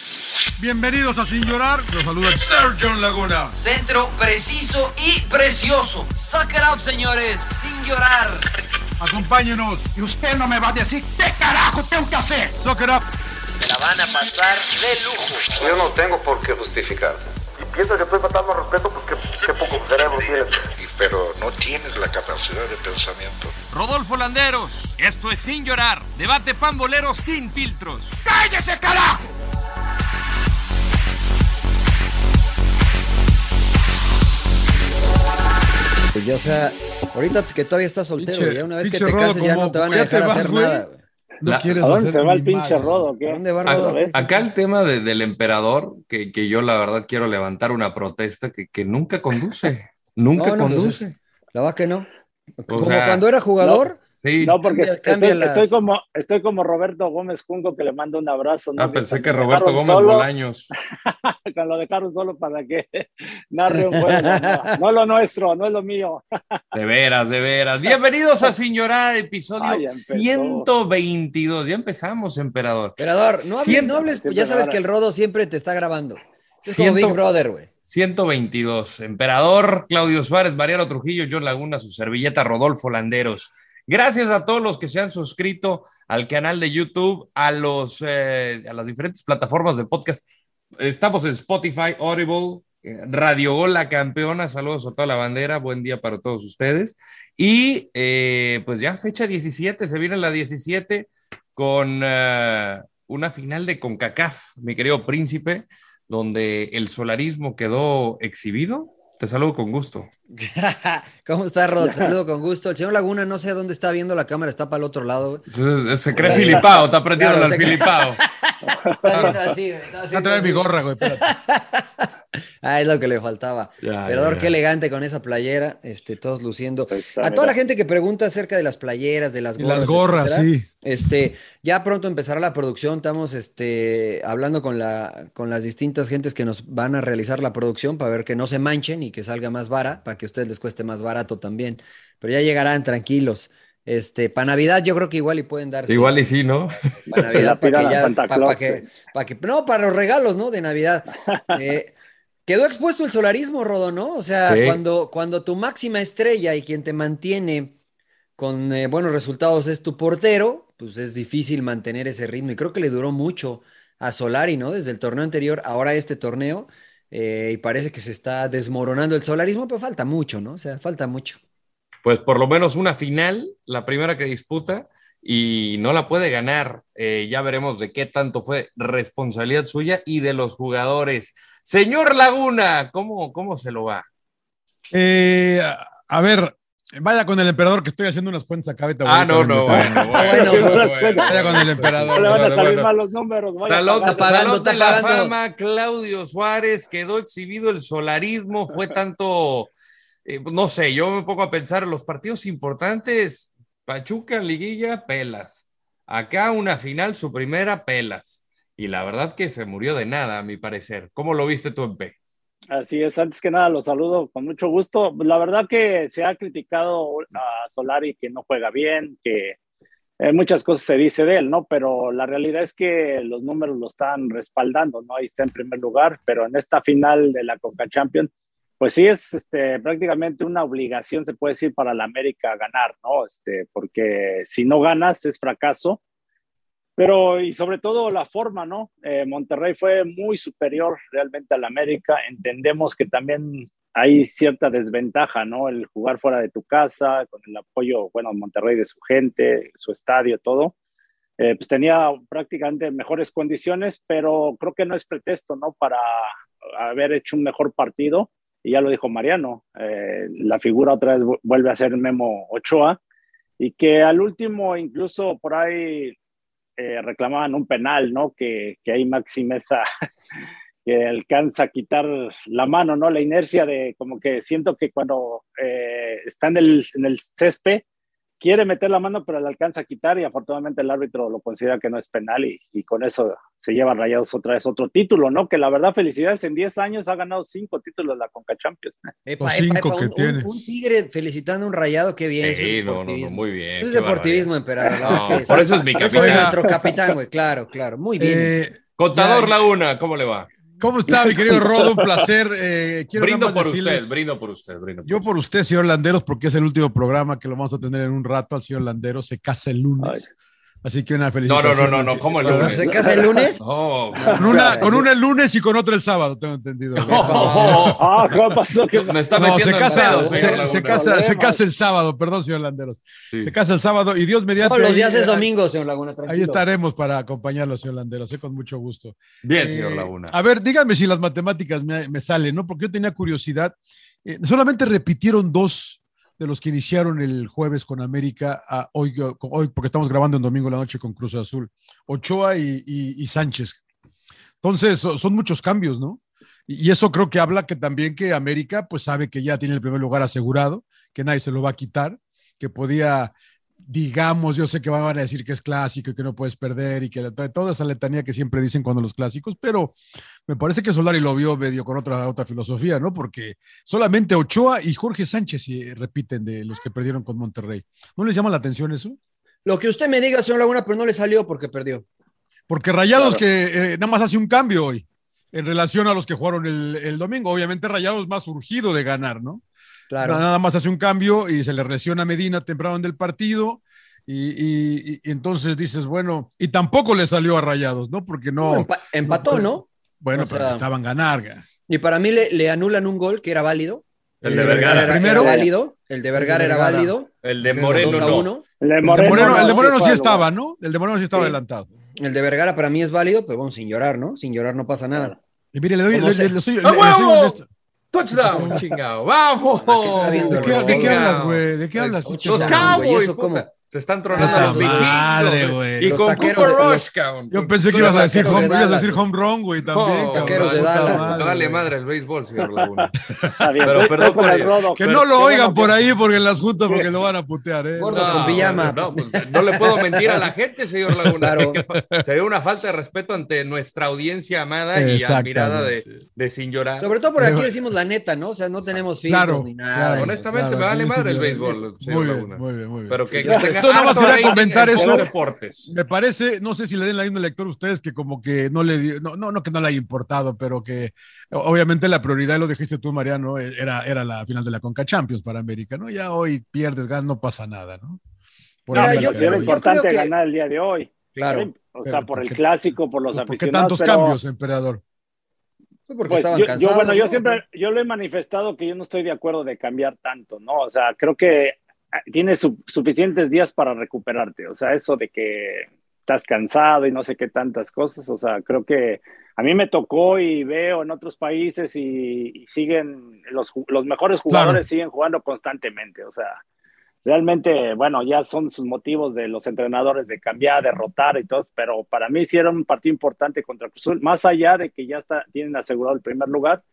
Bienvenidos a Sin Llorar. Los saluda Sergio Laguna. Centro preciso y precioso. Suck it up, señores. Sin llorar. Acompáñenos. Y usted no me va a decir qué carajo tengo que hacer. Soccer Up. La van a pasar de lujo. Yo no tengo por qué justificar. piensas que estoy faltando al respeto, pues qué, qué poco cerebro tienes. y- pero no tienes la capacidad de pensamiento. Rodolfo Landeros, esto es Sin Llorar, debate pambolero sin filtros. ¡Cállese, carajo! Pues ya, o sea, ahorita que todavía estás soltero, Pinche- ya una vez que pinche te Rodo, cases ya como no te van a ya te dejar vas, hacer güey. nada. güey. No La- quieres ¿A dónde hacer se va el mi pinche madre. rodo? o ¿A ¿Qué? dónde va, Acá, Rodo? ¿Ves? acá el tema de- del emperador, que, que yo la verdad quiero levantar una protesta que, que nunca conduce. Nunca No, no, pues, conduce. La verdad que no. Como sea, cuando era jugador, sí. No, pues, porque Cambia- estoy, cámbialas. estoy como, estoy como Roberto Gómez Junco que le mando un abrazo. ¿no? Ah, pensé que Cuando Roberto dejaron Gómez solo, Bolaños. cuando lo dejaron solo para que narre un juego. No, no es lo nuestro, no es lo mío. De veras, de veras. Bienvenidos a Sin Llorar, episodio Ay, ya empezó. 122. Ya empezamos, emperador. emperador, no hables, Siempre- no hables, pues siempre ya sabes ahora. que el Rodo siempre te está grabando. Es como Siento- Big Brother, güey. 122. Emperador Claudio Suárez, Mariano Trujillo, John Laguna, su servilleta Rodolfo Landeros. Gracias a todos los que se han suscrito al canal de YouTube, a, los, eh, a las diferentes plataformas de podcast. Estamos en Spotify, Audible, eh, Radio Hola Campeona. Saludos a toda la bandera. Buen día para todos ustedes. Y eh, pues ya fecha 17, se viene la 17 con eh, una final de CONCACAF, mi querido príncipe donde el solarismo quedó exhibido. Te saludo con gusto. ¿Cómo estás, Rodo? Te saludo con gusto. El señor Laguna no sé dónde está viendo la cámara, está para el otro lado, güey. Se, se cree filipao, está aprendiendo Claro, al se cree- filipao. Está viendo así, güey, está así, Voy a traer mi güey. gorra, güey. espérate. Ah, es lo que le faltaba. Ya, Emperador, ya, ya. qué elegante con esa playera, este, todos luciendo. Está, A toda la mira. gente que pregunta acerca de las playeras, de las Y gorras. las gorras, etcétera, sí. Este, ya pronto empezará la producción. Estamos este, hablando con, la, con las distintas gentes que nos van a realizar la producción para ver que no se manchen y que salga más vara, para que a ustedes les cueste más barato también. Pero ya llegarán tranquilos. Este, para Navidad yo creo que igual y pueden darse. Igual y sí, ¿no? Para Navidad, La para que pidan a ya, Santa pa- Claus, pa' que- pa' que- no, para los regalos, ¿no? De Navidad. Eh, quedó expuesto el solarismo, Rodo, ¿no? O sea, Sí. cuando, cuando tu máxima estrella y quien te mantiene con eh, buenos resultados es tu portero, pues es difícil mantener ese ritmo. Y creo que le duró mucho a Solari, ¿no? Desde el torneo anterior, ahora este torneo, eh, y parece que se está desmoronando el solarismo, pero falta mucho, ¿no? O sea, falta mucho. Pues por lo menos una final, la primera que disputa, y no la puede ganar. Eh, ya veremos de qué tanto fue responsabilidad suya y de los jugadores. Señor Laguna, ¿cómo, cómo se lo va? Eh, a- a ver, vaya con el emperador que estoy haciendo unas cuentas acá. ahorita, Ah, güey, no, con el no, emperador. bueno, Bueno, bueno, sí, bueno, las cuentas. Vaya con el No emperador. le van a Bueno, salir bueno. mal los números. vaya Salón, pagando. pagando, Salón está de la pagando. Fama, Claudio Suárez, quedó exhibido el solarismo, fue tanto, eh, no sé, yo me pongo a pensar, los partidos importantes, Pachuca, Liguilla, pelas. Acá una final, su primera, pelas. Y la verdad que se murió de nada, a mi parecer. ¿Cómo lo viste tú en P? Así es, antes que nada los saludo con mucho gusto. La verdad que se ha criticado a Solari que no juega bien, que eh, muchas cosas se dice de él, ¿no? Pero la realidad es que los números lo están respaldando, ¿no? Ahí está en primer lugar, pero en esta final de la Coca Champions, pues sí es este, prácticamente una obligación, se puede decir, para la América ganar, ¿no? Este, porque si no ganas es fracaso. Pero y sobre todo la forma, ¿no? Eh, Monterrey fue muy superior realmente a la América. Entendemos que también hay cierta desventaja, ¿no? El jugar fuera de tu casa, con el apoyo, bueno, Monterrey de su gente, su estadio, todo. Eh, pues tenía prácticamente mejores condiciones, pero creo que no es pretexto, ¿no? Para haber hecho un mejor partido y ya lo dijo Mariano, eh, la figura otra vez vuelve a ser Memo Ochoa, y que al último incluso por ahí eh, reclamaban un penal, ¿no? Que, que ahí Maxi Mesa que alcanza a quitar la mano, ¿no? La inercia de como que siento que cuando eh, está en el, en el césped, quiere meter la mano, pero la alcanza a quitar y afortunadamente el árbitro lo considera que no es penal y, y, con eso se lleva rayados otra vez otro título, ¿no? Que la verdad, felicidades, en 10 años ha ganado 5 títulos la Conca Champions. Epa, Los epa, cinco epa, que un, tiene. Un, un, tigre felicitando a un rayado, qué bien. Sí, es no, no, no, muy bien. Eso es deportivismo, emperador. No, que es. por eso es mi capitán. Eso es nuestro capitán, güey, claro, claro, muy bien. Eh, Contador ya, Laguna, ¿cómo le va? ¿Cómo está, mi querido Rodo? Un placer. Eh, quiero brindo, por decirles, usted, brindo por usted, brindo por Yo por usted, señor Landeros, porque es el último programa que lo vamos a tener en un rato al señor Landeros. Se casa el lunes. Ay. Así que una felicidad. No, no, no, no, ¿cómo el lunes? ¿Se casa el lunes? Oh, con, una, con una el lunes y con otra el sábado, tengo entendido. ¿Qué oh, oh, ¿Qué pasó? ¿Qué pasó? Me está no, se casa, pedo, se, se, casa, se casa el sábado, perdón, señor Landeros. Sí. Se casa el sábado y Dios mediante. Todos los días es domingo, señor Laguna. Tranquilo. Ahí estaremos para acompañarlo, señor Landeros, sé con mucho gusto. Bien, eh, señor Laguna. A ver, díganme si las matemáticas me, me salen, ¿no? Porque yo tenía curiosidad. Eh, solamente repitieron dos de los que iniciaron el jueves con América a hoy, hoy, porque estamos grabando en domingo la noche con Cruz Azul, Ochoa y, y, y Sánchez. Entonces, son muchos cambios, ¿no? Y eso creo que habla que también que América pues sabe que ya tiene el primer lugar asegurado, que nadie se lo va a quitar, que podía, digamos, yo sé que van a decir que es clásico y que no puedes perder y que toda esa letanía que siempre dicen cuando los clásicos, pero me parece que Solari lo vio medio con otra, otra filosofía, ¿no? Porque solamente Ochoa y Jorge Sánchez se repiten de los que perdieron con Monterrey. ¿No les llama la atención eso? Lo que usted me diga, señor Laguna, pero no le salió porque perdió. Porque Rayados claro. que eh, nada más hace un cambio hoy en relación a los que jugaron el, el domingo. Obviamente Rayados más urgido de ganar, ¿no? Claro. Nada más hace un cambio y se le lesiona a Medina temprano del partido. Y, y, y, entonces dices, bueno, y tampoco le salió a Rayados, ¿no? Porque no. Empa empató, ¿no? ¿no? Bueno, o sea, pero estaban ganar. Y para mí le, le, anulan un gol que era válido. eh, El de Vergara. Era, primero. Era válido. El de Vergara, el de Vergara era válido. El de Moreno no. El de Moreno, el de Moreno, el de Moreno sí, sí estaba, ¿no? El de Moreno sí estaba sí. adelantado. El de Vergara para mí es válido, pero bueno, sin llorar, ¿no? Sin llorar no pasa nada. Y mire, le doy. Le, le, le soy, ¡A huevo! ¡Touchdown! ¡Chingado! ¡Vamos! ¿De qué, ¿De qué hablas, güey? ¿De qué hablas? Los Cowboys. ¿Cómo? Se están tronando ah, los vikingos. Madre, güey. Y con Cooper Rush, cabrón. Yo pensé que ibas a decir home, ibas a decir home run, güey, también. Oh, taqueros de Dallas. Madre, Dale madre el béisbol, señor Laguna. pero perdón por el rodo, Que no lo oigan por ahí porque en las juntas porque lo van a putear, eh. Gordo no, con pijama. No, pues, no, le puedo mentir a la gente, señor Laguna. Claro. Sería una falta de respeto ante nuestra audiencia amada y admirada de, de sin llorar. Sobre todo por aquí decimos la neta, ¿no? O sea, no tenemos filtros claro, ni nada. Claro, honestamente, me vale madre el béisbol, señor Laguna. Muy bien, muy bien. Pero que yo nada más quería comentar eso. Deportes. Me parece, no sé si le den la misma lectura a ustedes, que como que no le dio, no, no, no que no le haya importado, pero que obviamente la prioridad, lo dijiste tú, Mariano, e, era, era la final de la Conca Champions para América, ¿no? Ya hoy pierdes, ganas, no pasa nada, ¿no? Por no, América, yo, era hoy. importante que... ganar el día de hoy. Claro. ¿sí? O sea, pero, por el porque, clásico, por los aficionados. ¿Por qué tantos pero... cambios, emperador? Porque pues estaban yo, cansados, yo, bueno, yo siempre, yo lo he manifestado que yo no estoy de acuerdo de cambiar tanto, ¿no? O sea, creo que tienes su suficientes días para recuperarte. O sea, eso de que estás cansado y no sé qué tantas cosas. O sea, creo que a mí me tocó y veo en otros países y, y siguen, los, los, mejores jugadores claro. siguen jugando constantemente. O sea, realmente, bueno, ya son sus motivos de los entrenadores de cambiar, de rotar y todo. Pero para mí sí era un partido importante contra Cruzul, más allá de que ya está, tienen asegurado el primer lugar.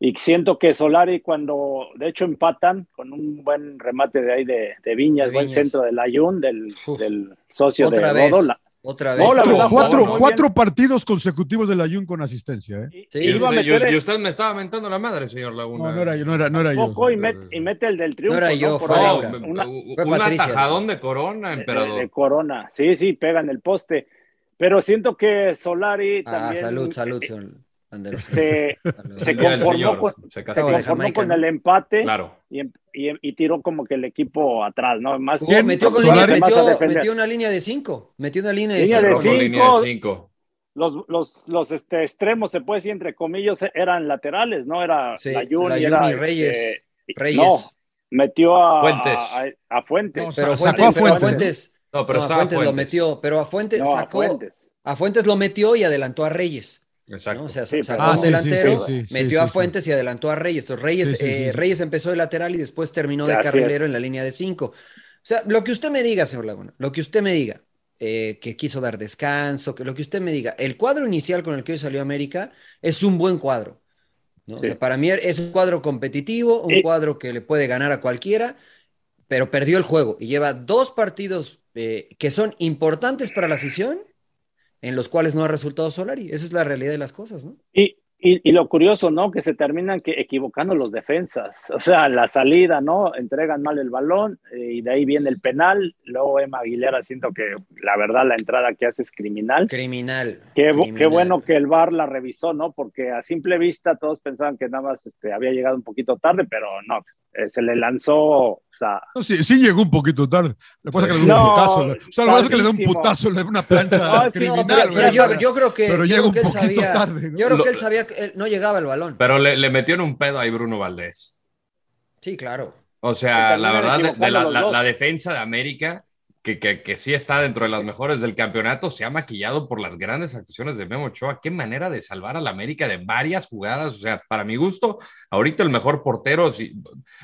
Y siento que Solari, cuando de hecho empatan con un buen remate de ahí de, de Viñas, de buen Viñas. centro del Ayun, del, del socio otra de Rodo. Vez, otra vez. No, la verdad, cuatro, no, cuatro partidos consecutivos del Ayun con asistencia. ¿eh? Sí, y, iba yo, a meter yo, el... y, usted me estaba mentando la madre, señor Laguna. No, no era yo. No era, no era Poco yo. Y, met, y, mete el del triunfo. No era yo, fue una, fue un atajadón de corona, emperador. eh, De, de corona, sí, sí, pega en el poste. Pero siento que Solari ah, también. eh, Salud, salud, señor Banderos. se, se conformó, señor, con, se se casó. conformó Jamaica, con ¿no? el empate Claro. y, em- y- y tiró como que el equipo atrás, ¿no? Más, Jugó- metió, con línea- más a metió- defender. metió una línea de cinco. Metió una línea de Línea de cinco. Cerró con línea de cinco. cinco. Los, los, los este, extremos, se puede decir, entre comillas, eran laterales, ¿no? Era Sí, Layún Layún y era, y Reyes. este, y- Reyes. No, metió a Fuentes. A, a- a Fuentes. No, Pero Sacó Fuentes, a pero a Fuentes, Fuentes, No, pero no, a estaba Fuentes lo Fuentes. metió, pero a Fuentes No, a sacó, Fuentes. a Fuentes lo metió y adelantó a Reyes. Exacto. ¿no? O sea, Sí, sacó pero- a Ah, un sí, sí, delantero, sí, sí, metió sí, a sí. Fuentes y adelantó a Reyes. Entonces, Reyes, Sí, sí, eh, sí, sí. Reyes empezó de lateral y después terminó de Así carrilero es. en la línea de cinco. O sea, lo que usted me diga, señor Laguna, lo que usted me diga, eh, que quiso dar descanso, que lo que usted me diga, el cuadro inicial con el que hoy salió América es un buen cuadro. ¿no? O Sí. sea, para mí es un cuadro competitivo, un Y- cuadro que le puede ganar a cualquiera, pero perdió el juego y lleva dos partidos eh, que son importantes para la afición, en los cuales no ha resultado Solari. Esa es la realidad de las cosas, ¿no? Y, y, y lo curioso, ¿no? Que se terminan que equivocando los defensas. O sea, la salida, ¿no? Entregan mal el balón eh, y de ahí viene el penal. Luego Emma Aguilera, siento que la verdad la entrada que hace es criminal. Criminal. Qué, bu- criminal. qué bueno que el VAR la revisó, ¿no? Porque a simple vista todos pensaban que nada más este, había llegado un poquito tarde, pero no. eh, se le lanzó, o sea, No, sí, sí llegó un poquito tarde. La cosa es que le dio un No, putazo. la- O sea, la cosa es que le dio un tardísimo. putazo, le dio una plancha No, es que no, criminal, Pero, güey. pero yo, yo creo que, Pero yo llega creo un que él poquito sabía, tarde, ¿no? yo creo Lo- que él sabía que él no llegaba al balón. Pero le, le metieron un pedo ahí Bruno Valdés. sí, claro. O sea, Se la terminan verdad, de, de la, equivocando los la- dos. la defensa de América, que, que, que sí está dentro de las mejores del campeonato, se ha maquillado por las grandes actuaciones de Memo Ochoa. Qué manera de salvar a la América de varias jugadas. O sea, para mi gusto, ahorita el mejor portero, sí,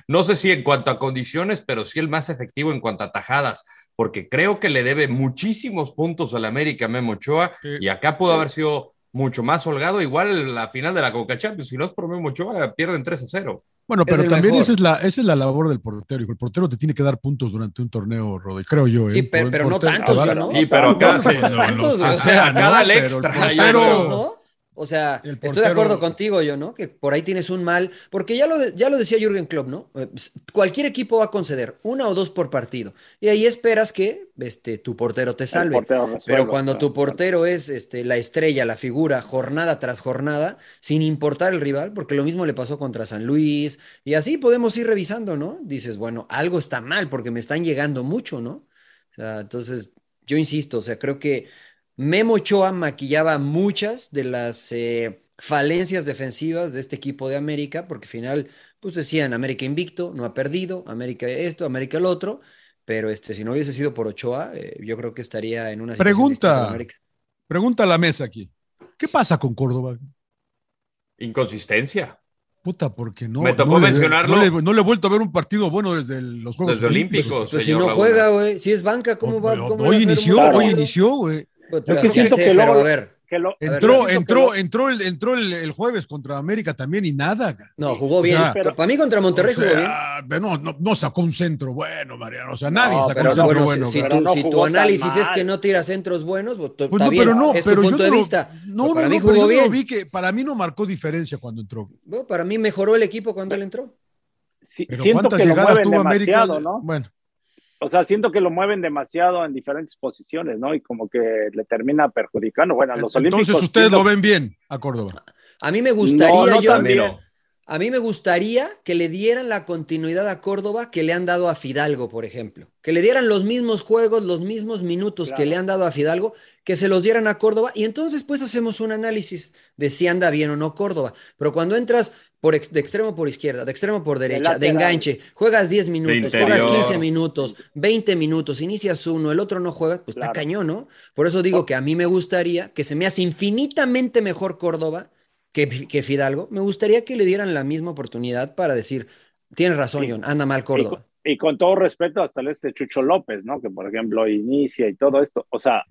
no sé si en cuanto a condiciones, pero sí el más efectivo en cuanto a tajadas, porque creo que le debe muchísimos puntos al América Memo Ochoa Sí. y acá pudo haber sido mucho más holgado. Igual la final de la Coca Champions, si no es por Memo Ochoa, pierden 3 a 0. Bueno, pero el también mejor. esa es, la, esa es la labor del portero. hijo. El portero te tiene que dar puntos durante un torneo, Rodri, creo yo. Sí, ¿eh? pero- El pero no portero te tantos, va a dar- ¿no? Sí, pero acá se- No, no, Tantos, no, güey, o sea, o sea, no, cada al pero el extra, Hay ya portero- tantos, ¿no? O sea, El estoy de acuerdo portero- contigo yo, ¿no? Que por ahí tienes un mal, porque ya lo, de- ya lo decía Jürgen Klopp, ¿no? Eh, s- Cualquier equipo va a conceder una o dos por partido. Y ahí esperas que este, tu portero te el salve. portero Pero resuelve. cuando tu portero es este, la estrella, la figura, jornada tras jornada, sin importar el rival, porque lo mismo le pasó contra San Luis, y así podemos ir revisando, ¿no? Dices, bueno, algo está mal porque me están llegando mucho, ¿no? O sea, entonces, yo insisto, o sea, creo que Memo Ochoa maquillaba muchas de las eh, falencias defensivas de este equipo de América, porque al final, pues decían, América invicto, no ha perdido, América esto, América el otro. Pero este, si no hubiese sido por Ochoa, eh, yo creo que estaría en una situación Pregunta. distinta de América. Pregunta a la mesa aquí. ¿Qué pasa con Córdoba? Inconsistencia. Puta, porque no. Me tocó no le- mencionarlo. No le, no le he vuelto a ver un partido bueno desde el- los Juegos Desde Olímpicos. Pues si señor no Laguna. juega, güey. Si es banca, ¿cómo va? Pero cómo hoy va a ser un inició, partido? hoy inició, güey. Pues, Yo ya que sé, siento que pero luego- a ver. Que lo- ver, Entró, siento que entró, lo- entró, el, entró el, el jueves contra América también y nada. cara. No, jugó bien. sea, Pero- Para mí contra Monterrey O sea, jugó bien. pero no, no, no sacó un centro bueno, Mariano. O sea, nadie No, sacó pero un centro bueno, bueno. si, si cara. pero tu, no si tu jugó tan análisis es mal. que no tira centros buenos, pues, to- Pues está no, bien, pero no, es tu pero yo punto de no lo- vista. No, Pero para no, mí no, pero jugó yo no bien. lo vi que para mí no marcó diferencia cuando entró. No, para mí mejoró el equipo cuando él entró. si- Pero siento cuántas que lo llegadas mueven tuvo América. demasiado, ¿no? Bueno, O sea, siento que lo mueven demasiado en diferentes posiciones, ¿no? Y como que le termina perjudicando. Bueno, a los olímpicos. entonces ustedes siento- lo ven bien a Córdoba. A mí me gustaría, No, no yo, tan bien. a mí me gustaría que le dieran la continuidad a Córdoba que le han dado a Fidalgo, por ejemplo. Que le dieran los mismos juegos, los mismos minutos que Claro. le han dado a Fidalgo, que se los dieran a Córdoba y entonces pues hacemos un análisis de si anda bien o no Córdoba. Pero cuando entras por ex- de extremo por izquierda, de extremo por derecha, de, lateral. enganche, juegas 10 minutos, juegas interior. 15 minutos, 20 minutos, inicias uno, el otro no juega, pues está Claro. cañón, ¿no? Por eso digo que a mí me gustaría que se me hace infinitamente mejor Córdoba que, que Fidalgo, me gustaría que le dieran la misma oportunidad para decir, tienes razón, Sí. John, anda mal y, Córdoba. con- y con todo respeto, hasta el este Chucho López, ¿no? Que por ejemplo inicia y todo esto. O sea,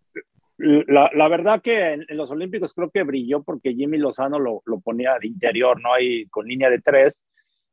la, la verdad que en, en los Olímpicos creo que brilló porque Jimmy Lozano lo, lo ponía de interior, ¿no? Ahí con línea de tres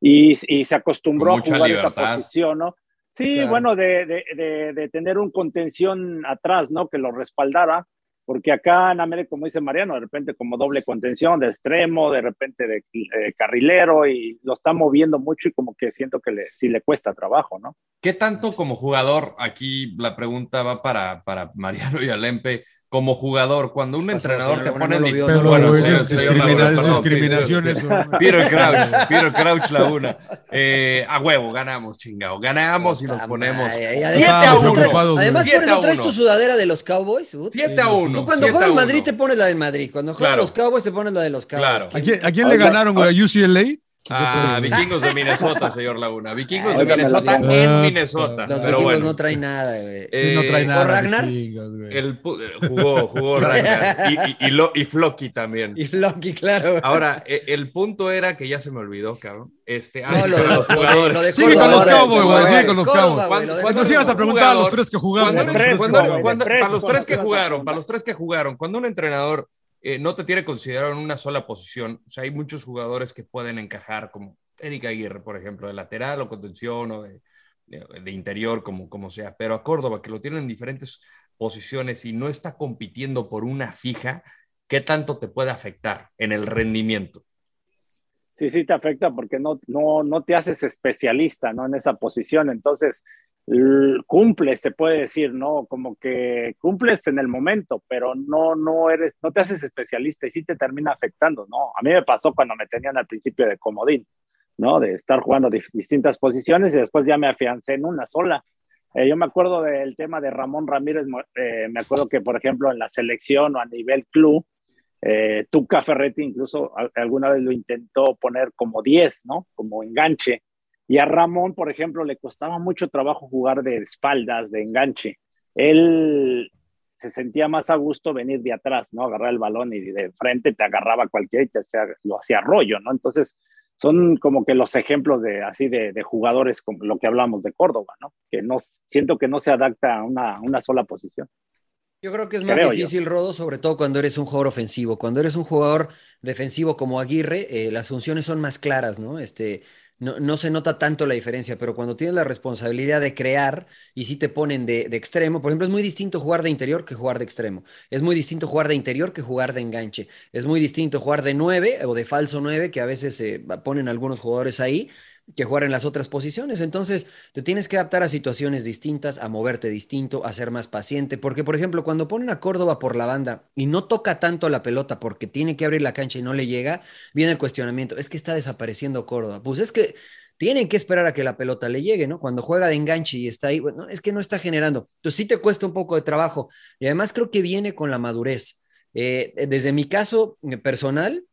y, y se acostumbró Con a mucha jugar libertad. esa posición, ¿no? Sí, Claro. bueno, de, de- de- de tener un contención atrás, ¿no? Que lo respaldara, porque acá en América, como dice Mariano, de repente como doble contención, de extremo, de repente de eh, carrilero, y lo está moviendo mucho y como que siento que le, sí le cuesta trabajo, ¿no? ¿Qué tanto como jugador, aquí la pregunta va para, para Mariano y Alempe, como jugador, cuando un Pasó, entrenador señor, te pone en no no bueno, es discriminaciones. Peter Crouch, Peter Crouch Laguna. Eh, a huevo, ganamos, chingado. Ganamos y nos ponemos 7 a 1. Además, por eso traes tu sudadera de los Cowboys. 7 a 1. Tú cuando juegas Madrid te pones la del Madrid. Cuando juegas los Cowboys te pones la de los Cowboys. ¿A quién le ganaron, güey? ¿A UCLA? Ah, vikingos de Minnesota, señor Laguna. Vikingos de Minnesota en Minnesota. Los pero bueno. no traen nada, güey. Eh, no traen nada. ¿O Ragnar? El, eh, jugó, jugó Ragnar. Y, y, y, y, Floki también. Y Floki, claro. Güey. Ahora, e, el punto era que ya se me olvidó, cabrón. Este, no, lo, de los jugadores. sigue con los cabos, güey. Sigue con los cabos. Cuando sigas a preguntar a los tres que jugaron. Para los tres que jugaron, para los tres que jugaron, cuando un entrenador eh, no te tiene considerado en una sola posición. O sea, hay muchos jugadores que pueden encajar, como Erika Aguirre, por ejemplo, de lateral o contención o de, de, de, interior, como, como sea. Pero a Córdoba, que lo tienen en diferentes posiciones y no está compitiendo por una fija, ¿qué tanto te puede afectar en el rendimiento? Sí, sí, te afecta porque no, no, no te haces especialista ¿no? en esa posición. Entonces, cumples, se puede decir, ¿no? Como que cumples en el momento, pero no, no eres, no te haces especialista y sí te termina afectando, ¿no? A mí me pasó cuando me tenían al principio de comodín, ¿no? De estar jugando distintas posiciones y después ya me afiancé en una sola. Eh, yo me acuerdo del tema de Ramón Ramírez, eh, me acuerdo que, por ejemplo, en la selección o a nivel club, eh, Tuca Ferretti incluso alguna vez lo intentó poner como 10, ¿no? Como enganche. Y a Ramón, por ejemplo, le costaba mucho trabajo jugar de espaldas, de enganche. Él se sentía más a gusto venir de atrás, ¿no? Agarrar el balón y de frente te agarraba cualquiera y te hacía, lo hacía rollo, ¿no? Entonces, son como que los ejemplos de así de, de jugadores como lo que hablamos de Córdoba, ¿no? Que no siento que no se adapta a una, una sola posición. Yo creo que es más creo difícil, yo. Rodo, sobre todo cuando eres un jugador ofensivo. Cuando eres un jugador defensivo como Aguirre, eh, las funciones son más claras, ¿no? Este, no, no, se nota tanto la diferencia, pero cuando tienes la responsabilidad de crear y si sí te ponen de, de, extremo, por ejemplo, es muy distinto jugar de interior que jugar de extremo. Es muy distinto jugar de interior que jugar de enganche. Es muy distinto jugar de 9 o de falso 9, que a veces se eh, ponen algunos jugadores ahí, que jugar en las otras posiciones. Entonces, te tienes que adaptar a situaciones distintas, a moverte distinto, a ser más paciente. Porque, por ejemplo, cuando ponen a Córdoba por la banda y no toca tanto la pelota porque tiene que abrir la cancha y no le llega, viene el cuestionamiento. Es que está desapareciendo Córdoba. Pues es que tienen que esperar a que la pelota le llegue, ¿no? Cuando juega de enganche y está ahí, bueno, es que no está generando. Entonces sí te cuesta un poco de trabajo. Y además creo que viene con la madurez. Eh, desde mi caso eh, personal,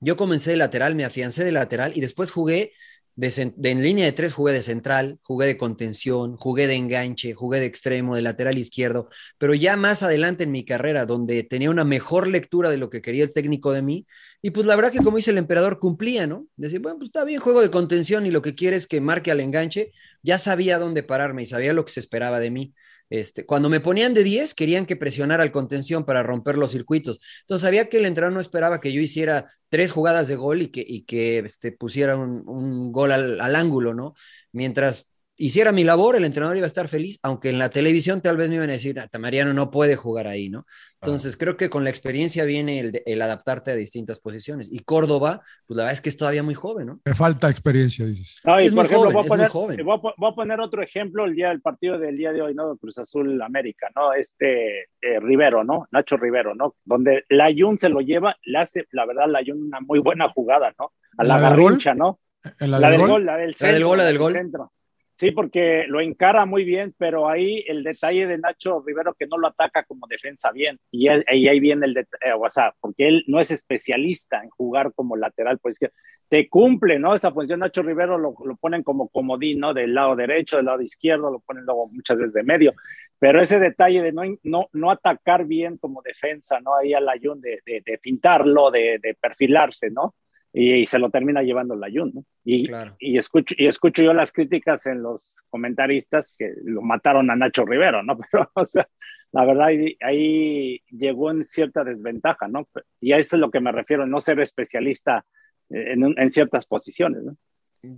yo comencé de lateral, me afiancé de lateral y después jugué de, de, en línea de tres, jugué de central, jugué de contención, jugué de enganche, jugué de extremo, de lateral izquierdo. Pero ya más adelante en mi carrera, donde tenía una mejor lectura de lo que quería el técnico de mí, y pues la verdad que como dice el emperador, cumplía, ¿no? Decir, bueno, pues está bien, juego de contención y lo que quieres es que marque al enganche, ya sabía dónde pararme y sabía lo que se esperaba de mí. Este, cuando me ponían de 10, querían que presionara al contención para romper los circuitos. Entonces sabía que el entrenador no esperaba que yo hiciera tres jugadas de gol y que, y que este, pusiera un, un gol al, al ángulo, ¿no? Mientras hiciera mi labor, el entrenador iba a estar feliz, aunque en la televisión tal vez me iban a decir, "Ah, Tamariano no puede jugar ahí, ¿no? Entonces ah. creo que con la experiencia viene el, el, adaptarte a distintas posiciones. Y Córdoba, pues la verdad es que es todavía muy joven, ¿no? Me falta experiencia, dices. No, y es por ejemplo, joven, voy, a poner, voy, a, voy, a poner, otro ejemplo el día del partido del día de hoy, ¿no? Cruz Azul América, ¿no? Este eh, Rivero, ¿no? Nacho Rivero, ¿no? Donde Layun se lo lleva, le hace, la verdad, Layun una muy buena jugada, ¿no? A la, ¿La garrincha, del ¿no? La, la, del gol, gol la del, centro, del gol, la del gol. Centro. Sí, porque lo encara muy bien, pero ahí el detalle de Nacho Rivero que no lo ataca como defensa bien. Y, él, y ahí viene el detalle, o sea, porque él no es especialista en jugar como lateral pues, por izquierda. Te cumple, ¿no? Esa función Nacho Rivero lo, lo ponen como comodín, ¿no? Del lado derecho, del lado izquierdo, lo ponen luego muchas veces de medio. Pero ese detalle de no, no, no atacar bien como defensa, ¿no? Ahí al Ayun de, de, de, pintarlo, de, de perfilarse, ¿no? Y, y, se lo termina llevando el ayun. ¿no? Y, claro. y, escucho, y escucho yo las críticas en los comentaristas que lo mataron a Nacho Rivero, ¿no? Pero, o sea, la verdad, ahí, ahí llegó en cierta desventaja, ¿no? Y a eso es lo que me refiero, no ser especialista eh, en, en ciertas posiciones, ¿no?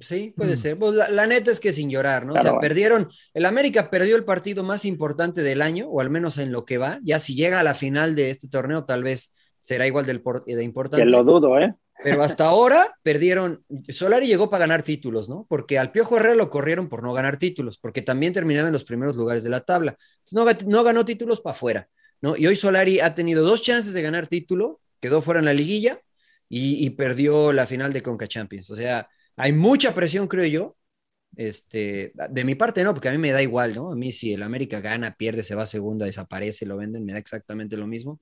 Sí, Mm. puede ser. Pues la, la, neta es que sin llorar, ¿no? Claro, o sea, bueno. perdieron, el América perdió el partido más importante del año, o al menos en lo que va. Ya si llega a la final de este torneo, tal vez será igual del, de importante. Que lo dudo, ¿eh? Pero hasta ahora perdieron. Solari llegó para ganar títulos, ¿no? Porque al Piojo Herrera lo corrieron por no ganar títulos, porque también terminaba en los primeros lugares de la tabla. Entonces no, no ganó títulos para afuera. ¿no? Y hoy Solari ha tenido dos chances de ganar título, quedó fuera en la liguilla y, y perdió la final de Conca Champions. O sea, hay mucha presión, creo yo. Este, de mi parte no, porque a mí me da igual, ¿no? A mí si el América gana, pierde, se va a segunda, desaparece, lo venden, me da exactamente lo mismo.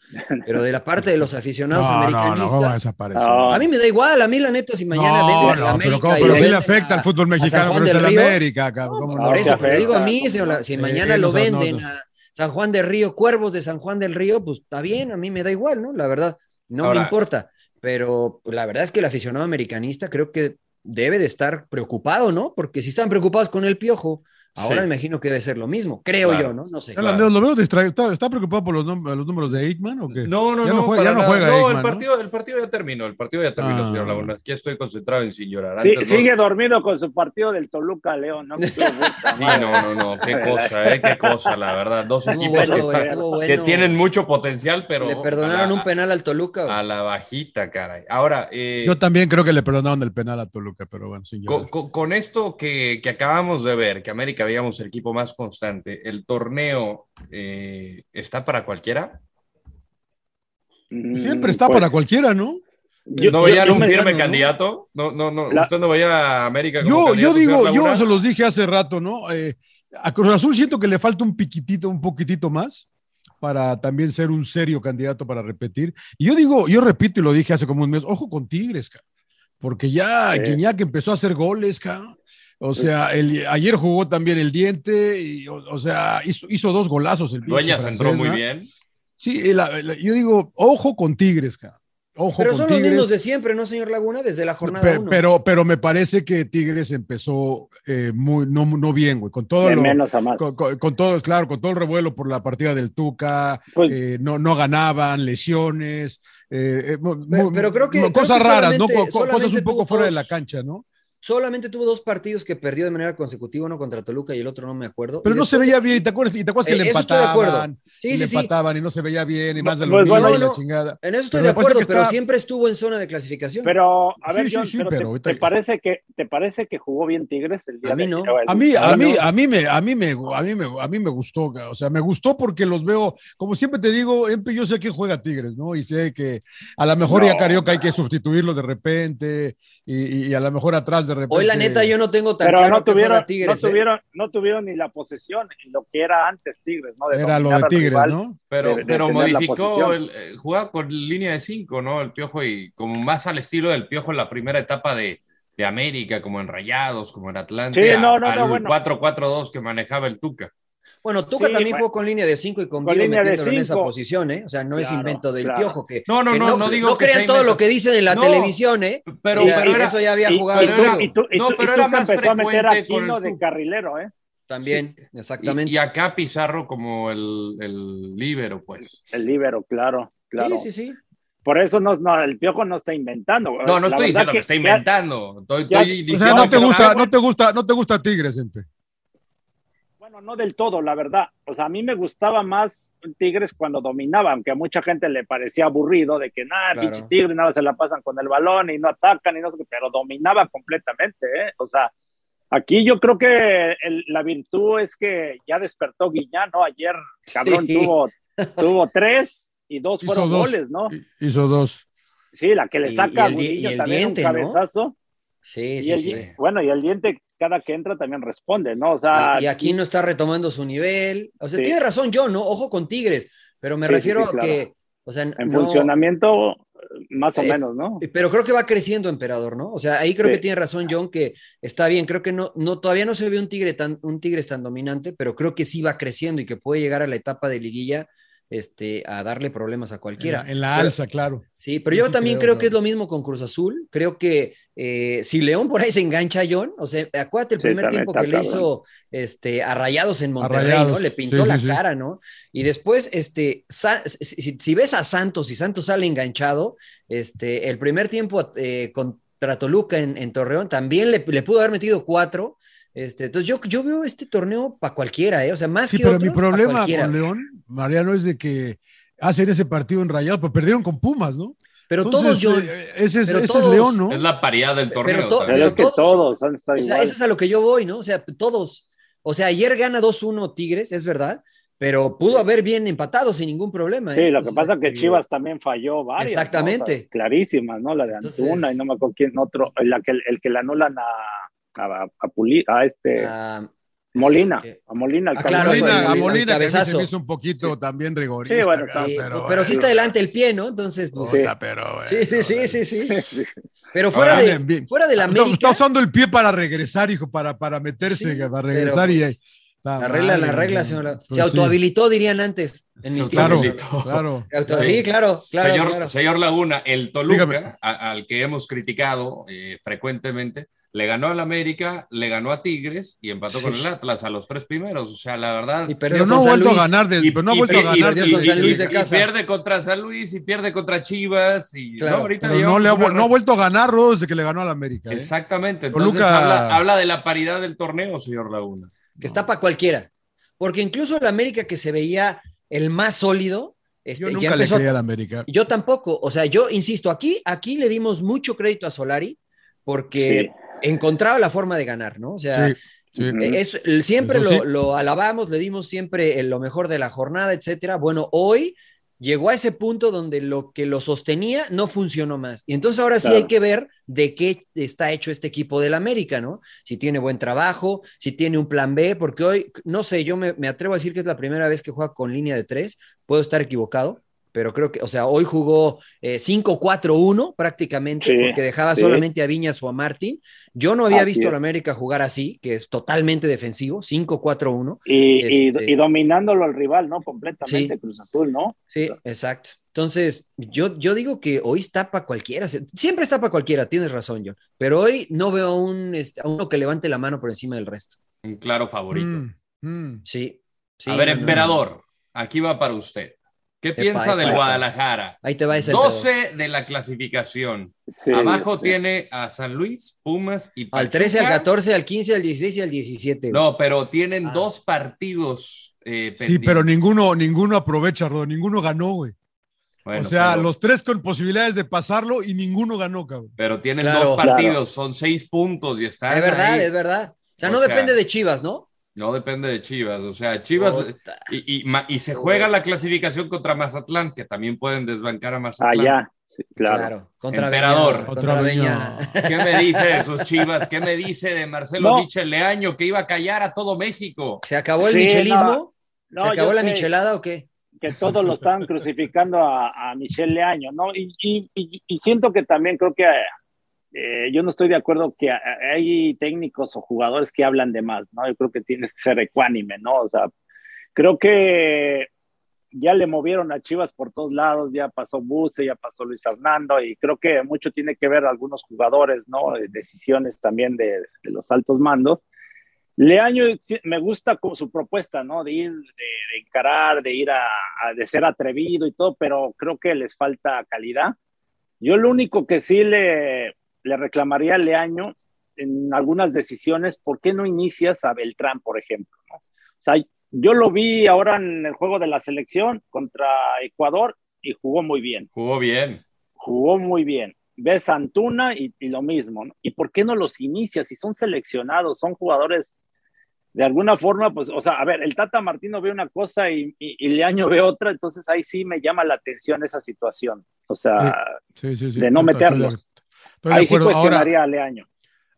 Pero de la parte de los aficionados No, no, americanistas, no, ¿cómo va a desaparecer? A mí me da igual, a mí la neta si mañana No, venden a la no, pero, América ¿cómo? y pero le sí le venden afecta a- al fútbol a mexicano, San pero Juan es de del la Río. América. cabrón, ¿cómo no? Por eso, No, pero digo a mí, no, si, la- si eh, mañana no, lo no, no. venden a San Juan del Río, Cuervos de San Juan del Río, pues está bien, a mí me da igual, ¿no? La verdad, no Ahora- me importa. Pero pues, la verdad es que el aficionado americanista creo que debe de estar preocupado, ¿no? Porque si están preocupados con el piojo, ahora Sí. imagino que debe ser lo mismo, creo Claro. yo, ¿no? No sé. El Andrés, ¿Lo veo distraído? ¿Está, está preocupado por los, nom- los números de Aikman o qué? No, no, Ya no. no juega, para ya no nada. juega No, el Aikman, ¿no? partido, el partido ya terminó. El partido ya terminó, Ah. señor Laguna. Aquí estoy concentrado en sin llorar. Sí, Antes no- sigue dormido con su partido del Toluca León, ¿no? Que tuvo puta Sí, madre. no, no, no, qué cosa, eh, qué cosa, la verdad. Dos Estuvo equipos bueno, que, güey, están- estuvo que bueno. tienen mucho potencial, pero Le perdonaron a la- un penal al Toluca. güey. a la bajita, caray. Ahora, eh, Yo también creo que le perdonaron el penal a Toluca, pero bueno, sin co- co- llorar. con, esto que, que acabamos de ver, que América, digamos, el equipo más constante, el torneo eh, está para cualquiera. Mm, Siempre está pues, para cualquiera, ¿no? yo- no yo- veía yo un me- firme ¿no? candidato. No, no, no. La- Usted no veía a América como Yo, yo candidato, digo, señor yo Laguna. se los dije hace rato, ¿no? Eh, a Cruz Azul siento que le falta un piquitito, un poquitito más para también ser un serio candidato para repetir. Y yo digo, yo repito y lo dije hace como un mes, ojo con Tigres, cabrón, porque ya Sí. Guiñac empezó a hacer goles, cabrón. O sea, el, ayer jugó también el diente, y, o, o sea, hizo, hizo dos golazos el pinche Dueñas francés, entró muy ¿no? bien. Sí, la- la- yo digo, ojo con Tigres, cabrón. Ojo pero con son los Tigres. mismos de siempre, ¿no, señor Laguna? Desde la jornada Pe- uno. Pero, pero me parece que Tigres empezó eh, muy, no, no bien, güey. Con todo de lo- menos a más. Con, con- con todo, claro, con todo el revuelo por la partida del Tuca, Pues- eh, no, no ganaban, lesiones, eh, eh, mu- Pero- mu- pero creo que- mu- creo cosas que raras, ¿no? solamente- Co- co- cosas solamente un poco tuvo fuera de dos- la cancha, ¿no? Solamente tuvo dos partidos que perdió de manera consecutiva, uno contra Toluca y el otro no me acuerdo. Pero Y no se después- veía bien, y te acuerdas, y te acuerdas que Eh, le eso estoy de acuerdo. empataban, y Sí, le sí, sí. empataban y no se veía bien, y más de lo Pues, mismo, bueno, y la no. chingada. En eso estoy Pero de me parece acuerdo, que pero está- siempre estuvo en zona de clasificación. Pero, a ver, Sí, sí, John, sí, pero pero te- ahorita- te, parece que, ¿te parece que jugó bien Tigres el día A mí de- no. o el- A mí, a Ah, mí, no. a mí me, a mí me, a mí me, a mí me gustó, o sea, me gustó porque los veo, como siempre te digo, Empe, yo sé que juega Tigres, ¿no? Y sé que a lo mejor ya No, Carioca hay que sustituirlo de repente y, y a lo mejor atrás de repente. Hoy la neta yo no tengo tan Pero claro no que tuvieron, fuera Tigres. no, ¿eh? tuvieron, no tuvieron ni la posesión en lo que era antes Tigres, ¿no? De era lo dominar de al Tigres, rival. ¿no? Pero, de- de pero tener la modificó posición. el, eh, jugaba con línea de cinco, ¿no? El piojo y como más al estilo del piojo en la primera etapa de, de América, como en Rayados, como en Atlante, Sí, a- no, no, al no, bueno. 4-4-2 que manejaba el Tuca. Bueno, Tuca Sí, también bueno. jugó con línea de 5 y con, Con Vido línea de metiéndolo en esa cinco. posición, ¿eh? O sea, no es Claro, invento del claro. piojo que. No, no, que no, no digo No que crean sea todo invento. lo que dicen en la No, televisión, ¿eh? Pero, O Y- sea, pero era, eso ya había y- jugado y el pero era- tú- y Tuca tú- y No, tú- y pero tú era que más empezó a meter a frecuente con Aquino el de tú. carrilero, ¿eh? también, exactamente. y, y acá Pizarro como el, el líbero, pues. El libero, claro, claro. Sí, sí, sí. Por eso no, no, el piojo no está inventando. No, no Pues, La estoy verdad diciendo que, está inventando. Estoy, ya- estoy O diciendo sea, no que te está gusta, bueno. no te gusta, no te gusta Tigres, Empe. Bueno, no del todo, la verdad. O sea, a mí me gustaba más Tigres cuando dominaba, aunque a mucha gente le parecía aburrido de que nada, Claro. pinches Tigres nada se la pasan con el balón y no atacan y no sé qué, pero dominaba completamente, ¿eh? O sea, aquí yo creo que el- la virtud es que ya despertó Guiñán, ¿no? Ayer, cabrón, Sí. tuvo, tuvo tres y dos Hizo fueron dos. goles, ¿no? Hi- Hizo dos. Sí, la que le Y- saca y a el di- Gudiño y el también diente, un ¿no? cabezazo. Sí, Y sí, el sí. di- Bueno, y el diente cada que entra también responde, ¿no? O sea, Ah, Y, y aquí no está retomando su nivel. O sea, Ah, Sí. tiene razón yo, ¿no? Ojo con Tigres, pero me Sí, sí, refiero sí, a claro. que. O sea, en no- funcionamiento más o Eh, menos, ¿no? Pero creo que va creciendo, emperador, ¿no? O sea, ahí creo Sí. que tiene razón John, que está bien. Creo que no, no, todavía no se ve un tigre tan, un tigre tan dominante, pero creo que sí va creciendo y que puede llegar a la etapa de liguilla, este, a darle problemas a En cualquiera. la, en la Pero- alza, claro. Sí, pero Yo yo sí también creo, creo que es claro. lo mismo con Cruz Azul. Creo que eh, si León por ahí se engancha, John, o sea, acuérdate el Sí, primer también tiempo está que le cabrón. hizo este, a Rayados en Monterrey, Rayados, ¿no? Le sí, pintó la sí, sí. cara, ¿no? Y después, este, Sa- si, si- si ves a Santos y Santos sale enganchado, este, el primer tiempo eh, contra Toluca en, en Torreón también le, le pudo haber metido cuatro. Este, entonces yo, yo veo este torneo para cualquiera, ¿eh? O sea, más Sí, que pero otro, mi pa' problema cualquiera. con León, Mariano, es de que hacen ese partido en Rayados, pero perdieron con Pumas, ¿no? Pero Entonces, todos, John, eh, ese es, pero ese es todos- León, ¿no? Es la paridad del Pero torneo. to- también. Pero es que todos- todos han estado O sea, igual. eso es a lo que yo voy, ¿no? O sea, todos. O sea, ayer gana 2-1 Tigres, es verdad, pero pudo haber bien empatado sin ningún problema. Sí, ¿eh? lo Entonces, que pasa es que Chivas también falló varias. Exactamente. ¿no? O sea, clarísimas, ¿no? La de Antuna Entonces, y no me acuerdo quién otro, la que, el que la anulan a, a, a, Puli, a este. Ah, A, Molina, a Molina, el a claro, Molina, a Molina el que se hizo un poquito sí. también rigorista. Sí, bueno, claro, sí, pero, eh, pero sí está adelante el pie, ¿no? Entonces, pues, sí. pero sí, sí, sí, sí, Pero fuera Ahora, de fuera de la América. No, está usando el pie para regresar, hijo, para, para meterse, para regresar pero, pues, y la mal, regla, Ah, la eh. regla, señora. Pues se autohabilitó, sí. dirían antes. En mis claro, claro. Auto... Sí, claro, claro, señor, claro. Señor Laguna, el Toluca, a, al que hemos criticado eh, frecuentemente, le ganó al América, le ganó a Tigres y empató con el Atlas a los tres primeros. O sea, la verdad. Y pero no ha vuelto a ganar, desde, y, pero no ha vuelto a ganar eh, pierde contra San Luis y pierde contra Chivas. Y, claro, no, ahorita pero no, le ha, no, ha, vuelto a ganar desde que le ganó al América. ¿eh? Exactamente. Entonces Toluca... habla, habla de la paridad del torneo, señor Laguna que está para cualquiera. Porque incluso el América que se veía el más sólido. Este, yo nunca ya empezó, le creía al América. Yo tampoco. O sea, yo insisto, aquí, aquí le dimos mucho crédito a Solari porque sí. encontraba la forma de ganar, ¿no? O sea, sí, sí. Eh, Es, siempre lo, lo, alabamos, le dimos siempre eh, lo mejor de la jornada, etcétera. Bueno, hoy llegó a ese punto donde lo que lo sostenía no funcionó más. Y entonces ahora sí claro. hay que ver de qué está hecho este equipo del América, ¿no? Si tiene buen trabajo, si tiene un plan B, porque hoy, no sé, yo me, me, atrevo a decir que es la primera vez que juega con línea de tres, puedo estar equivocado. Pero creo que, o sea, hoy jugó eh, 5-4-1 prácticamente, sí, porque dejaba sí. solamente a Viñas o a Martín. Yo no había ah, visto al América jugar así, que es totalmente defensivo, 5-4-1. Y, este... y, y, dominándolo al rival, ¿no? Completamente sí. Cruz Azul, ¿no? Sí, exacto. Entonces, yo, yo digo que hoy está para cualquiera, siempre está para cualquiera, tienes razón, John, pero hoy no veo a, un, este, a uno que levante la mano por encima del resto. Un claro favorito. Mm, mm. Sí, sí, A ver, no, emperador, no. aquí va para usted. ¿Qué epa, piensa epa, del epa. Guadalajara? Ahí te va ese 12 pedo. de la clasificación. Sí, Abajo sí. tiene a San Luis, Pumas y Pachuca. Al 13, al 14, al 15, al 16 y al 17. No, pero tienen ah. dos partidos. Eh, sí, pero ninguno, ninguno aprovecha, Rodo. Ninguno ganó, güey. Bueno, o sea, pero... los tres con posibilidades de pasarlo y ninguno ganó, cabrón. Pero tienen claro, dos partidos, claro. son seis puntos y está. Es verdad, ahí. es verdad. O sea, o no sea... depende de Chivas, ¿no? No depende de Chivas, o sea, Chivas y, y, y, se juega la clasificación contra Mazatlán, que también pueden desbancar a Mazatlán. Allá, sí, claro. claro. Contra Emperador, Beña, contra contra Beña. Beña. ¿qué me dice de sus Chivas? ¿Qué me dice de Marcelo no. Michel Leaño que iba a callar a todo México? ¿Se acabó el sí, michelismo? No. No, ¿Se acabó la michelada o qué? Que todos lo están crucificando a, a Michel Leaño, ¿no? Y, y, siento que también creo que eh, yo no estoy de acuerdo que hay técnicos o jugadores que hablan de más, ¿no? Yo creo que tienes que ser ecuánime, ¿no? O sea, creo que ya le movieron a Chivas por todos lados, ya pasó Buse, ya pasó Luis Fernando, y creo que mucho tiene que ver algunos jugadores, ¿no? Eh, Decisiones también de, de los altos mandos. Leaño me gusta con su propuesta, ¿no? De ir, de, de encarar, de ir a, a, de ser atrevido y todo, pero creo que les falta calidad. Yo lo único que sí le, le reclamaría a Leaño en algunas decisiones, ¿por qué no inicias a Beltrán, por ejemplo? ¿no? O sea, yo lo vi ahora en el juego de la selección contra Ecuador y jugó muy bien. Jugó bien. Jugó muy bien. Ves a Antuna y, y lo mismo. ¿no? ¿Y por qué no los inicias? Si son seleccionados, son jugadores de alguna forma, pues, o sea, a ver, el Tata Martino ve una cosa y, y, y Leaño ve otra, entonces ahí sí me llama la atención esa situación. O sea, sí, sí, sí, de no meterlos. Estoy Ahí sí cuestionaría ahora, a Leaño.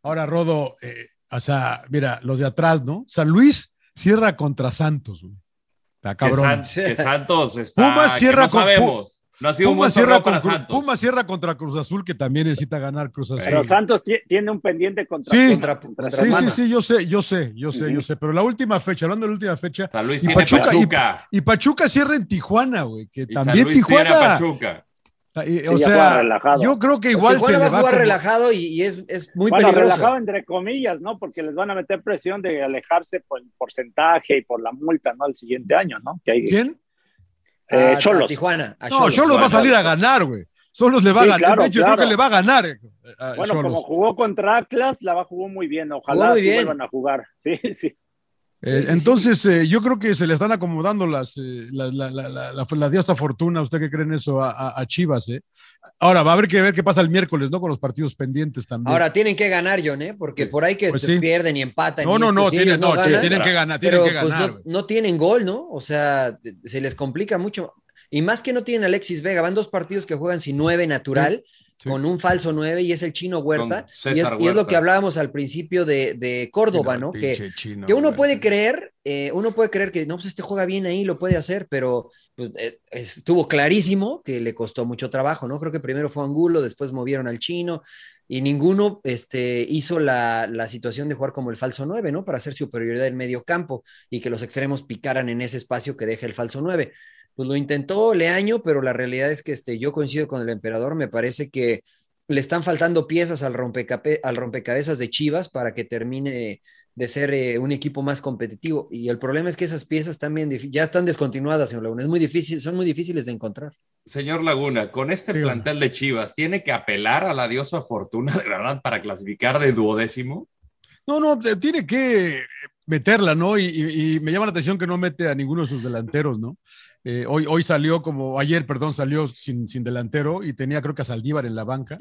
Ahora, Rodo, eh, o sea, mira, los de atrás, ¿no? San Luis cierra contra Santos, güey. Está cabrón. Que, San, que Santos está. Pumas cierra que no con, sabemos. No ha sido Pumas un buen cierra, con, Santos. Pumas cierra contra Cruz Azul, que también necesita ganar Cruz Azul. Pero Santos tiene un pendiente contra Sí, contra, contra sí, sí, sí, yo sé, yo sé, yo sé, uh -huh. yo sé. Pero la última fecha, hablando de la última fecha. San Luis y tiene Pachuca. Pachuca. Y, y, Pachuca cierra en Tijuana, güey. Que y también Tijuana. Pachuca. Y, sí, o sea, yo creo que igual se va a jugar como... relajado y, y es, es, muy bueno, peligroso. relajado entre comillas, ¿no? Porque les van a meter presión de alejarse por el porcentaje y por la multa, ¿no? El siguiente año, ¿no? Que hay... ¿Quién? Ah, Eh, a, Cholos. A Ah, Tijuana. A no, Cholos. Cholos va a salir a ganar, güey. Solos le va sí, a ganar. Claro, yo claro. creo que le va a ganar. eh, Ah, A bueno, Cholos. como jugó contra Atlas, la va jugó muy bien. Ojalá muy bien. vuelvan a jugar. Sí, sí. Eh, entonces, eh, yo creo que se le están acomodando las, eh, la, la, la, la, diosa fortuna, ¿usted qué cree en eso? A, a, a, Chivas, ¿eh? Ahora, va a haber que ver qué pasa el miércoles, ¿no? Con los partidos pendientes también. Ahora, tienen que ganar, John, ¿eh? Porque por ahí que Pues se sí. pierden y empatan. No, y no, esto, no, si tienen- ellos no, tienen- tienen que ganar, tienen pero, que pues, ganar, no, güey. no tienen gol, ¿no? O sea, se les complica mucho. Y más que no tienen a Alexis Vega, van dos partidos que juegan sin nueve natural, con un falso nueve, y es el chino Huerta. Con Y es, César y es lo Huerta. que hablábamos al principio de, de Córdoba, Chino, ¿no? el Que, pinche chino, que uno güey. puede creer, eh, uno puede creer que no, pues este juega bien ahí, lo puede hacer, pero pues, eh, estuvo clarísimo que le costó mucho trabajo, ¿no? Creo que primero fue Angulo, después movieron al chino y ninguno este, hizo la, la situación de jugar como el falso 9, ¿no? Para hacer superioridad en medio campo y que los extremos picaran en ese espacio que deja el falso 9. Pues lo intentó Leaño, pero la realidad es que este, yo coincido con el emperador, me parece que le están faltando piezas al, rompecape- al rompecabezas de Chivas para que termine de ser eh, un equipo más competitivo. Y el problema es que esas piezas también dif- ya están descontinuadas, señor Laguna. Es muy difícil, son muy difíciles de encontrar. Señor Laguna, con este plantel de Chivas, ¿tiene que apelar a la diosa fortuna de verdad para clasificar de duodécimo? No, no, te- tiene que meterla, ¿no? Y, y- y me llama la atención que no mete a ninguno de sus delanteros, ¿no? Eh, hoy, hoy salió como, ayer, perdón, salió sin, sin delantero y tenía creo que a Saldívar en la banca.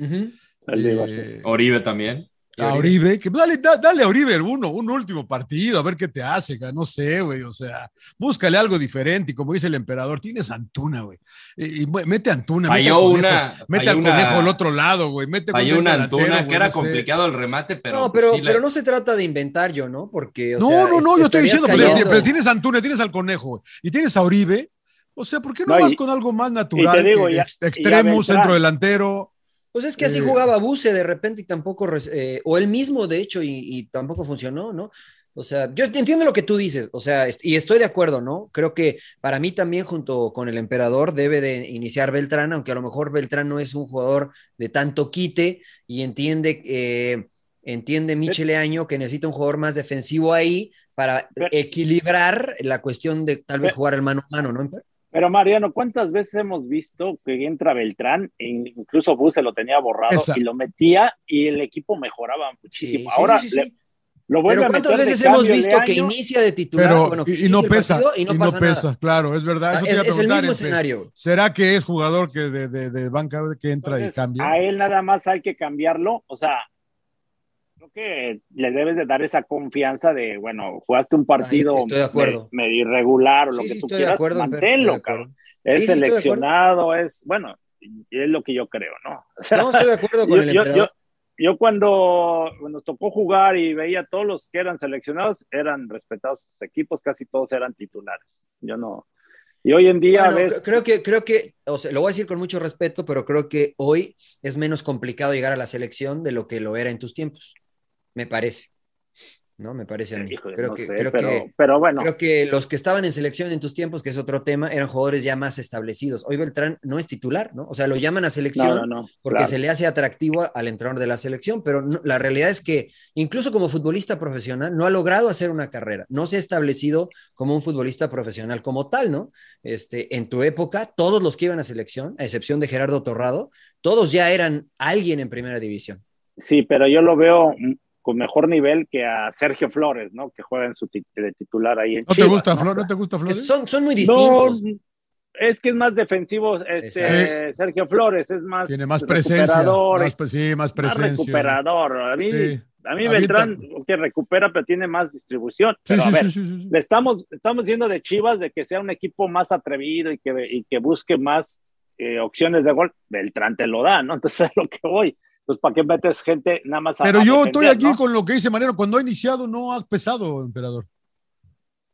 Saldívar, Eh, Oribe también. a Oribe, que pues, dale, da- dale a Oribe uno, un último partido, a ver qué te hace, ca- no sé, güey, o sea, búscale algo diferente y como dice el emperador, tienes a Antuna, güey, Eh, y, y mu- mete a Antuna, mete al Falló conejo, una- mete falló al una- conejo al otro lado, güey, mete Hay un una delantero, Antuna güey, que era no sé. complicado el remate, pero. no, pues pero, sí la- pero no se trata de inventar yo, ¿no? Porque. o no, sea, no, no, es- yo estoy estarías diciendo, pero, cayendo- pero tienes a Antuna, tienes al conejo güey, y tienes a Oribe. O sea, ¿por qué no, No, y- vas con algo más natural? digo, que ya- ex- y ya extremo, Beltrán. centro delantero. Pues es que así Eh, jugaba Buse de repente y tampoco, res- eh, o él mismo de hecho, y, y tampoco funcionó, ¿no? O sea, yo entiendo lo que tú dices, o sea, est- y estoy de acuerdo, ¿no? Creo que para mí también junto con el emperador debe de iniciar Beltrán, aunque a lo mejor Beltrán no es un jugador de tanto quite y entiende, eh, entiende Michele Año que necesita un jugador más defensivo ahí para equilibrar la cuestión de tal vez jugar el mano a mano, ¿no? emperador? Pero Mariano, ¿cuántas veces hemos visto que entra Beltrán, e incluso Buse lo tenía borrado Esa. y lo metía y el equipo mejoraba muchísimo? Sí, sí, Ahora sí, sí. le- lo vuelve Pero a ¿cuántas meter de veces hemos cambio visto que Leaño? inicia de titular? Pero, bueno, que y, y no inicia el pesa, partido y no, pasa pesa, nada. claro, es verdad. Ah, Eso te es- iba a es el preguntar, mismo este, escenario. ¿Será que es jugador que de, de- de banca que entra Entonces, y cambia? A él nada más hay que cambiarlo. O sea, creo que le debes de dar esa confianza de, bueno, jugaste un partido estoy de acuerdo. me- medio irregular o lo Sí, que sí, tú estoy de quieras, acuerdo, Humberto, estoy manténlo, de acuerdo. cabrón. Es Sí, sí, estoy de acuerdo. seleccionado, es, bueno, es lo que yo creo, ¿no? O sea, No, estoy de acuerdo con yo- el yo- emperador. yo- yo cuando nos tocó jugar y veía a todos los que eran seleccionados, eran respetados sus equipos, casi todos eran titulares. Yo no. Y hoy en día Bueno, ves... cre- creo que, creo que, o sea, lo voy a decir con mucho respeto, pero creo que hoy es menos complicado llegar a la selección de lo que lo era en tus tiempos. Me parece. No, me parece a mí. eh, Híjole, creo no que, sé, creo pero- que, pero bueno. Creo que los que estaban en selección en tus tiempos, que es otro tema, eran jugadores ya más establecidos. Hoy Beltrán no es titular, ¿no? O sea, lo llaman a selección No, no, no, porque claro. se le hace atractivo al entrenador de la selección, pero no- la realidad es que incluso como futbolista profesional no ha logrado hacer una carrera, no se ha establecido como un futbolista profesional como tal, ¿no? Este, en tu época, todos los que iban a selección, a excepción de Gerardo Torrado, todos ya eran alguien en primera división. Sí, pero yo lo veo mm, con mejor nivel que a Sergio Flores, ¿no? Que juega en su tit- de titular ahí en ¿No te Chivas, gusta, ¿no? Flor? ¿No te gusta, Flores? Son, son muy No, distintos. es que es más defensivo este, Exacto. Sergio Flores, es más Tiene más presencia. recuperador, Más, pre- sí, más más presencia. recuperador. A mí, Sí. a mí Avienta. Beltrán que recupera, pero tiene más distribución. Pero sí, a ver, sí, sí, sí, sí. le estamos, estamos yendo de Chivas de que sea un equipo más atrevido y que, y que busque más eh, opciones de gol. Beltrán te lo da, ¿no? Entonces es lo que voy. Pues, ¿para qué metes gente nada más a Pero a yo defender, estoy aquí ¿no? con lo que dice Mariano. Cuando ha iniciado no ha pesado, emperador.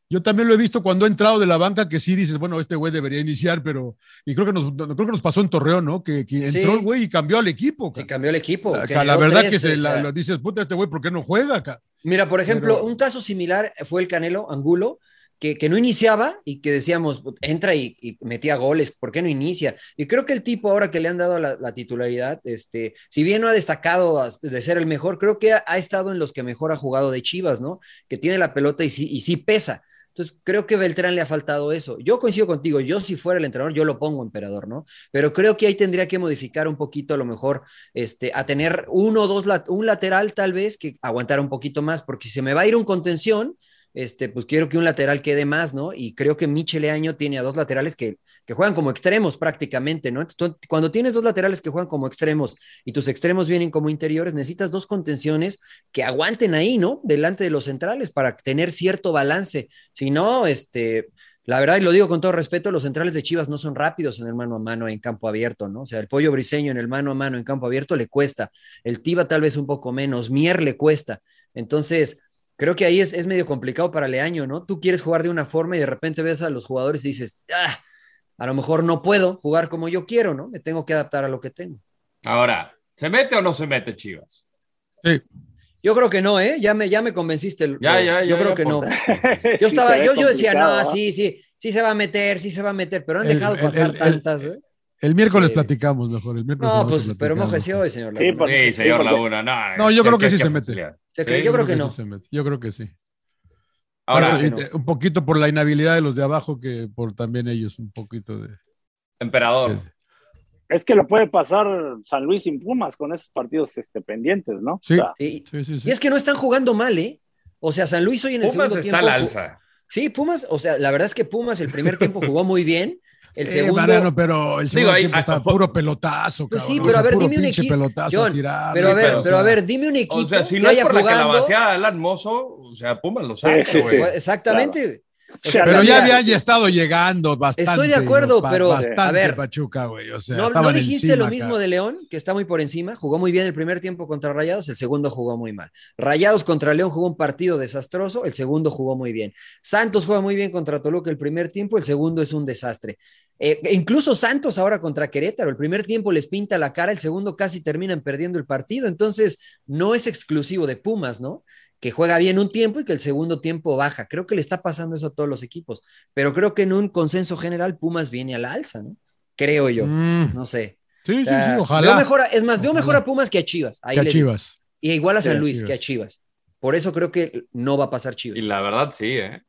Yo también lo he visto cuando ha entrado de la banca que sí dices, bueno, este güey debería iniciar, pero. Y creo que nos, creo que nos pasó en Torreón, ¿no? Que, que entró el Sí. güey y cambió al equipo. ca. Se cambió el equipo. Ah, La, ca- generó la verdad que 13, se o la, sea. lo dices, puta, este güey, ¿por qué no juega? ca? Mira, por ejemplo, Pero- un caso similar fue el Canelo Angulo, que, que no iniciaba y que decíamos, entra y, y metía goles, ¿por qué no inicia? Y creo que el tipo ahora que le han dado la, la titularidad, este, si bien no ha destacado as- de ser el mejor, creo que ha, ha estado en los que mejor ha jugado de Chivas, ¿no? Que tiene la pelota y sí, y sí pesa. Entonces, creo que Beltrán le ha faltado eso. Yo coincido contigo, yo si fuera el entrenador, yo lo pongo emperador, ¿no? Pero creo que ahí tendría que modificar un poquito, a lo mejor, este, a tener uno o dos, lat- un lateral tal vez que aguantara un poquito más, porque si se me va a ir un contención, este, pues quiero que un lateral quede más, ¿no? Y creo que Michele Año tiene a dos laterales que, que juegan como extremos prácticamente, ¿no? Entonces, cuando tienes dos laterales que juegan como extremos y tus extremos vienen como interiores, necesitas dos contenciones que aguanten ahí, ¿no? Delante de los centrales para tener cierto balance. Si no, este, la verdad, y lo digo con todo respeto, los centrales de Chivas no son rápidos en el mano a mano en campo abierto, ¿no? O sea, el pollo briseño en el mano a mano en campo abierto le cuesta. El Tiba tal vez un poco menos, Mier le cuesta. Entonces, creo que ahí es, es medio complicado para Leaño, ¿no? Tú quieres jugar de una forma y de repente ves a los jugadores y dices, ah, a lo mejor no puedo jugar como yo quiero, ¿no? Me tengo que adaptar a lo que tengo. Ahora, ¿se mete o no se mete Chivas? Sí. Yo creo que no, ¿eh? Ya me, ya me convenciste. eh, Ya, ya, yo ya, creo ya, que por- no. Yo estaba, se ve yo, yo decía, no, complicado, ¿eh? sí, sí, sí se va a meter, sí se va a meter, pero han El- dejado el- pasar el- tantas. ¿eh? El miércoles Sí. platicamos mejor. El miércoles No, nosotros pues, pero platicamos. mójese hoy, señor. Sí, Laguna. porque- Sí, señor porque- Laguna. No, No, yo que- creo que sí se facilidad. Te creo- yo creo que no. sí se mete, Yo creo que sí. Ahora, Pero, eh, un poquito por la inhabilidad de los de abajo que por también ellos un poquito de... emperador. Es que lo puede pasar San Luis sin Pumas con esos partidos este, pendientes, ¿no? Sí. O sea, Y, Sí, sí, sí. y es que no están jugando mal, ¿eh? O sea, San Luis hoy en el Pumas segundo está al tiempo- alza. Sí, Pumas, o sea, la verdad es que Pumas el primer tiempo jugó muy bien, el Eh, segundo... Mariano, pero el segundo ahí- tiempo ah, está fue- puro pelotazo, Pues cabrón. sí, o pero sea, a ver, puro dime un pinche equipo, pelotazo John, a tirar. pero a ver, pero, pero, o a sea, ver, dime un equipo O sea, si que no es haya por la jugando- calabaceada de Alan Mozo, o sea, Pumas lo saca, Sí, sí, güey. sí. Exactamente. O sea, Pero mira, ya habían ya estado llegando bastante. Estoy de acuerdo, ba- pero, Bastante a ver, Pachuca, güey. O sea, ¿No, no estaban dijiste encima, lo mismo cabrón. de León, que está muy por encima? Jugó muy bien el primer tiempo contra Rayados, el segundo jugó muy mal. Rayados contra León jugó un partido desastroso, el segundo jugó muy bien. Santos juega muy bien contra Toluca el primer tiempo, el segundo es un desastre. Eh, incluso Santos ahora contra Querétaro, el primer tiempo les pinta la cara, el segundo casi terminan perdiendo el partido. Entonces, no es exclusivo de Pumas, ¿no? Que juega bien un tiempo y que el segundo tiempo baja. Creo que le está pasando eso a todos los equipos, pero creo que en un consenso general Pumas viene a la alza, ¿no? Creo yo. Mm, No sé. Sí, sí, O sea, sí, veo ojalá. mejor a- es más, veo Ojalá. mejor a Pumas que a Chivas. Ahí que a le digo. Chivas. Y igual a Que San a Luis Chivas. que a Chivas. Por eso creo que no va a pasar Y Chivas. la verdad, sí, ¿eh?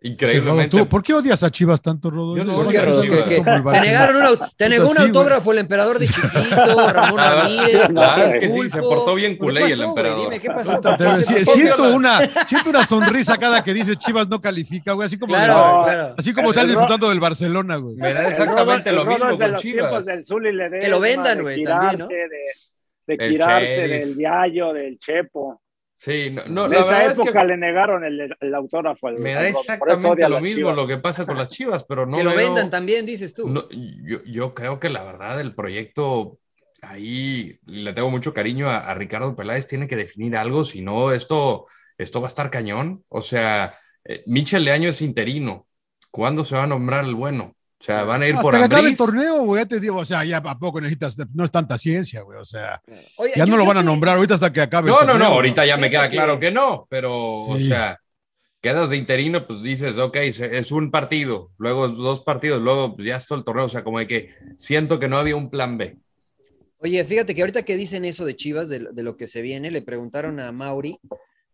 Sí, Rodo, Increíblemente. ¿tú- ¿Por qué odias a Chivas tanto, Rodo? Yo no Digo, ¿Por odio qué, a eso Rodolfo? que es Chivas. ¿Qué? como el Te Barcelona. negaron un, au- te negó Puta, un sí, güey. autógrafo el emperador de chiquito, Ramón La verdad- Ramírez. la verdad es que sí, Pulpo. se portó bien ¿Qué culé el pasó, güey? emperador. Dime, ¿qué pasó? Puta, te- ¿Por qué sí, se portó- siento, una, siento una sonrisa cada que dice Chivas no califica, güey. Así como, Claro, No. claro. así como estás disfrutando del Barcelona, güey. Me da el exactamente Rodo- lo el Rodo mismo es de con los Chivas. tiempos del Zuli Ledesma, Que lo vendan, de güey, también, ¿no? Quirarte, De, de El Quirarte, Sheriff. del Diallo, del Chepo. Sí, no, no, en la esa verdad es época que le negaron el, el autógrafo al me al da Rodo, por eso exactamente odia a lo las mismo Chivas. lo que pasa con las Chivas, pero no que lo veo- vendan también, dices tú. No, yo, yo creo que la verdad el proyecto ahí le tengo mucho cariño a, a Ricardo Peláez, tiene que definir algo, si no, esto, esto va a estar cañón. O sea, eh, Michel Leaño es interino. ¿Cuándo se va a nombrar el bueno? O sea, van a ir por Hasta que acabe el Ambriz. torneo, güey, ya te digo, o sea, ya a poco necesitas, no es tanta ciencia, güey, o sea, Oye, ya Eh, yo no lo creo van a que- nombrar ahorita hasta que acabe. el No, no, no, torneo, ahorita ya me Fíjate queda que- claro que no, pero, o Sí. sea, quedas de interino, pues dices, ok, se- es un partido, luego es dos partidos, luego pues, ya es todo el torneo, o sea, como de que siento que no había un plan B. Oye, fíjate que ahorita que dicen eso de Chivas, de, de lo que se viene, le preguntaron a Mauri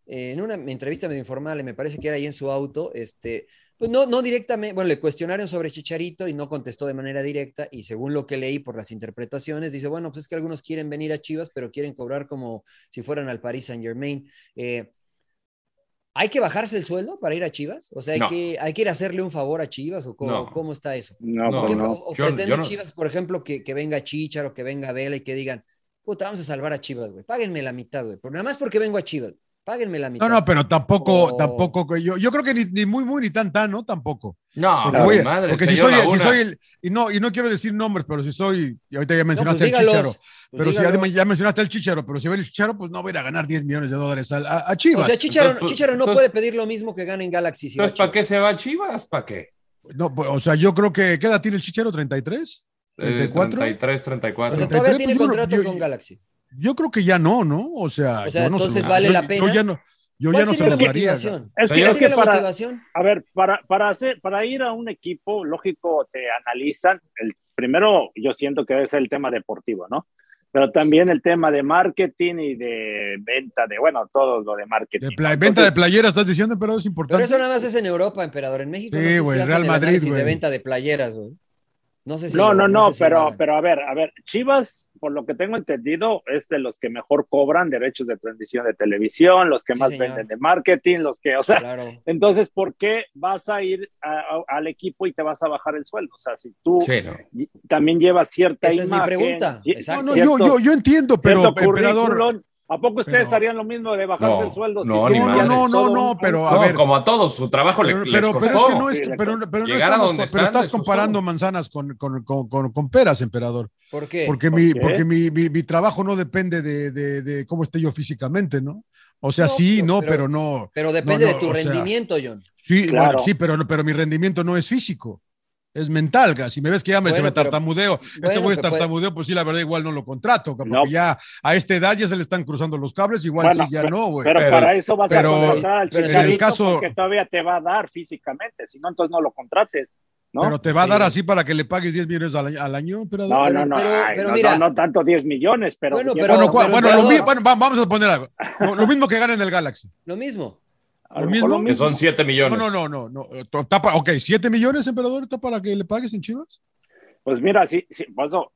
eh, en una entrevista medio informal, y me parece que era ahí en su auto, este, pues no, no directamente, bueno, le cuestionaron sobre Chicharito y no contestó de manera directa y según lo que leí por las interpretaciones, dice, bueno, pues es que algunos quieren venir a Chivas, pero quieren cobrar como si fueran al Paris Saint Germain. Eh, ¿Hay que bajarse el sueldo para ir a Chivas? O sea, hay, No. que, hay que ir a hacerle un favor a Chivas o cómo, No. cómo está eso. No, No, pues ¿Qué- no. o- no. o Yo- pretende yo no- Chivas, por ejemplo, que, que venga Chicharo, que venga Vela y que digan, puta, vamos a salvar a Chivas, güey. Páguenme la mitad, güey. Pero nada más porque vengo a Chivas. Páguenme la mitad. No, no, pero tampoco, Oh. tampoco, güey, yo, yo creo que ni, ni muy, muy, ni tan, tan, ¿no? Tampoco. No, Porque, mi voy a- Ah, madre, porque si señor soy, si Laguna. soy el, y no, y no quiero decir nombres, pero si soy, y ahorita ya No, pues mencionaste el dígalos, chicharo, pues pero si ya, dígalos. ya mencionaste el chicharo, pero si ve el chicharo, pues no voy a ir a ganar 10 millones de dólares a, a- a O Chivas. sea, Chicharo, Entonces, pues, Chicharo no entonces- puede pedir lo mismo que gane en Galaxy. si va a Entonces, ¿para qué Chivas. se va Chivas? ¿Para qué? Eh, No, pues, o sea, yo creo que, ¿qué edad tiene el chicharo? ¿33? Eh, 34? 33, O 34. sea, 33, todavía pues, tiene yo creo- contrato yo- con Galaxy. Yo creo que ya no, ¿no? O sea, O sea, yo no entonces lo- vale yo- la pena. Yo ya no, yo ya ¿Cuál no se sería lo la daría. motivación? Es que, Señor, es ¿Cuál que sería la para, motivación? a ver, para, para, hacer, para ir a un equipo, lógico, te analizan. El, primero, yo siento que es el tema deportivo, ¿no? Pero también el tema de marketing y de venta, de, bueno, todo lo de marketing. De pla- ¿no? venta de Entonces, playeras, estás diciendo, pero es importante. Pero eso nada más es en Europa, emperador. En México Sí, no sé si güey, hacen Real el Madrid, análisis de güey. venta de playeras, güey. No sé si No, lo- no, no, sé si lo pero, hagan. pero a ver, a ver, Chivas, por lo que tengo entendido, es de los que mejor cobran derechos de transmisión de televisión, los que Sí, más señor. venden de marketing, los que, o sea, Claro. entonces, ¿por qué vas a ir a- a- al equipo y te vas a bajar el sueldo? O sea, si tú Sí, no. y- también llevas cierta Esa es mi imagen, pregunta. ci- Exacto. No, no, yo, yo, yo entiendo, pero cierto emperador. currículum. ¿A poco ustedes Pero- harían lo mismo de bajarse No, el sueldo? no, ni llevan madres. No, no, todo no, un- pero, No, a ver. como a todos, su trabajo le- Pero, les pero- costó. pero es que no es, Sí, les pero, pero no Llegar a estamos donde co- pero están estás les costó. comparando manzanas con, con- con- con- con peras, emperador. ¿Por qué? Porque, mi, ¿Por qué? porque mi, mi- mi trabajo no depende de, de- de cómo esté yo físicamente, ¿no? O sea, No, sí, pero- no, pero- pero, no. Pero depende No, no, de tu o sea, rendimiento, John. Sí, Claro. bueno, sí, pero, no- pero mi rendimiento no es físico. Es mental, ga. si me ves que ya me, se Bueno, me pero- tartamudeo, este bueno, güey es pero puede- tartamudeo, pues sí, la verdad igual no lo contrato, ga, porque No. ya a esta edad ya se le están cruzando los cables, igual Bueno, sí, ya no, güey. Pero, Pero- para eso vas pero- a contratar al pero en el chicharito caso- porque todavía te va a dar físicamente, si no, entonces no lo contrates, ¿no? Pero te va a Sí. dar así para que le pagues 10 millones al, año- al año, emperador. no, pero- no, no, pero- ay, pero no, mira. no, no tanto 10 millones, pero... Bueno, ya- pero- bueno, cua- pero- bueno, lo emperador- mi- bueno, va- vamos a poner algo. Lo, lo mismo que gana en el Galaxy. Lo mismo. a lo mejor mismo. Que son 7 No, millones. no, no, no. no. Está pa- ok, 7 millones, emperador, está para que le pagues en Chivas. Pues mira, sí, sí, por eso,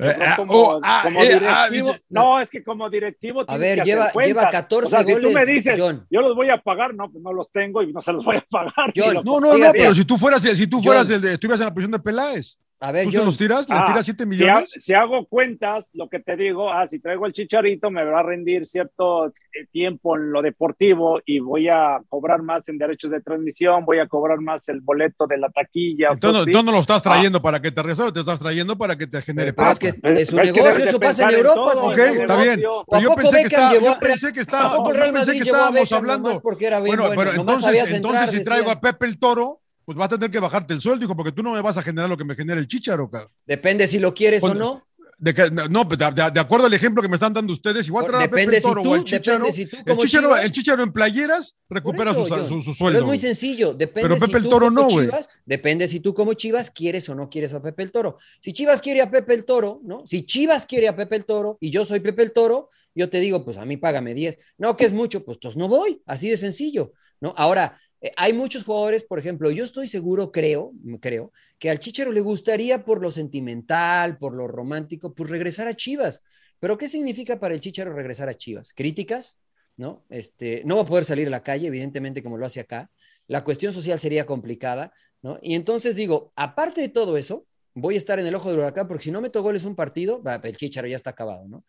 Eh, yo ah, como, oh, ah, como eh, ah, directivo, mira, no, es que como directivo A tienes ver, que lleva, hacer cuentas. lleva O 14 sea, si goles. tú me dices, John. yo los voy a pagar, no, pues no los tengo y no se los voy a pagar. John, ni lo- No, no, no, Fíjate. pero si tú fueras, si tú John. fueras el de, estuvieras en la posición de Peláez, A tú ver, Pues se John. los tiras, le Ah, tiras 7 si, ha- millones. si hago cuentas, lo que te digo, ah, si traigo el chicharito, me va a rendir cierto eh, tiempo en lo deportivo y voy a cobrar más en derechos de transmisión, voy a cobrar más el boleto de la taquilla. Entonces, pues, sí. entonces no lo estás trayendo para que te resuelva, te estás trayendo para que te genere Pero, pero es pasta. que Pues, es un pues, que negocio, debes de eso pasa en pensar en Europa. todo, señor. Ok, es un está bien. negocio. Pero yo ¿A poco pensé que, Beckham está, llevó yo a Pe- pensé que ¿A está, poco el yo Real pensé Madrid que llevó a estábamos Beckham nomás hablando. porque era bien Bueno, bueno? pero nomás entonces, sabías entonces entrar, si traigo decían. a Pepe el Toro, pues vas a tener que bajarte el sueldo, hijo, porque tú no me vas a generar lo que me genera el chicharo, cabrón. Depende si lo quieres o Pon- no. De que- no, pues, de, de- de acuerdo al ejemplo que me están dando ustedes, igual traer a Pepe Depende el si Toro tú, o el depende Chicharo. si tú El como chicharo, Chivas- el Chicharo en playeras Por recupera eso, su, sal- John. su- su Pero sueldo. es muy sencillo. Depende Pero Pepe si el tú Toro como no, güey. Chivas, Depende si tú como Chivas quieres o no quieres a Pepe el Toro. Si Chivas quiere a Pepe el Toro, ¿no? Si Chivas quiere a Pepe el Toro y yo soy Pepe el Toro, yo te digo, pues a mí págame 10. No, que es mucho, pues entonces no voy. Así de sencillo, ¿no? Ahora, eh, hay muchos jugadores, por ejemplo, yo estoy seguro, creo, creo, que al Chichero le gustaría por lo sentimental, por lo romántico, pues regresar a Chivas. Pero ¿qué significa para el Chichero regresar a Chivas? ¿Críticas? ¿No? Este, no va a poder salir a la calle, evidentemente, como lo hace acá. La cuestión social sería complicada, ¿no? Y entonces digo, aparte de todo eso, voy a estar en el ojo del huracán porque si no meto goles un partido, va, el Chichero ya está acabado, ¿no?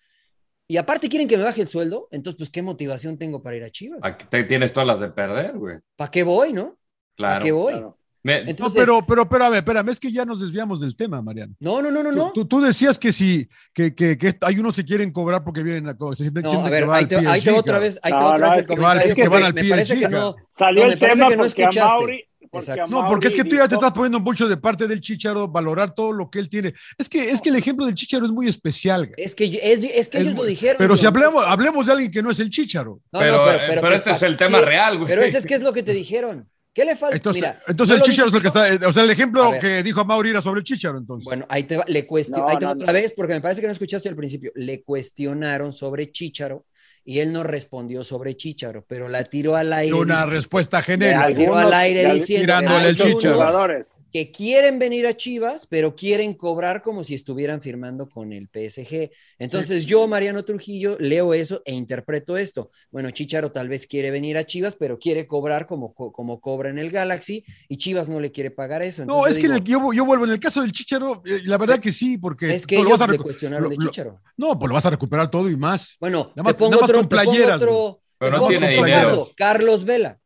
Y aparte quieren que me baje el sueldo, entonces, pues, ¿qué motivación tengo para ir a Chivas? Aquí te tienes todas las de perder, güey. ¿Para qué voy, no? ¿Para qué Claro. voy? Claro. Me- No, Entonces, pero, pero, pero, a ver, espérame, es que ya nos desviamos del tema, Mariano. no, no, no, no, Tú- no. Tú, tú decías que si que, que- que hay unos que quieren cobrar porque vienen a co- se sienten- No, sienten a que ver, va ahí al te, ahí te PSG, otra vez, ahí te No, otra no, vez el es que- comentario. es que van al me parece PSG, que no, Salió No, me el parece tema que no porque a escuchaste. Mauri- porque a Exacto. No, porque es que tú ya te Mauri estás poniendo mucho de parte del Chicharo, valorar todo lo que él tiene. Es que, es que el ejemplo del Chicharo es muy especial. güey. Es que, es, es que Es ellos muy- lo dijeron. Pero si John. hablemos, hablemos de alguien que no es el Chicharo. No, no, pero, eh, pero que este es pa- el tema sí, real, güey. Pero ese es que es lo que te dijeron. ¿Qué le falta? Entonces, Mira, entonces ¿no el lo Chicharo es el que dices está. eh, O sea, el ejemplo A ver. que dijo Mauri era sobre el Chicharo, entonces. Bueno, ahí te va, le cuestiono, No, ahí te va no, otra vez, porque me parece que no escuchaste al principio. Le cuestionaron sobre Chicharo y él no respondió sobre Chicharo, pero la tiró al aire. una diciendo- respuesta de genérica. al tiró algunos- aire de al- diciendo, tirándole de al algunos Chicharo. jugadores. que quieren venir a Chivas, pero quieren cobrar como si estuvieran firmando con el PSG. Entonces yo, Mariano Trujillo, leo eso e interpreto esto. Bueno, Chicharo tal vez quiere venir a Chivas, pero quiere cobrar como, co- como cobra en el Galaxy y Chivas no le quiere pagar eso. No, Entonces, es que en digo, el- yo, yo vuelvo, en el caso del Chicharo, eh, la verdad que sí, porque pues es que lo ellos vas a le recu- cuestionaron lo- de lo- Chicharo. No, pues lo vas a recuperar todo y más. Bueno, Nada te más- pongo nada más otro, con te pongo playeras, otro- Pero te no pongo tiene otro dinero. caso, Carlos Vela,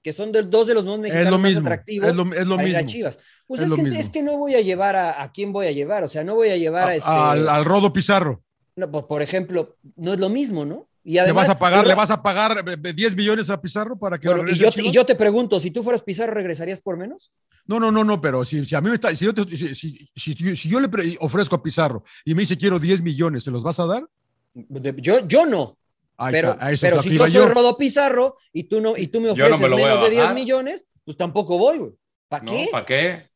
que son del- dos de los más mexicanos Es lo más mismo. atractivos. Es lo, es lo para ir a mismo. Chivas. Pues Es es, lo que, mismo. es que no voy a llevar a, a quién voy a llevar, o sea, no voy a llevar a, A- este, al, al Rodo Pizarro. no, pues, por, por ejemplo, no es lo mismo, ¿no? Y le además vas a pagar, yo- le vas a pagar eh, eh, 10 millones a Pizarro para que bueno, y regrese yo, a Chivas? y yo te pregunto, si tú fueras Pizarro, ¿regresarías por menos? No, no, no, no, pero si, si a mí me está, si yo, te- si- si- si- si yo le pre- ofrezco a Pizarro y me dice quiero 10 millones, ¿se los vas a dar? De- yo, yo no. Ahí Pero, está, a eso es pero lo si que yo iba soy Rodo Pizarro y tú no y tú me Yo no ofreces me lo voy a menos de 10 bajar. millones, pues tampoco voy, güey. ¿Para ¿no? qué? ¿Para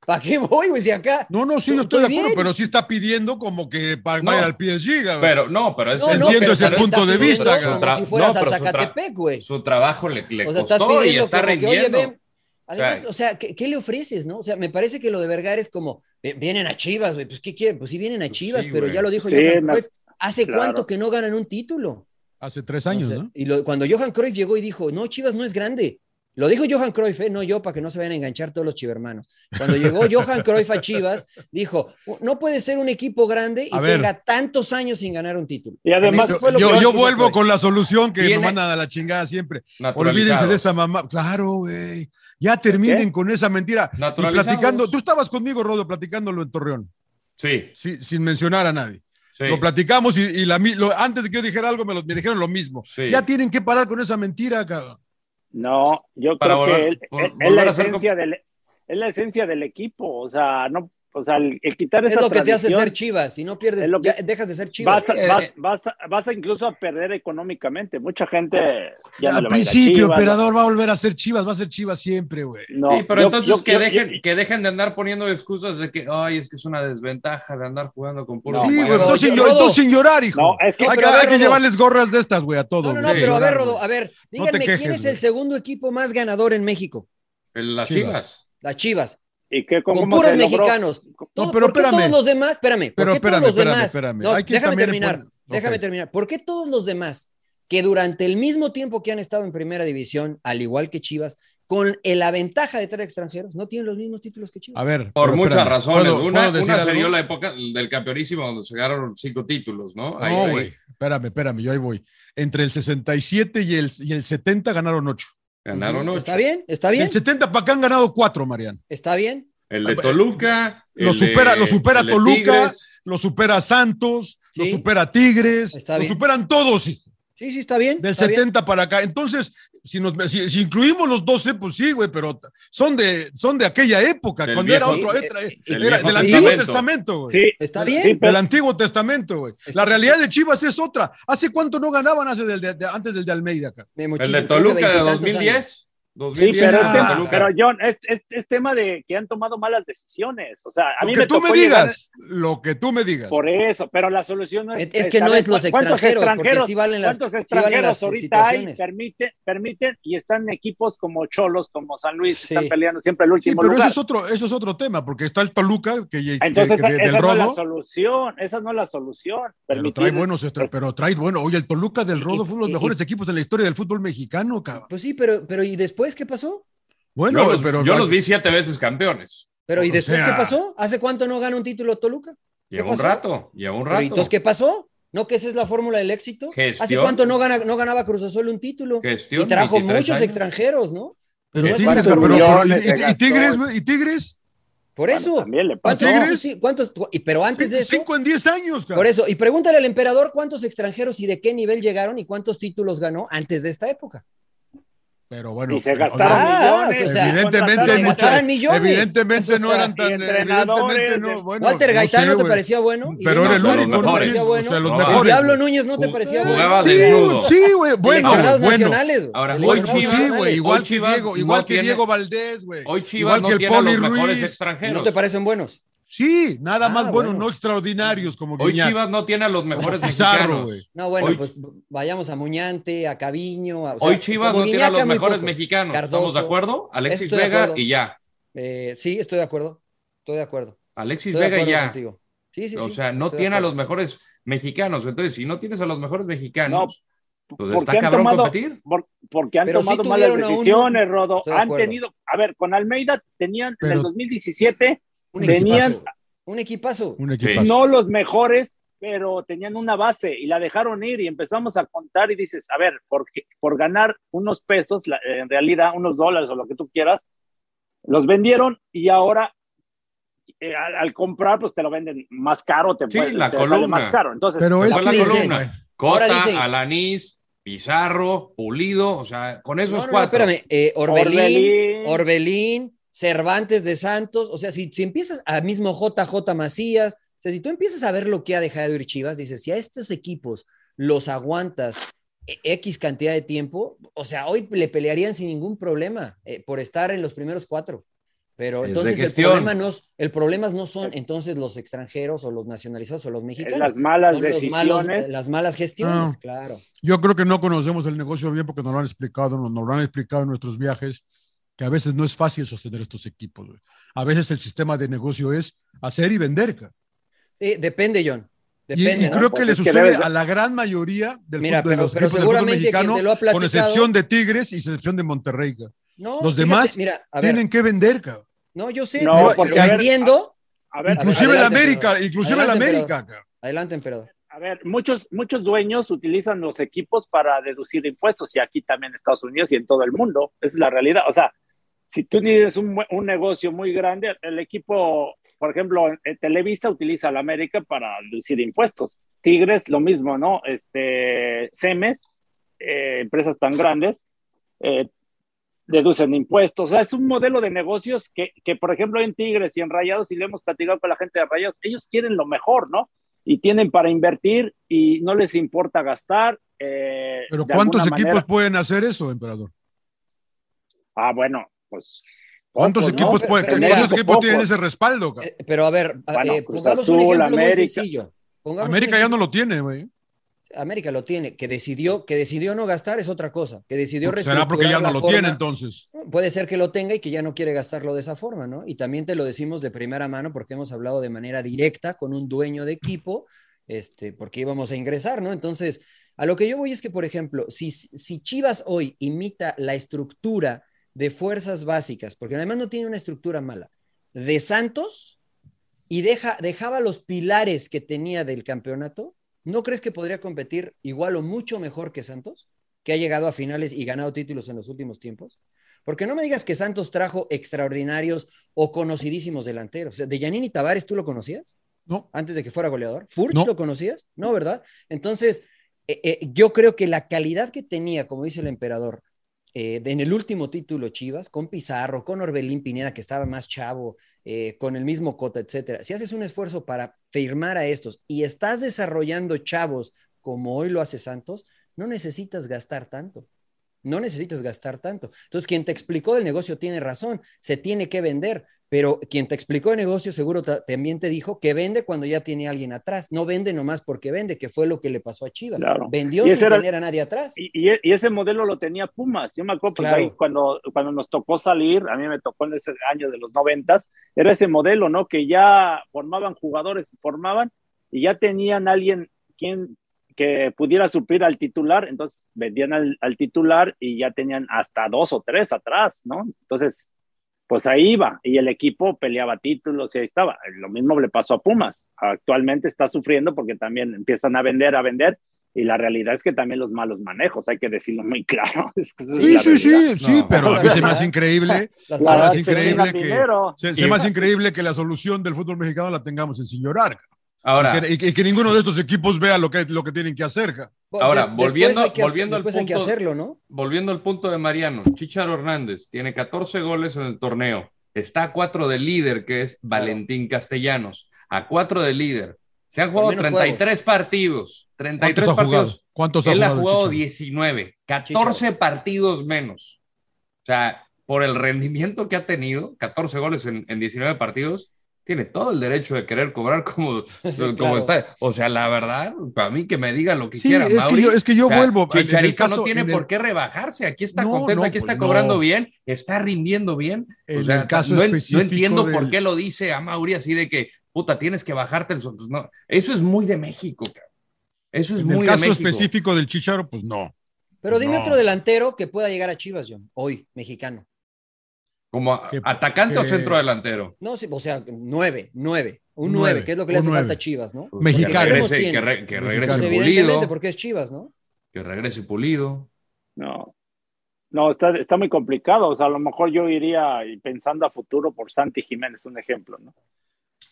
¿Para qué? qué voy, güey? Si acá. No, no, sí, yo estoy Estoy de acuerdo, bien. pero sí está pidiendo como que para No. vaya al PSG. güey. Pero no, pero es No, no, Entiendo pero ese también punto estás de pidiendo vista, como cabrón. si fueras No, al pero su tra- Zacatepec, güey. su trabajo le, le O sea, estás costó y pidiendo está como que, oye, rindiendo. ven, Además, o sea, ¿qué, qué le ofreces, no? O sea, me parece que lo de Vergara es como, "Ve- vienen a Chivas, güey, pues ¿qué quieren? Pues sí vienen a Chivas, sí, pero güey. ya lo dijo Sí, Johan no- Cruyff, ¿hace claro. cuánto que no ganan un título? Hace tres años, O sea, ¿no? Y lo- cuando Johan Cruyff llegó y dijo, no, Chivas no es grande. Lo dijo Johan Cruyff, ¿eh? no yo, para que no se vayan a enganchar todos los chivermanos. Cuando llegó Johan Cruyff a Chivas, dijo, no puede ser un equipo grande y A ver. tenga tantos años sin ganar un título. Eso yo, fue lo que yo dijo vuelvo Cruyff. con la solución que Viene- nos mandan a la chingada siempre. Naturalizado. Olvídense de esa mamá. Claro, güey. Ya terminen con esa mentira. Y Naturalizados. platicando, tú estabas conmigo, Rodo, platicándolo en Torreón. Sí. Sí, sin mencionar a nadie. Sí. Lo platicamos y, y la mi- lo- antes de que yo dijera algo me, lo- me dijeron lo mismo. Sí. Ya tienen que parar con esa mentira, cabrón. No, yo Para creo volver- que él- vol- él- es volver la a ser esencia del es la esencia del equipo, o sea, no, o sea, el, el quitar Es esa lo que te hace tradición, ser Chivas. Si no pierdes, Es lo que- ya dejas de ser Chivas. vas, Eh, a- vas, vas, a- vas a incluso a perder económicamente. Mucha gente ya no Al le va a ir a principio, Chivas, ¿no? Emperador va a volver a ser Chivas, va a ser Chivas siempre, güey. sí, pero entonces que, dejen, que dejen de andar poniendo excusas de que, ay, es que es una desventaja de andar jugando con puros. sí, güey, pues, huevos". entonces, sin, llor- entonces sin llorar, hijo. No, es que- hay que, pero a ver, hay que Rodo. llevarles gorras de estas, güey, a todos. No, no, güey, pero a llorar, ver, güey. Rodo, a ver, No te díganme quién quejes, es güey. el segundo equipo más ganador en México. El- Las Chivas. chivas. Las Chivas. ¿Y qué, con cómo puros se logró? mexicanos. Todo- pero ¿Por qué espérame. todos los demás? Espérame. ¿por Pero qué todos espérame, los espérame, demás? espérame. No, Hay quien déjame también le terminar. pone- Déjame Ok. terminar. ¿Por qué todos los demás que durante el mismo tiempo que han estado en primera división, al igual que Chivas, con el- la ventaja de traer extranjeros, no tienen los mismos títulos que Chivas? A ver. Por pero muchas espérame. razones. ¿Puedo- una puedo decir una se algo? dio la época del campeonísimo donde se ganaron cinco títulos, ¿no? Ahí- No, ahí. güey. Espérame, espérame, yo ahí voy. Entre el 67 y el, y el 70 ganaron 8. Ganaron ocho. ¿Está bien? ¿Está bien? Del 70 para acá han ganado 4, Mariano. ¿Está bien? El de Toluca. Ah, Lo el de- supera, lo supera el de Toluca, Tigres. lo supera Santos, lo Sí. supera Tigres, Está lo bien. superan todos. hijo. Sí, sí, está bien. Del está bien. 70 para acá. Entonces, si, nos, si, si incluimos los 12, pues sí, güey, pero son de, son de aquella época, Del cuando era viejo- otro. sí, era- eh, era del viejo del Antiguo Testamento. Testamento, güey. Sí, Está Del- bien. sí, pero- Del Antiguo Testamento, güey. La realidad de Chivas es otra. ¿Hace cuánto no ganaban hace del de- de- antes del de Almeida acá? De El muchísimo, de creo que Toluca de veintitantos 2010. años. 2010 pero, es el de tema- Toluca. pero, John, es, es- es tema de que han tomado malas decisiones. O sea, a mí Lo que me tú me tocó llegar- digas, lo que tú me digas. Por eso, pero la solución no es. Es- es que no saber es los cu- cuántos extranjeros, porque sí valen las- cuántos sí valen extranjeros las ahorita hay situaciones. permiten, permiten y están equipos como Cholos, como San Luis, que Sí. están peleando siempre el Sí, último pero eso lugar. es, otro, eso es otro tema, porque está el Toluca, que, que- Entonces, que de- esa, del no es la rodo, solución, esa no es la solución. pero trae Permitir- pues, buenos, extra- pero trae bueno. Oye, el Toluca del rodo y- fue uno de los y- mejores equipos en la historia del fútbol mexicano, cabrón. Pues sí, pero, pero ¿y después qué pasó? Bueno, yo los, pero yo los vi siete veces campeones. Pero ¿y O después sea- qué pasó? ¿Hace cuánto no gana un título Toluca? ¿Qué Lleva un pasó? rato, lleva un Pero, ¿y rato. entonces, ¿qué pasó? ¿No que esa es la fórmula del éxito? Gestión. ¿Hace cuánto no, gana, no ganaba Cruz Azul un título? Gestión, y trajo 23 muchos años. extranjeros, ¿no? Pero No es Tigres, fácil. pero- pero- millones y- se y- y Tigres, gastó. güey, y Tigres, Por Bueno, eso. también le ¿Cuántos- pasó. no, sí, cuántos- y- pero antes de eso, cinco en diez años, cabrón. por eso. Y pregúntale al emperador cuántos extranjeros y de qué nivel llegaron y cuántos títulos ganó antes de esta época. Pero bueno, y se pero- gastaron Ah, o millones. sea, evidentemente, contrataron hay se mucho- gastaron millones. evidentemente Eso no está- eran tan. y entrenadores Evidentemente de- no. Bueno, Walter no sé, Gaitán no, te güey. parecía bueno. Y Pero Dino era el Suárez único, no te mejores. parecía o bueno. sea, los No, El mejores. Diablo Núñez no te Ju- parecía bueno. jugaba Sí, desnudo. Sí, güey, bueno, Seleccionados bueno. nacionales. güey. Ahora, Hoy Hoy Seleccionados sí, Chivas- güey, igual hoy que Chivas Diego, igual no que tiene- Diego Valdés, güey. Hoy Chivas igual no que el tiene a Poli los mejores Ruiz. extranjeros. ¿No te parecen buenos? Sí, nada Ah, más bueno, bueno. no extraordinarios como Hoy Guiñac. Chivas no tiene a los mejores Pizarro, mexicanos. güey. No, bueno, Hoy- pues vayamos a Muñante, a Caviño. a- o sea, Hoy Chivas como no tiene a Guiñac, los muy mejores pocos. mexicanos. ¿Estamos Cardoso. de acuerdo? Alexis Estoy de Vega acuerdo. y ya. Eh, sí, estoy de acuerdo. Estoy de acuerdo. Alexis Estoy de Vega y acuerdo ya. contigo. Sí, sí, o sí, sea, no estoy de tiene a acuerdo. los mejores mexicanos. Entonces, si no tienes a los mejores mexicanos, pues porque está han cabrón tomado- competir. por- porque han Pero sí tomado malas tuvieron a uno. decisiones, Rodo. Estoy de Han acuerdo. tenido, a ver, con Almeida tenían en Pero- el 2017 Un tenían equipazo. Un equipazo. Un equipazo. no los mejores, pero tenían una base y la dejaron ir y empezamos a contar y dices, a ver, por, qué- por ganar unos pesos, la- en realidad unos dólares o lo que tú quieras, los vendieron y ahora eh, al, al comprar pues te lo venden más caro, te, Sí, puede- la te sale más columna. caro. Entonces, Pero Fue es la que columna. Ahora Cota, dicen- Alanís, Pizarro, Pulido. O sea, con No, esos no, no, cuatro. espérame. eh, Orbelín, Orbelín. Orbelín, Cervantes de Santos. O sea, si, si empiezas a mismo JJ Macías, o sea, si tú empiezas a ver lo que ha dejado ir Chivas, dices, si a estos equipos los aguantas eh, X cantidad de tiempo, o sea, hoy le pelearían sin ningún problema eh, por estar en los primeros cuatro. Pero Es de entonces el gestión. problema, no, es- el problema no son entonces los extranjeros o los nacionalizados o los mexicanos. las malas Son los malos- decisiones. las malas gestiones, Ah. claro. Yo creo que no conocemos el negocio bien porque nos lo han explicado, nos, nos lo han explicado en nuestros viajes. que a veces no es fácil sostener estos equipos. Güey. A veces el sistema de negocio es hacer y vender. Eh, depende, John. Depende, y, y creo ¿no? que pues le sucede que debes... a la gran mayoría del Mira, fútbol, pero, pero equipos seguramente del fútbol mexicano, platicado... con excepción de Tigres y excepción de Monterrey. No, los demás fíjate, mira, ver, tienen que vender, cabrón. No, yo sé, no, pero, porque, pero vendiendo. A, ah, a ver, inclusive adelante, el América, pero, inclusive el América. Cabrón. Adelante, emperador. A ver, muchos, muchos dueños utilizan los equipos para deducir impuestos y aquí también en Estados Unidos y en todo el mundo. Esa es la realidad. O sea, si tú tienes un, un negocio muy grande, el equipo, por ejemplo, eh, Televisa utiliza a la América para deducir impuestos. Tigres, lo mismo, ¿no? Este, Cemes, eh, empresas tan grandes, eh, deducen impuestos. O sea, es un modelo de negocios que, que, por ejemplo, en Tigres y en Rayados, y le hemos platicado con la gente de Rayados, ellos quieren lo mejor, ¿no? Y tienen para invertir y no les importa gastar. Eh, Pero ¿cuántos equipos manera? pueden hacer eso, emperador? Ah, bueno, pues... ¿Cuántos poco, equipos, no, Pues pueden, pero, ¿cuántos pero, equipos tienen ese respaldo? Eh, pero a ver, bueno, eh, Cruz Azul, un ejemplo América. Muy América ya no lo tiene, güey. América lo tiene, que decidió, que decidió no gastar es otra cosa, que decidió Pues Será porque ya no lo forma. tiene entonces. Puede ser que lo tenga y que ya no quiere gastarlo de esa forma, ¿no? Y también te lo decimos de primera mano porque hemos hablado de manera directa con un dueño de equipo, este, porque íbamos a ingresar, ¿no? Entonces, a lo que yo voy es que, por ejemplo, si, si Chivas hoy imita la estructura de fuerzas básicas, porque además no tiene una estructura mala, de Santos y deja, dejaba los pilares que tenía del campeonato, ¿no crees que podría competir igual o mucho mejor que Santos, que ha llegado a finales y ganado títulos en los últimos tiempos? Porque no me digas que Santos trajo extraordinarios o conocidísimos delanteros. O sea, de Yanini Tavares, ¿tú lo conocías? No. Antes de que fuera goleador. ¿Furch no. lo conocías? No, ¿verdad? Entonces, eh, eh, yo creo que la calidad que tenía, como dice el emperador, eh, de, en el último título Chivas, con Pizarro, con Orbelín Pineda, que estaba más chavo, eh, con el mismo Cota, etcétera. Si haces un esfuerzo para firmar a estos y estás desarrollando chavos como hoy lo hace Santos, no necesitas gastar tanto. No necesitas gastar tanto. Entonces, quien te explicó el negocio tiene razón, se tiene que vender, pero quien te explicó el negocio seguro también te dijo que vende cuando ya tiene alguien atrás, no vende nomás porque vende, que fue lo que le pasó a Chivas. Claro. Vendió sin era, tener a nadie atrás. Y, y, y, ese modelo lo tenía Pumas. Yo me acuerdo pues, claro. ahí, cuando, cuando nos tocó salir, a mí me tocó en ese año de los noventas, era ese modelo, ¿no? Que ya formaban jugadores, formaban y ya tenían alguien quien, que pudiera suplir al titular, entonces vendían al, al, titular y ya tenían hasta dos o tres atrás, ¿no? Entonces, pues ahí iba y el equipo peleaba títulos y ahí estaba. Lo mismo le pasó a Pumas. Actualmente está sufriendo porque también empiezan a vender, a vender. Y la realidad es que también los malos manejos, hay que decirlo muy claro. Es que sí, sí, sí, sí, no. pero a mí se me hace increíble, se me hace increíble, que, se, se me hace increíble que la solución del fútbol mexicano la tengamos en sin llorar. Ahora, y que, y, que, y, que, ninguno de estos equipos vea lo que, lo que tienen que hacer. Ahora, volviendo, que, volviendo, al punto, hacerlo, ¿no? volviendo al punto de Mariano, Chicharo Hernández tiene 14 goles en el torneo, está a 4 de líder, que es Valentín claro. Castellanos, a 4 de líder. Se han jugado 33 juegos. partidos. 33 ¿Cuántos partidos. Ha jugado? ¿Cuántos Él ha jugado, ha jugado 19, 14 Chicharo. partidos menos. O sea, por el rendimiento que ha tenido, 14 goles en, en 19 partidos, tiene todo el derecho de querer cobrar como, sí, como claro. está. O sea, la verdad, para mí que me digan lo que sí, quiera. Es, Mauri, que yo, es que yo o sea, vuelvo. Chicharito caso, no tiene por el... qué rebajarse. Aquí está no, contento, no, aquí está pues, cobrando no. bien, está rindiendo bien. En o sea, el caso no, entiendo del... por qué lo dice a Mauri así de que, puta, tienes que bajarte el pues no, Eso es muy de México, cabrón. Eso es en muy el caso de México. específico del Chicharo, pues no. Pero dime otro delantero que pueda llegar a Chivas, John, hoy, mexicano. ¿Como que, atacante que, eh, o centro delantero? No, o sea, nueve, nueve. Un nueve, nueve que es lo que le hace 9. falta a Chivas, ¿no? Pues Mexicano. Que regrese, que, re, que regrese pues Pulido. porque es Chivas, ¿no? Que regrese Pulido. No. No, está, está muy complicado. O sea, a lo mejor yo iría pensando a futuro por Santi Jiménez, un ejemplo, ¿no?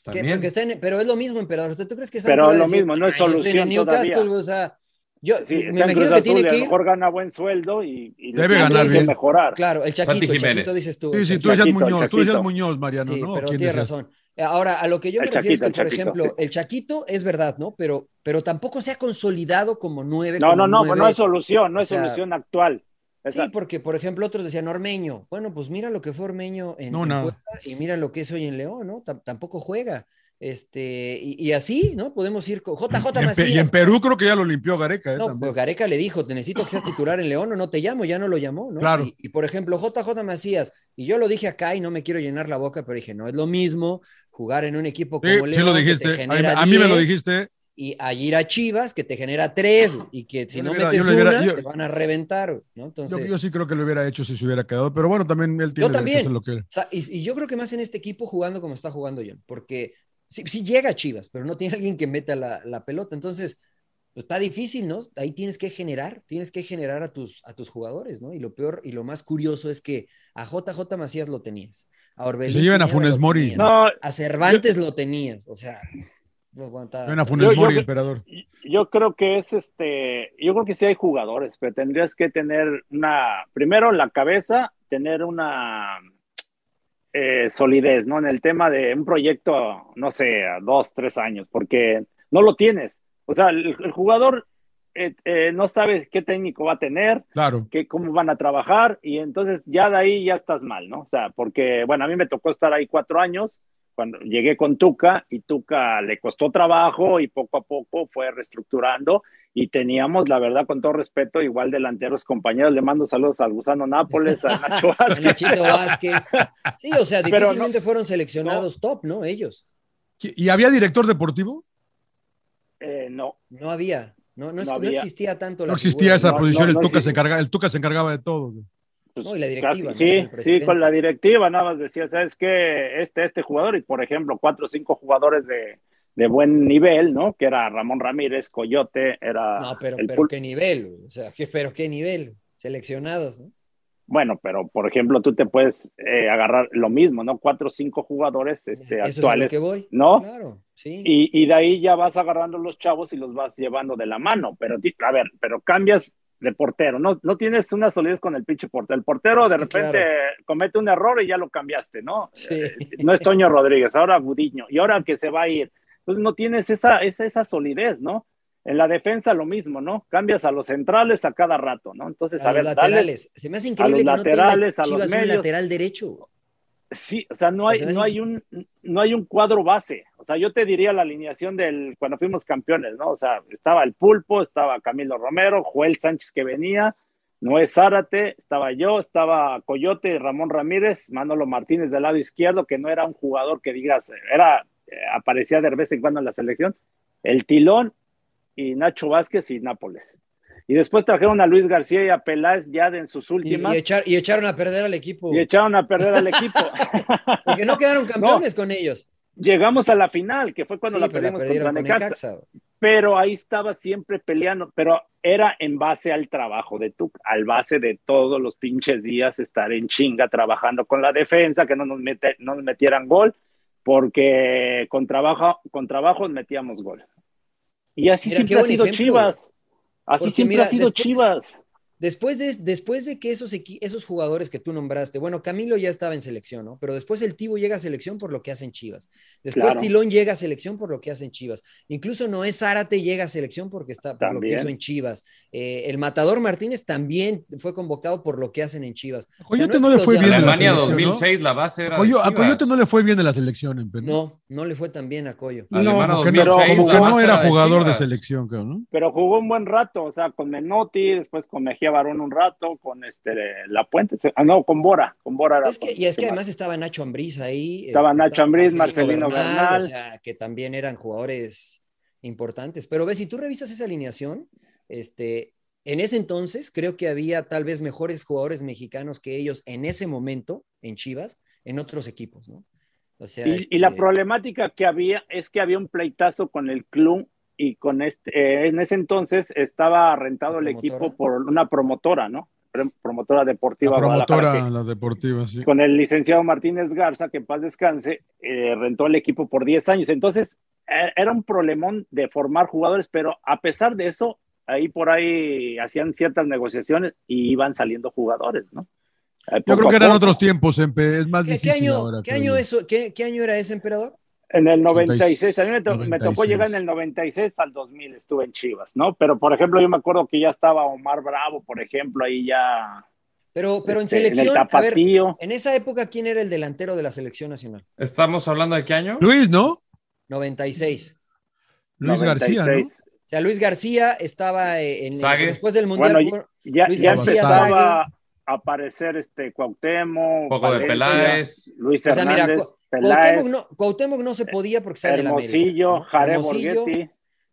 ¿También? Está en, pero es lo mismo, emperador. ¿Tú crees que Santi Pero es lo decir, mismo, no es solución en Newcastle, todavía. o sea, yo sí, me imagino que Azul, tiene que ir. mejor gana buen sueldo y, y debe ganar bien. mejorar. Claro, el Chaquito, el Chaquito dices tú. Sí, sí, el tú eres Muñoz, tú eres Muñoz, Mariano, sí, ¿no? pero tienes razón. Ahora, a lo que yo me el refiero Chaquito, es que, por Chaquito, ejemplo, sí. el Chaquito es verdad, ¿no? Pero, pero tampoco se ha consolidado como nueve. No, como no, no, nueve. no es solución, no es o sea, solución actual. Sí, pues. porque, por ejemplo, otros decían Ormeño. Bueno, pues mira lo que fue Ormeño en, no, en no. Puebla y mira lo que es hoy en León, ¿no? Tamp tampoco juega. Este, y, y así, ¿no? Podemos ir con JJ y en, Macías. Pe- y en Perú creo que ya lo limpió Gareca. ¿eh? No, También. pero Gareca le dijo, te necesito que seas titular en León o no te llamo, ya no lo llamó, ¿no? Claro. Y, y, por ejemplo, JJ Macías, y yo lo dije acá y no me quiero llenar la boca, pero dije, no es lo mismo jugar en un equipo pues, como Sí, León. sí lo que te dijiste. A mí, genera a mí me lo 10, dijiste. Y a ir a Chivas, que te genera tres, güey, y que si Yo le no hubiera- metes yo le hubiera- una, yo- te van a reventar, güey, ¿no? Yo, Entonces, yo sí creo que lo hubiera hecho si se hubiera quedado, pero bueno, también él tiene yo derecho a también. hacer lo que O sea, y, y yo creo que más en este equipo jugando como está jugando John, porque sí, sí llega Chivas, pero no tiene alguien que meta la, la pelota. Entonces, pues, está difícil, ¿no? Ahí tienes que generar, tienes que generar a tus, a tus jugadores, ¿no? Y lo peor y lo más curioso es que a JJ Macías lo tenías, a Orbelín. Se llevan a Pineda lo Funes Mori. tenías, No, a Cervantes lo tenías, o sea. pues, no aguanta. Ven a Funes Yo- yo- Mori, emperador. Yo creo que es este, yo creo que sí hay jugadores, pero tendrías que tener una, primero la cabeza, tener una eh, solidez, ¿no? En el tema de un proyecto, no sé, a dos, tres años, porque no lo tienes. O sea, el, el jugador eh, eh, no sabe qué técnico va a tener, Claro. que cómo van a trabajar y entonces ya de ahí ya estás mal, ¿no? O sea, porque, bueno, a mí me tocó estar ahí cuatro años cuando llegué con Tuca y Tuca le costó trabajo y poco a poco fue reestructurando y teníamos, la verdad, con todo respeto, igual delanteros compañeros, le mando saludos al Gusano Nápoles, a Nacho a Vázquez. Nachito Vázquez. Sí, o sea, Pero no- difícilmente fueron seleccionados top, ¿no? Ellos. ¿Y había director deportivo? Eh, no, No había. No, no, es- No no había. existía tanto No la existía figura, esa ¿no? no, posición, no, el, no Tuca se existe. encarga, el Tuca se encargaba de todo. güey. pues, No, y la directiva, casi- ¿no? O sea, sí, el sí, presidente. con la directiva nada más decía, ¿sabes qué? Este, este jugador y, por ejemplo, cuatro o cinco jugadores de, de buen nivel, ¿no? Que era Ramón Ramírez, Coyote, era... No, pero, Ah, el pero Pul- qué nivel, güey. o sea, que- pero qué nivel, seleccionados, ¿no? Bueno, pero, por ejemplo, tú te puedes eh, agarrar lo mismo, ¿no? Cuatro o cinco jugadores este, Eh, Eso es a lo actuales, que voy. ¿no? Claro, sí. Y, eh, y de ahí ya vas agarrando los chavos y los vas llevando de la mano. Pero, ti- a ver, pero cambias de portero. No, no tienes una solidez con el pinche portero. El portero de Sí, repente comete un error y ya lo cambiaste, ¿no? Sí. No es Toño Rodríguez, ahora Gudiño. Y ahora que se va a ir. Entonces no tienes esa, esa, esa solidez, ¿no? En la defensa lo mismo, ¿no? Cambias a los centrales a cada rato, ¿no? Entonces, a, a los ver, laterales. Se me hace increíble los que no laterales, tenga a los Chivas un medios. lateral derecho. Sí, o sea, no O sea, hay, se me hace no hay un no hay un cuadro base. O sea, yo te diría la alineación del cuando fuimos campeones, ¿no? O sea, estaba el Pulpo, estaba Camilo Romero, Joel Sánchez que venía, Noé Zárate, estaba yo, estaba Coyote, Ramón Ramírez, Manolo Martínez del lado izquierdo, que no era un jugador que digas, era eh, aparecía de vez en cuando en la selección, el Tilón y Nacho Vázquez y Nápoles. Y después trajeron a Luis García y a Peláez ya de- en sus Y, últimas y echar- y echaron a perder al equipo. y echaron a perder al equipo. Porque no quedaron campeones con ellos. llegamos a la final, que fue cuando Sí, la pero perdimos perdieron contra con Necaxa, Necaxa, güey. pero ahí estaba siempre peleando, pero era en base al trabajo de Tuca, al base de todos los pinches días estar en chinga trabajando con la defensa, que no nos, mete- no nos metieran gol, porque con trabajo, con trabajo metíamos gol. Y así Mira, qué siempre ha buen sido ejemplo. Chivas. Así Porque siempre mira, ha sido después- Chivas. Después de, después de que esos, equi- esos jugadores que tú nombraste, bueno, Camilo ya estaba en selección, ¿no? Pero después el Tibo llega a selección por lo que hacen Chivas. Después Claro. Tilón llega a selección por lo que hacen Chivas. Incluso Noé Zárate llega a selección porque está por lo que También. hizo en Chivas. Eh, el Matador Martínez también fue convocado por lo que hacen en Chivas. O sea, Coyote es no que le los fue de bien en la Alemania Alemania selección, 2006, la base era. de Coyo- a Chivas. Coyote no le fue bien en la selección en Perú. No, no le fue tan bien a Coyo. Alemania Como que no, 2006, como que la no base era de jugador de Chivas. selección, cabrón. ¿no? Pero jugó un buen rato, o sea, con Menotti, después con Mejía Barón un rato, con este La Puente, ah, no, con Bora, con Bora. era Es que, con- y es que con- además estaba Nacho Ambriz ahí. este, Estaba Nacho Ambriz, Marcelino O Bernal. sea, que también eran jugadores importantes. Pero ves, si tú revisas esa alineación, este, en ese entonces creo que había tal vez mejores jugadores mexicanos que ellos en ese momento, en Chivas, en otros equipos, ¿no? O sea, Y, y la este, problemática que había es que había un pleitazo con el club y con este, eh, en ese entonces estaba rentado el ¿La equipo promotora? por una promotora, ¿no? Pre- Promotora deportiva. La promotora, Guadalajara, la deportiva, sí. que- con el licenciado Martínez Garza, que en paz descanse, eh, rentó el equipo por 10 años. Entonces, eh, era un problemón de formar jugadores, pero a pesar de eso, ahí por ahí hacían ciertas negociaciones y iban saliendo jugadores, ¿no? Eh, Yo poco creo a que eran poco. otros tiempos, Empe, es más ¿qué, qué difícil año, ahora. qué creo año yo. eso, qué, qué año era ese emperador? En el 96. 96, a mí me, to- me tocó 96. llegar en el 96 al 2000, estuve en Chivas, ¿no? Pero, por ejemplo, yo me acuerdo que ya estaba Omar Bravo, por ejemplo, ahí ya Pero, pero este, en selección, el a ver, tapatío. en esa época, ¿quién era el delantero de la selección nacional? ¿Estamos hablando de qué año? Luis, ¿no? 96. Luis García. ¿no? O sea, Luis García estaba eh, en, Sague. después del Mundial. Bueno, ya, Luis ya García empezaba a aparecer este Cuauhtémoc, Poco de Valencia, Peláez. Luis O sea, mira, Hernández, Cu- Peláez, Cuauhtémoc no, Cuauhtémoc no se podía porque estaba en la América. Hermosillo, ¿no? Jared Hermosillo, Borghetti.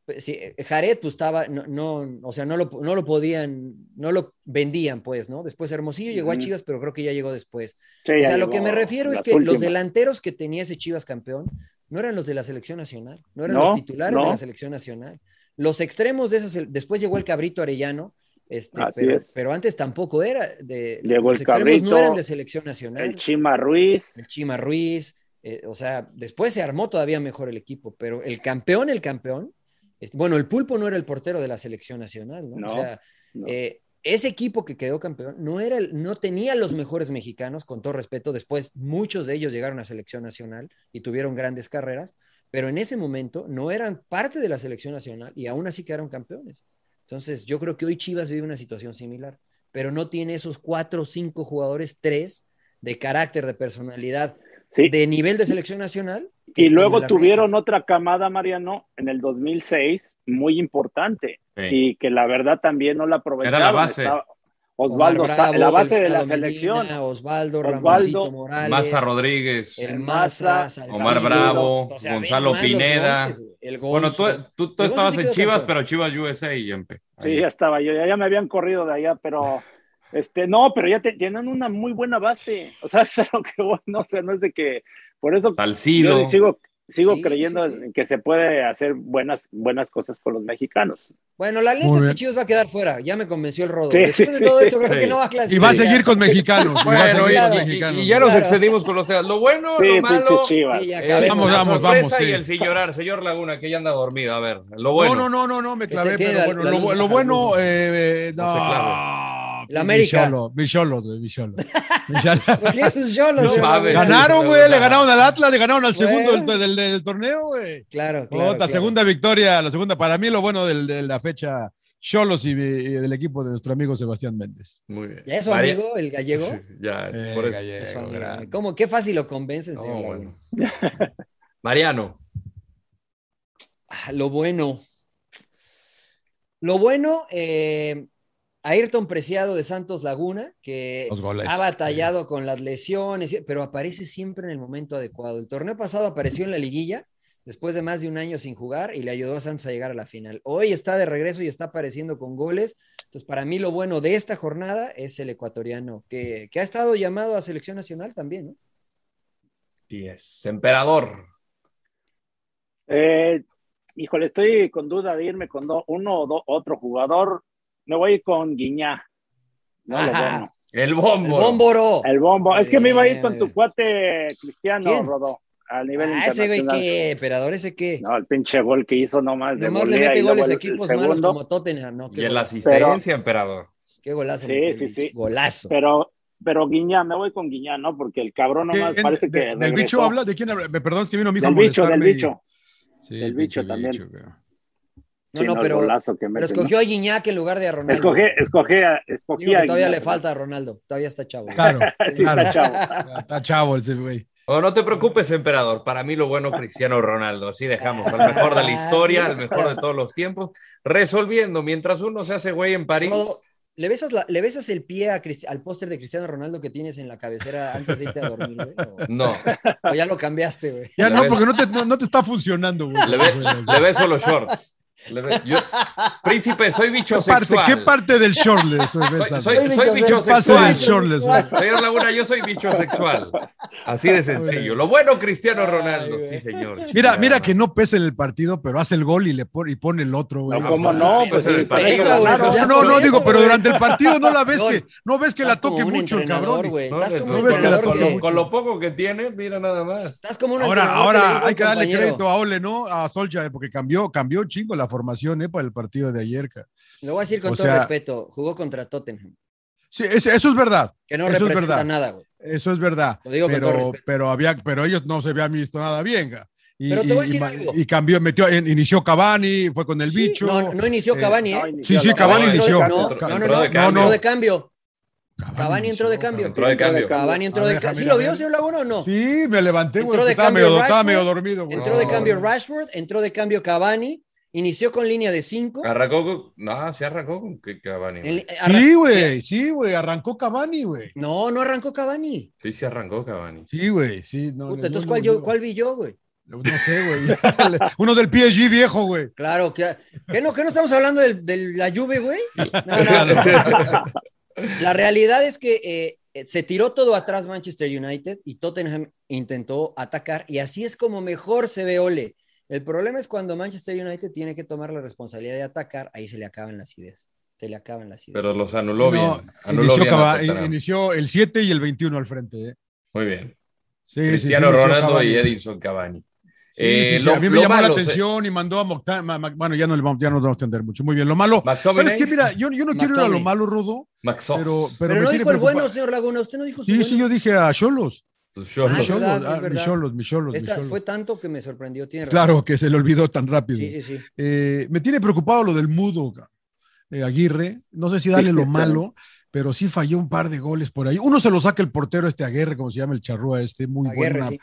pues, sí, eh, Jared pues estaba, no, no, o sea, no lo, no lo podían, no lo vendían pues, ¿no? Después Hermosillo llegó a Ujú. Chivas, pero creo que ya llegó después. Sí, o ya sea, lo llegó que me refiero es las que los últimas. delanteros que tenía ese Chivas campeón no eran los de la selección nacional, no eran No, los titulares no. de la selección nacional. Los extremos de esas, después llegó el Cabrito Arellano, este, Así pero, es. pero antes tampoco era de... Llegó los el extremos no Cabrito, eran de selección nacional el Chima Ruiz, el Chima Ruiz, eh, o sea, después se armó todavía mejor el equipo, pero el campeón, el campeón, es- Este, bueno, el pulpo no era el portero de la selección nacional, ¿no? No, o sea, no. eh, ese equipo que quedó campeón no, era, el- no tenía los mejores mexicanos, con todo respeto, después muchos de ellos llegaron a selección nacional y tuvieron grandes carreras, pero en ese momento no eran parte de la selección nacional y aún así quedaron campeones. Entonces, yo creo que hoy Chivas vive una situación similar, pero no tiene esos cuatro o cinco jugadores, tres, de carácter, de personalidad, sí, de nivel de selección nacional. que y ponen luego las tuvieron reglas. otra camada, Mariano, en el 2006, muy importante, Sí. y que la verdad también no la aprovecharon. Era la base. Osvaldo, Omar Sa- Bravo, la base de Alfredo la Medina, selección. Osvaldo, Osvaldo, Ramoncito Morales. Maza Rodríguez. El Maza, Salcido, Omar Bravo, ven Gonzalo más los Pineda. nombres, güey. El Bueno, tú, Gonzo. tú, tú Llegó estabas ese en quedó Chivas, campeón. pero Chivas USA, Yempe. Sí, ya estaba yo, ya, ya me habían corrido de allá, pero este, no, pero ya te- tienen una muy buena base. O sea, es a lo que voy, no, o sea, no es de que por eso Salcido. yo sigo, sigo Sí, creyendo sí, sí. en que se puede hacer buenas, buenas cosas con los mexicanos. Bueno, la Muy neta es que bien. Chivas va a quedar fuera. Ya me convenció el Rodo. Sí, Después sí, de sí, todo sí. esto, creo Sí. que no va Y va a a clasificar. seguir con mexicanos. y va a Bueno, seguir y, con y- mexicanos. y ya nos Claro. excedimos con los temas. Lo bueno, Sí, lo malo. pinches chivas. Sí, ya eh, acabemos. Vamos, la vamos, sorpresa vamos, Y sí. el sin llorar, señor Laguna, que ya anda dormido. A ver, lo bueno. No, no, no, no, no, me clavé, Este pero queda bueno, la lo, luz lo baja bueno, alguna. eh, no, No se La América. Pues Micholos, güey, Micholos. Micholos. ¿Por qué esos yolos, No güey? mames. Ganaron, güey, le ganaron al Atlas, le ganaron al segundo del, Bueno. del- del torneo, güey. Claro, claro. Otra claro. segunda victoria, la segunda, para mí lo bueno del- de la fecha, Cholos y, y del equipo de nuestro amigo Sebastián Méndez. Muy bien. ¿Ya es su María- amigo, el gallego? Sí, ya, Eh, por eso. gallego, Es su amigo. grande. ¿Cómo? Qué fácil lo convencen, No, señor Laguna. bueno. Mariano. Ah, Lo bueno. Lo bueno, eh, Ayrton Preciado de Santos Laguna, que Los goles. ha batallado con las lesiones, pero aparece siempre en el momento adecuado. El torneo pasado apareció en la liguilla, después de más de un año sin jugar, y le ayudó a Santos a llegar a la final. Hoy está de regreso y está apareciendo con goles. Entonces, para mí lo bueno de esta jornada es el ecuatoriano, que, que ha estado llamado a selección nacional también, ¿no? 10. Emperador. Eh, híjole, estoy con duda de irme con do- uno o do- otro jugador. Me voy a ir con Guiñá. No lo Ajá. bueno. El bombo. ¡El Bómboro! El bombo. Es que me iba a ir con Bien. tu cuate Cristiano, ¿Quién? Rodó, al nivel Ah, ese güey internacional. qué, emperador, ese qué. No, el pinche gol que hizo nomás de Nomás le volea mete y luego goles el- a el equipos segundo. malos como Tottenham. No, qué, Y en la golazo, asistencia, emperador. qué golazo. Sí, metió sí, el sí. bicho, Golazo. Pero, pero Guiñá, me voy con Guiñá, ¿no? Porque el cabrón nomás ¿Quién- parece de- que. ¿Del regresó. bicho habla? ¿De quién habla? Me- Perdón, es que vino mi hijo Del a bicho, del molestarme y- bicho. Sí, Del pinche bicho también. güey. No, Sí, no, el pero, golazo que pero mete, ¿no? escogió a Guiñac en lugar de a Ronaldo. Escogí, escogí a- escogí Digo a que todavía Guiñá, le falta a Ronaldo. Todavía está chavo. Claro, Sí, está claro. chavo. Está chavo ese güey. Oh, no te preocupes, emperador. Para mí lo bueno, Cristiano Ronaldo. Así dejamos al mejor de la historia, al mejor de todos los tiempos, resolviendo. Mientras uno se hace güey en París, Rodo, ¿le, besas la- ¿Le besas el pie a Cristi- al póster de Cristiano Ronaldo que tienes en la cabecera antes de irte a dormir? güey? O- no. O, ya lo cambiaste, güey. Ya Le no, ves- porque no te, no, no te está funcionando, güey. Le, ve- le beso los shorts. Le ve- yo- príncipe, soy bicho parte, sexual. ¿Qué parte del short le soy besando? soy- soy ¿Qué bicho parte sexual. del short le soy- Señor Laguna, yo soy bicho sexual. Así de sencillo. Lo bueno, Cristiano Ronaldo. Sí, señor. Mira, mira que no pesa en el partido, pero hace el gol y le pone, y pone el otro, güey. No, ¿cómo pues, no? sí, Pues pues, sí, el para eso Pareja, güey, ganaron. pues, ya No, no, por digo, eso, pero güey. durante el partido no la ves Gol. que, no ves que la Estás como toque un mucho el entrenador, cabrón. güey. No, Estás como no un ves que la- entrenador con, que... lo, con lo poco que tiene, mira nada más. Estás como un Ahora, entrenador que le dijo ahora al hay que darle compañero, crédito a Ole, ¿no? A Solskjaer, eh, porque cambió, cambió chingo la formación, ¿eh? Para el partido de ayer. ca- Lo voy a decir con O todo sea- respeto. Jugó contra Tottenham. Sí, es- eso es verdad. Que no Eso es representa verdad. nada, güey. Eso es verdad. Lo digo con todo pero, respeto. pero, había, pero ellos no se habían visto nada bien. ga. Y, Pero te y- voy a y decir ma- algo. y cambió, metió, en- inició Cavani, fue con el Sí, bicho. No, no inició eh, Cavani, ¿eh? No, Sí, inició sí, la- Cavani no, inició. No, entró- no, no, entró no, de entró cambio. de cambio. Cavani, Cavani entró de cambio. Entró de cambio. Cavani entró A de ver, cambio. Jaime, ¿Sí lo a vio, ver. señor Laguna, o no? Sí, me levanté, güey. Entró de Estaba cambio medio, estaba Rashford, medio dormido, güey. Entró de cambio Rashford, entró de cambio Cavani, inició con línea de 5. Arrancó con. No, sí arrancó con que Cavani. eh, güey. Sí, güey, sí, güey. Arrancó Cavani, güey. No, no arrancó Cavani. Sí, sí arrancó Cavani. Sí, güey, sí. No, Puta, no, entonces, no, ¿cuál, no, yo- no. cuál vi yo, güey? No sé, güey. Uno del PSG viejo, güey. Claro, que, que no, que no estamos hablando del- de la lluvia, güey. No, no. La realidad es que eh, eh, se tiró todo atrás Manchester United y Tottenham intentó atacar y así es como mejor se ve Ole. El problema es cuando Manchester United tiene que tomar la responsabilidad de atacar, ahí se le acaban las ideas. Se le acaban las ideas. Pero los anuló bien. No, Anuló inició, bien a Cava- Tottenham. inició el 7 y el 21 al frente. eh. Muy bien. Sí, sí, Cristiano sí, inició Ronaldo Cavani. y Edinson Cavani. Sí, Eh, sí, sí, lo- a mí me lo llamó malo, la atención y mandó a Mocta- ma- ma- bueno, ya no, le vamos, ya no nos vamos a entender mucho. Muy bien, lo malo. ¿Sabes McTominay. qué? Mira, yo, yo no quiero ir a lo McTominay. malo, Rodo, Maxos. pero, pero, Pero, me no tiene dijo el bueno, preocupado. señor Laguna. Usted no dijo su Sí, sí, yo bueno. dije a Cholos. Ah, Cholos. es Cholos, verdad, ah, es verdad. mi Cholos, mi Cholos, mi Esta Cholos. fue tanto que me sorprendió. Tiene razón. Claro que se le olvidó tan rápido. Sí, sí, sí. Eh, me tiene preocupado lo del mudo ca- eh, Aguirre. No sé si darle lo malo, pero sí falló un par de goles por ahí. Uno se lo saca el portero este Aguirre, como se llama el charrúa este, muy Aguirre, buena. sí.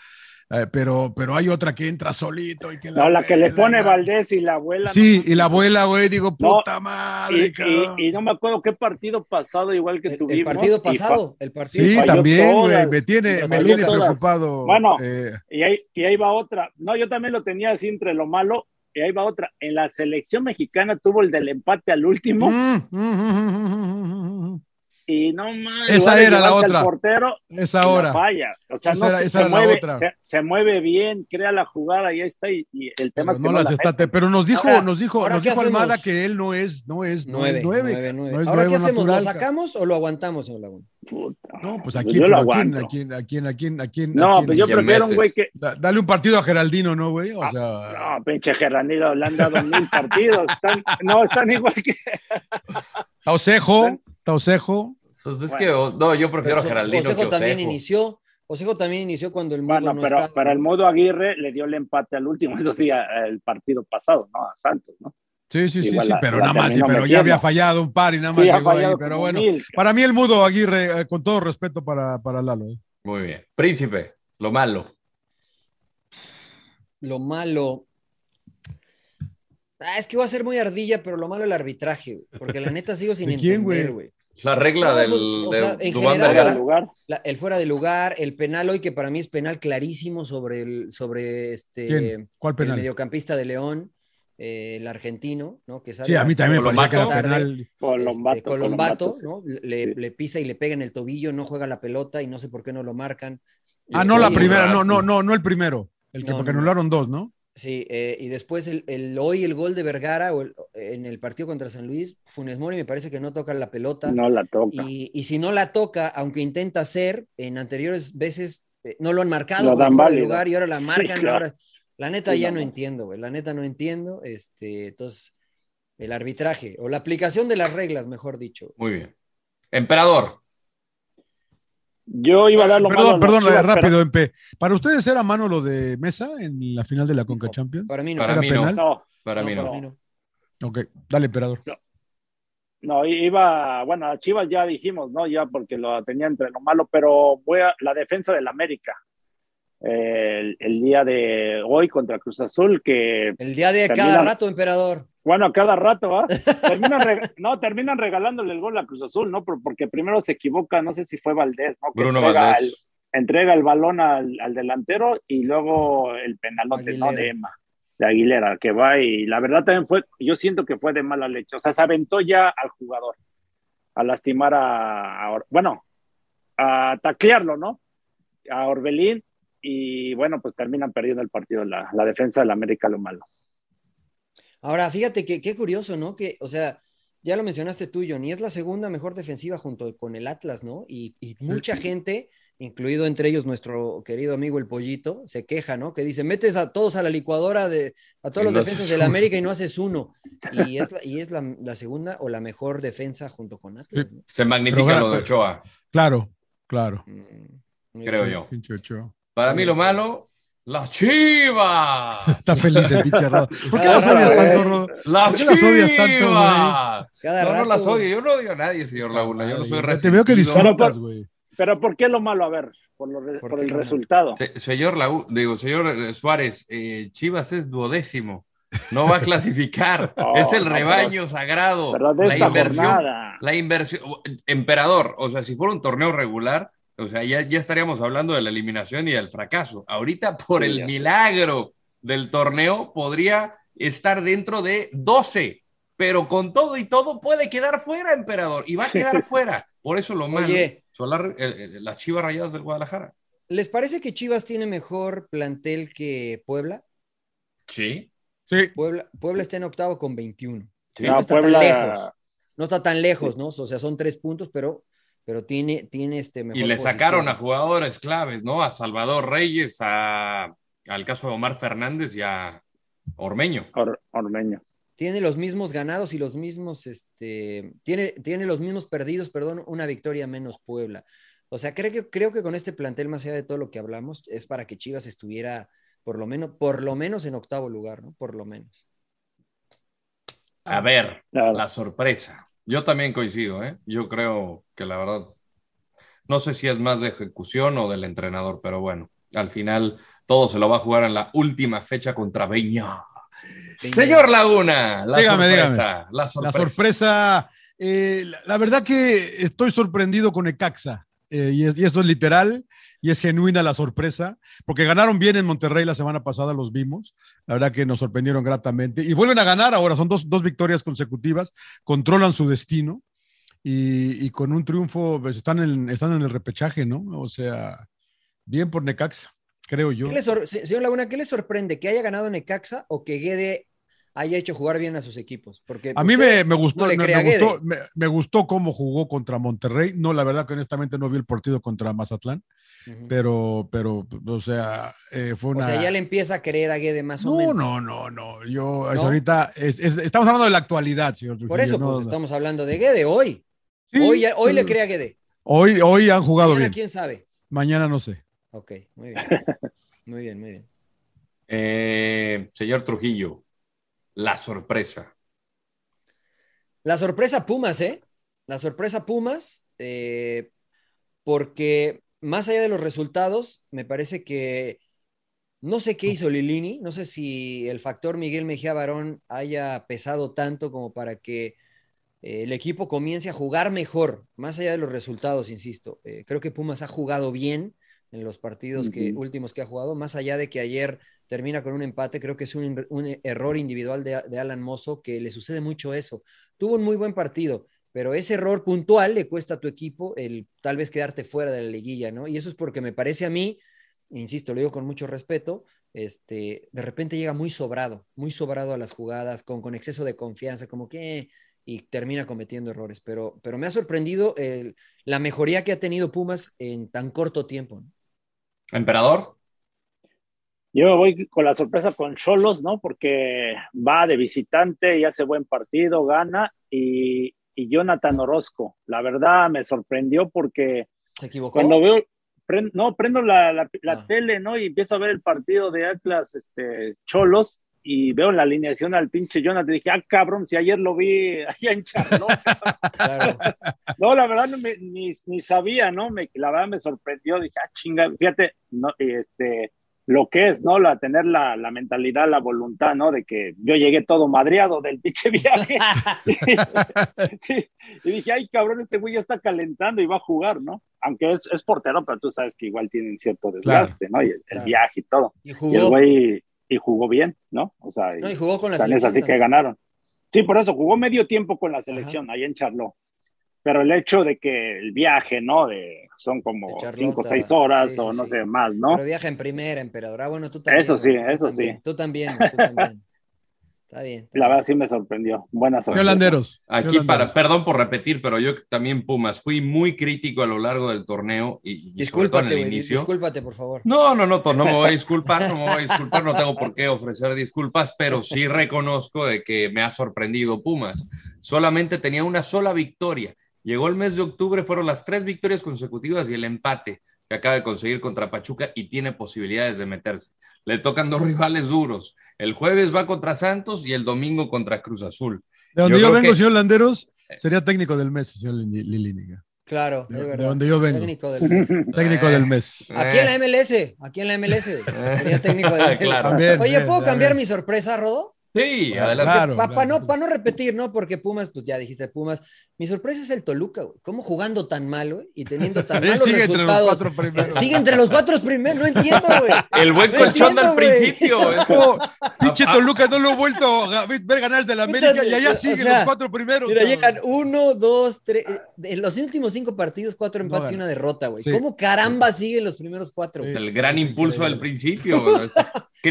eh, pero, pero hay otra que entra solito. Y que No, la que le vuela, pone y la- Valdés y la abuela. Sí, no, y la abuela, güey, digo, No, puta Y, madre, cabrón. y- y no me acuerdo qué partido pasado, igual que El, el tuvimos. y partido fa- pasado. El partido Sí, falló pasado. también, güey, todas, me tiene, las me falló tiene todas. preocupado. Bueno. eh, Y ahí, y ahí va otra. No, yo también lo tenía así entre lo malo. Y ahí va otra. En la selección mexicana tuvo el del empate al último. mm, mm, mm, mm, mm, mm. Y no más. Esa igual le era la llevaste otra. al portero es y ahora. la falla. O sea, Esa no era- se, esa se era la mueve, otra. se, se mueve bien, crea la jugada y ahí está. Y, y el tema Pero es que no las la está mete. te- pero nos dijo, Ahora, nos dijo, ¿ahora nos qué dijo Almada hacemos? que él no es, no es, no Nueve, es nueve, nueve, cara, nueve. no es Ahora, ¿qué nueve hacemos? natural, ¿Lo cara. sacamos o lo aguantamos, señor Laguna? Puta, No, pues yo aquí, lo pero aquí, aguanto. aquí, aquí, aquí, aquí, No, aquí- pues yo aquí- quién prefiero un metes? güey que. Da- Dale un partido a Geraldino, ¿no, güey? O Ah, sea, No, pinche Gerranilo, le han dado mil partidos. Están, no, están igual que. está Osejo, está Osejo. Entonces, es que, o- no, yo prefiero a Osejo- Geraldino Osejo que también Osejo. inició. Osejo también inició cuando el mundo Bueno, no pero, estaba. pero el modo Aguirre le dio el empate al último, eso sí, a- el partido pasado, ¿no? A Santos, ¿no? Sí, sí, sí, Igual sí, la- pero la nada más, sí, terminó pero ya metiendo. había fallado un par y nada más Sí, ha llegó ahí, fallado pero como bueno. mil. Para mí el mudo Aguirre, eh, con todo respeto para, para Lalo. eh. Muy bien. Príncipe, lo malo. Lo malo. Ah, es que voy a ser muy ardilla, pero lo malo el arbitraje, güey, porque la neta sigo sin ¿De quién, entender, güey? güey. La regla No, del pues, o sea, de en Dubán general, Vergara. Fuera de lugar. La- el fuera de lugar, el penal hoy que para mí es penal clarísimo sobre el sobre este ¿Quién? ¿Cuál el penal? mediocampista de León, eh, el argentino, ¿no? Que sale Sí, a mí también me parecía que era Tarde. penal. Colombato. este, Colombato, ¿no? Le, Sí. le pisa y le pega en el tobillo, no juega la pelota y no sé por qué no lo marcan. Ah, Y no, la hoy- primera, no, no, no, no el primero. El que No, porque no. anularon dos, ¿no? Sí, eh, y después el, el- hoy el gol de Vergara o el- en el partido contra San Luis, Funes Mori me parece que no toca la pelota. No la toca. Y, y si no la toca, aunque intenta hacer, en anteriores veces eh, no lo han marcado Lo como dan fuera de válido. lugar y ahora la Sí, marcan. y claro. ahora- La neta Sí, ya no, no no. entiendo, güey. La neta no entiendo. Este, entonces, el arbitraje o la aplicación de las reglas, mejor dicho. Muy bien. Emperador. Yo iba a dar lo malo a Perdón, las perdón, eh, Chivas, pero- rápido, Empe. ¿Para ustedes era mano lo de Mesa en la final de la Conca Champions? Para mí no. Para ¿Era mí no. penal? No, Para No, mí para no. mí no. Ok, dale, emperador. no, iba, bueno, a Chivas ya dijimos, ¿no? Ya porque lo tenía entre lo malo, pero voy a la defensa del América. Eh, El, el día de hoy contra Cruz Azul, que El día de Termina- cada rato, emperador. Bueno, a cada rato, ¿va? Terminan reg- no, terminan regalándole el gol a Cruz Azul, ¿no? Por- Porque primero se equivoca, no sé si fue Valdés, ¿no? Que Bruno entrega Valdés. El, entrega el balón al, al delantero y luego el penalote, ¿no? Aguilera. De Emma, de Aguilera, que va y la verdad también fue, yo siento que fue de mala leche. O sea, se aventó ya al jugador a lastimar a, a Or- bueno, a taclearlo, ¿no? A Orbelín y bueno, pues terminan perdiendo el partido la, la defensa del América lo malo. Ahora, fíjate que qué curioso, ¿no? Que, o sea, ya lo mencionaste tú, Johnny, es la segunda mejor defensiva junto con el Atlas, ¿no? Y, y mucha gente, incluido entre ellos nuestro querido amigo el Pollito, se queja, ¿no? Que dice, metes a todos a la licuadora de, a todos Y los no defensas haces del uno". América y no haces uno. Y es, la, y es la, la segunda o la mejor defensa junto con Atlas, ¿no? Se magnifica Pero, lo de pero- Ochoa, Claro, claro. Mm, muy creo bien. yo. Pinche Ochoa. Para mí lo malo, ¡Las chivas! Está feliz el pinche Rodo. ¿Por qué las odias tanto, Rodo? ¡Las chivas! odias tanto, güey? No, no las odio. Yo no odio a nadie, señor Laguna. Yo no soy Te veo que pues disfrutas, güey. Pero ¿por qué lo malo? A ver, por, lo re- ¿Por por qué el lo malo? resultado. Se- señor Lau- digo, señor eh, Suárez, eh, Chivas es duodécimo. No va a clasificar. No, es el no, rebaño pero- sagrado. pero de la esta inversión. jornada. La inversión. Emperador, o sea, si fuera un torneo regular, o sea, ya, ya estaríamos hablando de la eliminación y del fracaso. Ahorita, por Sí, el ya sé. milagro del torneo, podría estar dentro de 12. Pero con todo y todo puede quedar fuera, emperador, y va a Sí. quedar fuera. Por eso lo malo Oye. son las- eh, eh, las chivas rayadas del Guadalajara. ¿Les parece que Chivas tiene mejor plantel que Puebla? Sí. Sí, Puebla, Puebla está en octavo con 21. Sí. No No, está Puebla- tan lejos. No está tan lejos, ¿no? O sea, son tres puntos, pero, pero tiene, tiene este mejor. Y le posición. sacaron a jugadores claves, ¿no? A Salvador Reyes, a, al caso de Omar Fernández y a Ormeño. Or- Ormeño. Tiene los mismos ganados y los mismos, este, tiene, tiene los mismos perdidos, perdón, una victoria menos Puebla. O sea, creo que, creo que con este plantel, más allá de todo lo que hablamos, es para que Chivas estuviera por lo menos, por lo menos en octavo lugar, ¿no? Por lo menos. A ver, Nada. la sorpresa. Yo también coincido, ¿eh? Yo creo que la verdad, no sé si es más de ejecución o del entrenador, pero bueno, al final todo se lo va a jugar en la última fecha contra Beña. Beña. Señor Laguna, la Dígame, sorpresa, dígame. la La sorpresa. sorpresa, eh, la, la verdad que estoy sorprendido con Ecaxa, eh, y, es- y esto es literal, y es genuina la sorpresa, porque ganaron bien en Monterrey la semana pasada, los vimos, la verdad que nos sorprendieron gratamente, y vuelven a ganar ahora, son dos, dos victorias consecutivas, controlan su destino, y, y con un triunfo, pues, están en, están en el repechaje, ¿no? O sea, bien por Necaxa, creo yo. ¿Qué le sor- se- señor Laguna, ¿qué le sorprende? ¿Que haya ganado Necaxa o que Guede haya hecho jugar bien a sus equipos? Porque A mí me, usted me gustó, no le me, crea me a gustó Guede. me- me gustó cómo jugó contra Monterrey. No, la verdad que honestamente no vi el partido contra Mazatlán, Ujú. pero, pero, o sea, eh, fue O una. sea, ya le empieza a creer a Guede más o No, menos. no, no, no. Yo es ¿No? ahorita es- es- estamos hablando de la actualidad, señor. Por Trujillo, eso no- pues, estamos hablando de Guede hoy. Sí, hoy ya- hoy le eh, crea a Guede. Hoy, hoy han jugado Mañana, bien. ¿Quién sabe? Mañana no sé. Ok, muy bien. Muy bien, muy bien. Eh, señor Trujillo, la sorpresa. La sorpresa Pumas, ¿eh? La sorpresa Pumas, eh, porque más allá de los resultados, me parece que no sé qué hizo Lilini, no sé si el factor Miguel Mejía Barón haya pesado tanto como para que eh, el equipo comience a jugar mejor, más allá de los resultados, insisto. Eh, creo que Pumas ha jugado bien en los partidos que, Ujú. últimos que ha jugado, más allá de que ayer termina con un empate, creo que es un, un error individual de, de Alan Mozo, que le sucede mucho eso. Tuvo un muy buen partido, pero ese error puntual le cuesta a tu equipo el tal vez quedarte fuera de la liguilla, ¿no? Y eso es porque me parece a mí, insisto, lo digo con mucho respeto, este, de repente llega muy sobrado, muy sobrado a las jugadas, con, con exceso de confianza, como que, eh, y termina cometiendo errores. Pero, pero me ha sorprendido el- la mejoría que ha tenido Pumas en tan corto tiempo. ¿no? Emperador, Yo me voy con la sorpresa con Cholos, ¿no? Porque va de visitante y hace buen partido, gana. Y, y Jonathan Orozco, la verdad me sorprendió porque ¿Se equivocó? cuando veo, pren- no, prendo la, la- la Ah. tele, ¿no? Y empiezo a ver el partido de Atlas este, Cholos y veo en la alineación al pinche Jonathan. Dije, ah, cabrón, si ayer lo vi allá en Charlotte. Claro. No, la verdad no me- ni, ni sabía, ¿no? Me, la verdad me sorprendió, dije, ah, chinga, fíjate, no, este, lo que es, ¿no? La, tener la, la mentalidad, la voluntad, ¿no? De que yo llegué todo madreado del pinche viaje. y dije, ay, cabrón, este güey ya está calentando y va a jugar, ¿no? Aunque es, es portero, pero tú sabes que igual tienen cierto desgaste, ¿no? Y el, el Claro. viaje y todo. Y Y el jugó, güey y jugó bien, ¿no? O sea, y, no, y jugó con la tan es selección así que también. ganaron. Sí, por eso jugó medio tiempo con la selección ahí en Charlot. Pero el hecho de que el viaje, ¿no? De, son como De Charlotte cinco o a- seis horas sí, sí, o no sí. sé más, ¿no? Pero viaja en primera, emperador. Ah, bueno, tú también. Eso sí, güey, tú eso sí. también, Tú también, güey, tú también. Está bien. está La bien. verdad sí me sorprendió. Buenas Señor Landeros. aquí señor para, Landeros. perdón por repetir, pero yo también Pumas, fui muy crítico a lo largo del torneo y, y sobre todo en Discúlpate, el güey, di- inicio. discúlpate, por favor. No, no, no, to- no me voy a disculpar, no me voy a disculpar, no tengo por qué ofrecer disculpas, pero sí reconozco de que me ha sorprendido Pumas. Solamente tenía una sola victoria. Llegó el mes de octubre, fueron las tres victorias consecutivas y el empate que acaba de conseguir contra Pachuca y tiene posibilidades de meterse. le tocan dos rivales duros. El jueves va contra Santos y el domingo contra Cruz Azul. De donde yo, yo vengo, que... señor Landeros, Eh. sería técnico del mes, señor Lilíniga. Claro, de, es verdad. de donde yo vengo. Técnico del mes. Pues técnico Eh, del mes. Aquí en la MLS, aquí en la MLS. Sería técnico del mes. Claro. También, eh, Oye, ¿puedo bien, cambiar bien. mi sorpresa, Rodo? Sí, bueno, adelante. Claro, para, claro. no, pa no, repetir, ¿no? Porque Pumas, pues ya dijiste Pumas. Mi sorpresa es el Toluca, güey. ¿Cómo jugando tan mal, güey? Y teniendo tan malos sigue resultados. Entre los cuatro primeros. Sigue entre los cuatro primeros. No entiendo, güey. El buen no colchón al principio. Oh, pinche Toluca no lo he vuelto a ver ganar del América y allá siguen o sea, los cuatro primeros. eh, Mira, llegan uno, dos, tres. eh, En los últimos cinco partidos, cuatro empates no, y una derrota, güey. Sí. ¿Cómo caramba sí. siguen los primeros cuatro? Sí. El gran impulso al principio, güey.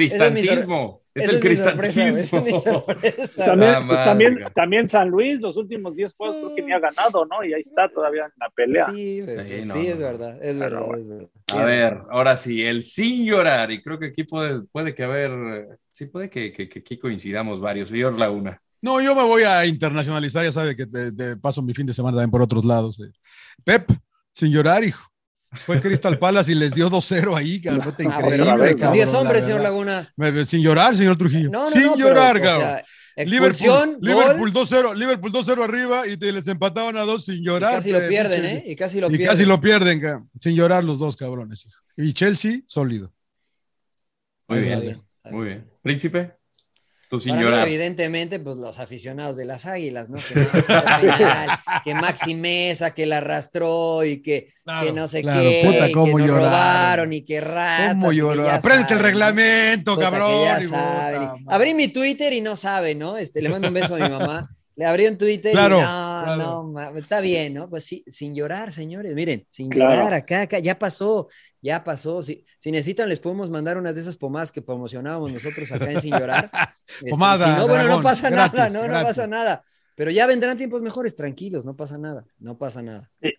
Cristantismo. Es, es el cristantismo. Es también, ah, pues, también, también, San Luis, los últimos 10 juegos creo que ni ha Mm. ganado, ¿no? Y ahí está todavía en la pelea. Sí, sí, no, sí no. es verdad, es verdad, bueno. es verdad. A ver, ahora sí, el sin llorar, y creo que aquí puede, puede que haber, sí puede que, que, que aquí coincidamos varios. Señor Laguna. No, yo me voy a internacionalizar, ya sabe que te, te paso mi fin de semana también por otros lados. Eh. Pep, sin llorar, hijo. Fue Crystal Palace y les dio 2-0 ahí, cabrón. Ah, increíble. 10 hombres, señor Laguna. sin llorar, señor Trujillo. No, no, sin no, llorar, pero, cabrón. O sea, Liverpool, Liverpool 2-0, Liverpool 2-0 arriba y te, les empataban a dos sin llorar. Y casi lo pierden, ¿eh? Y casi lo y pierden. casi lo pierden, cabrón. Sin llorar los dos cabrones, hijo. Y Chelsea, sólido. Muy bien, bien, muy bien. Príncipe. Para mí, evidentemente, pues los aficionados de las águilas, ¿no? Que, final, que Maxi Mesa, que la arrastró y que, claro, que no sé claro, qué, puta, y cómo que nos robaron y que ratas. ¿Cómo lloró? Apréndete el reglamento, puta, cabrón. Que ya y saben. Puta, y... Abrí mi Twitter y no sabe, ¿no? Este, le mando un beso a mi mamá. Le abrí un Twitter claro, y no, no, está bien, ¿no? Pues sí, sin llorar, señores, miren, sin llorar, acá, acá, ya pasó, ya pasó. Si, si, necesitan, les podemos mandar unas de esas pomadas que promocionábamos nosotros acá en Sin Llorar. Este, Pomada. Si no, dragón, bueno, no pasa gratis, nada, no, gratis. no pasa nada. Pero ya vendrán tiempos mejores, tranquilos, no pasa nada, no pasa nada. Y,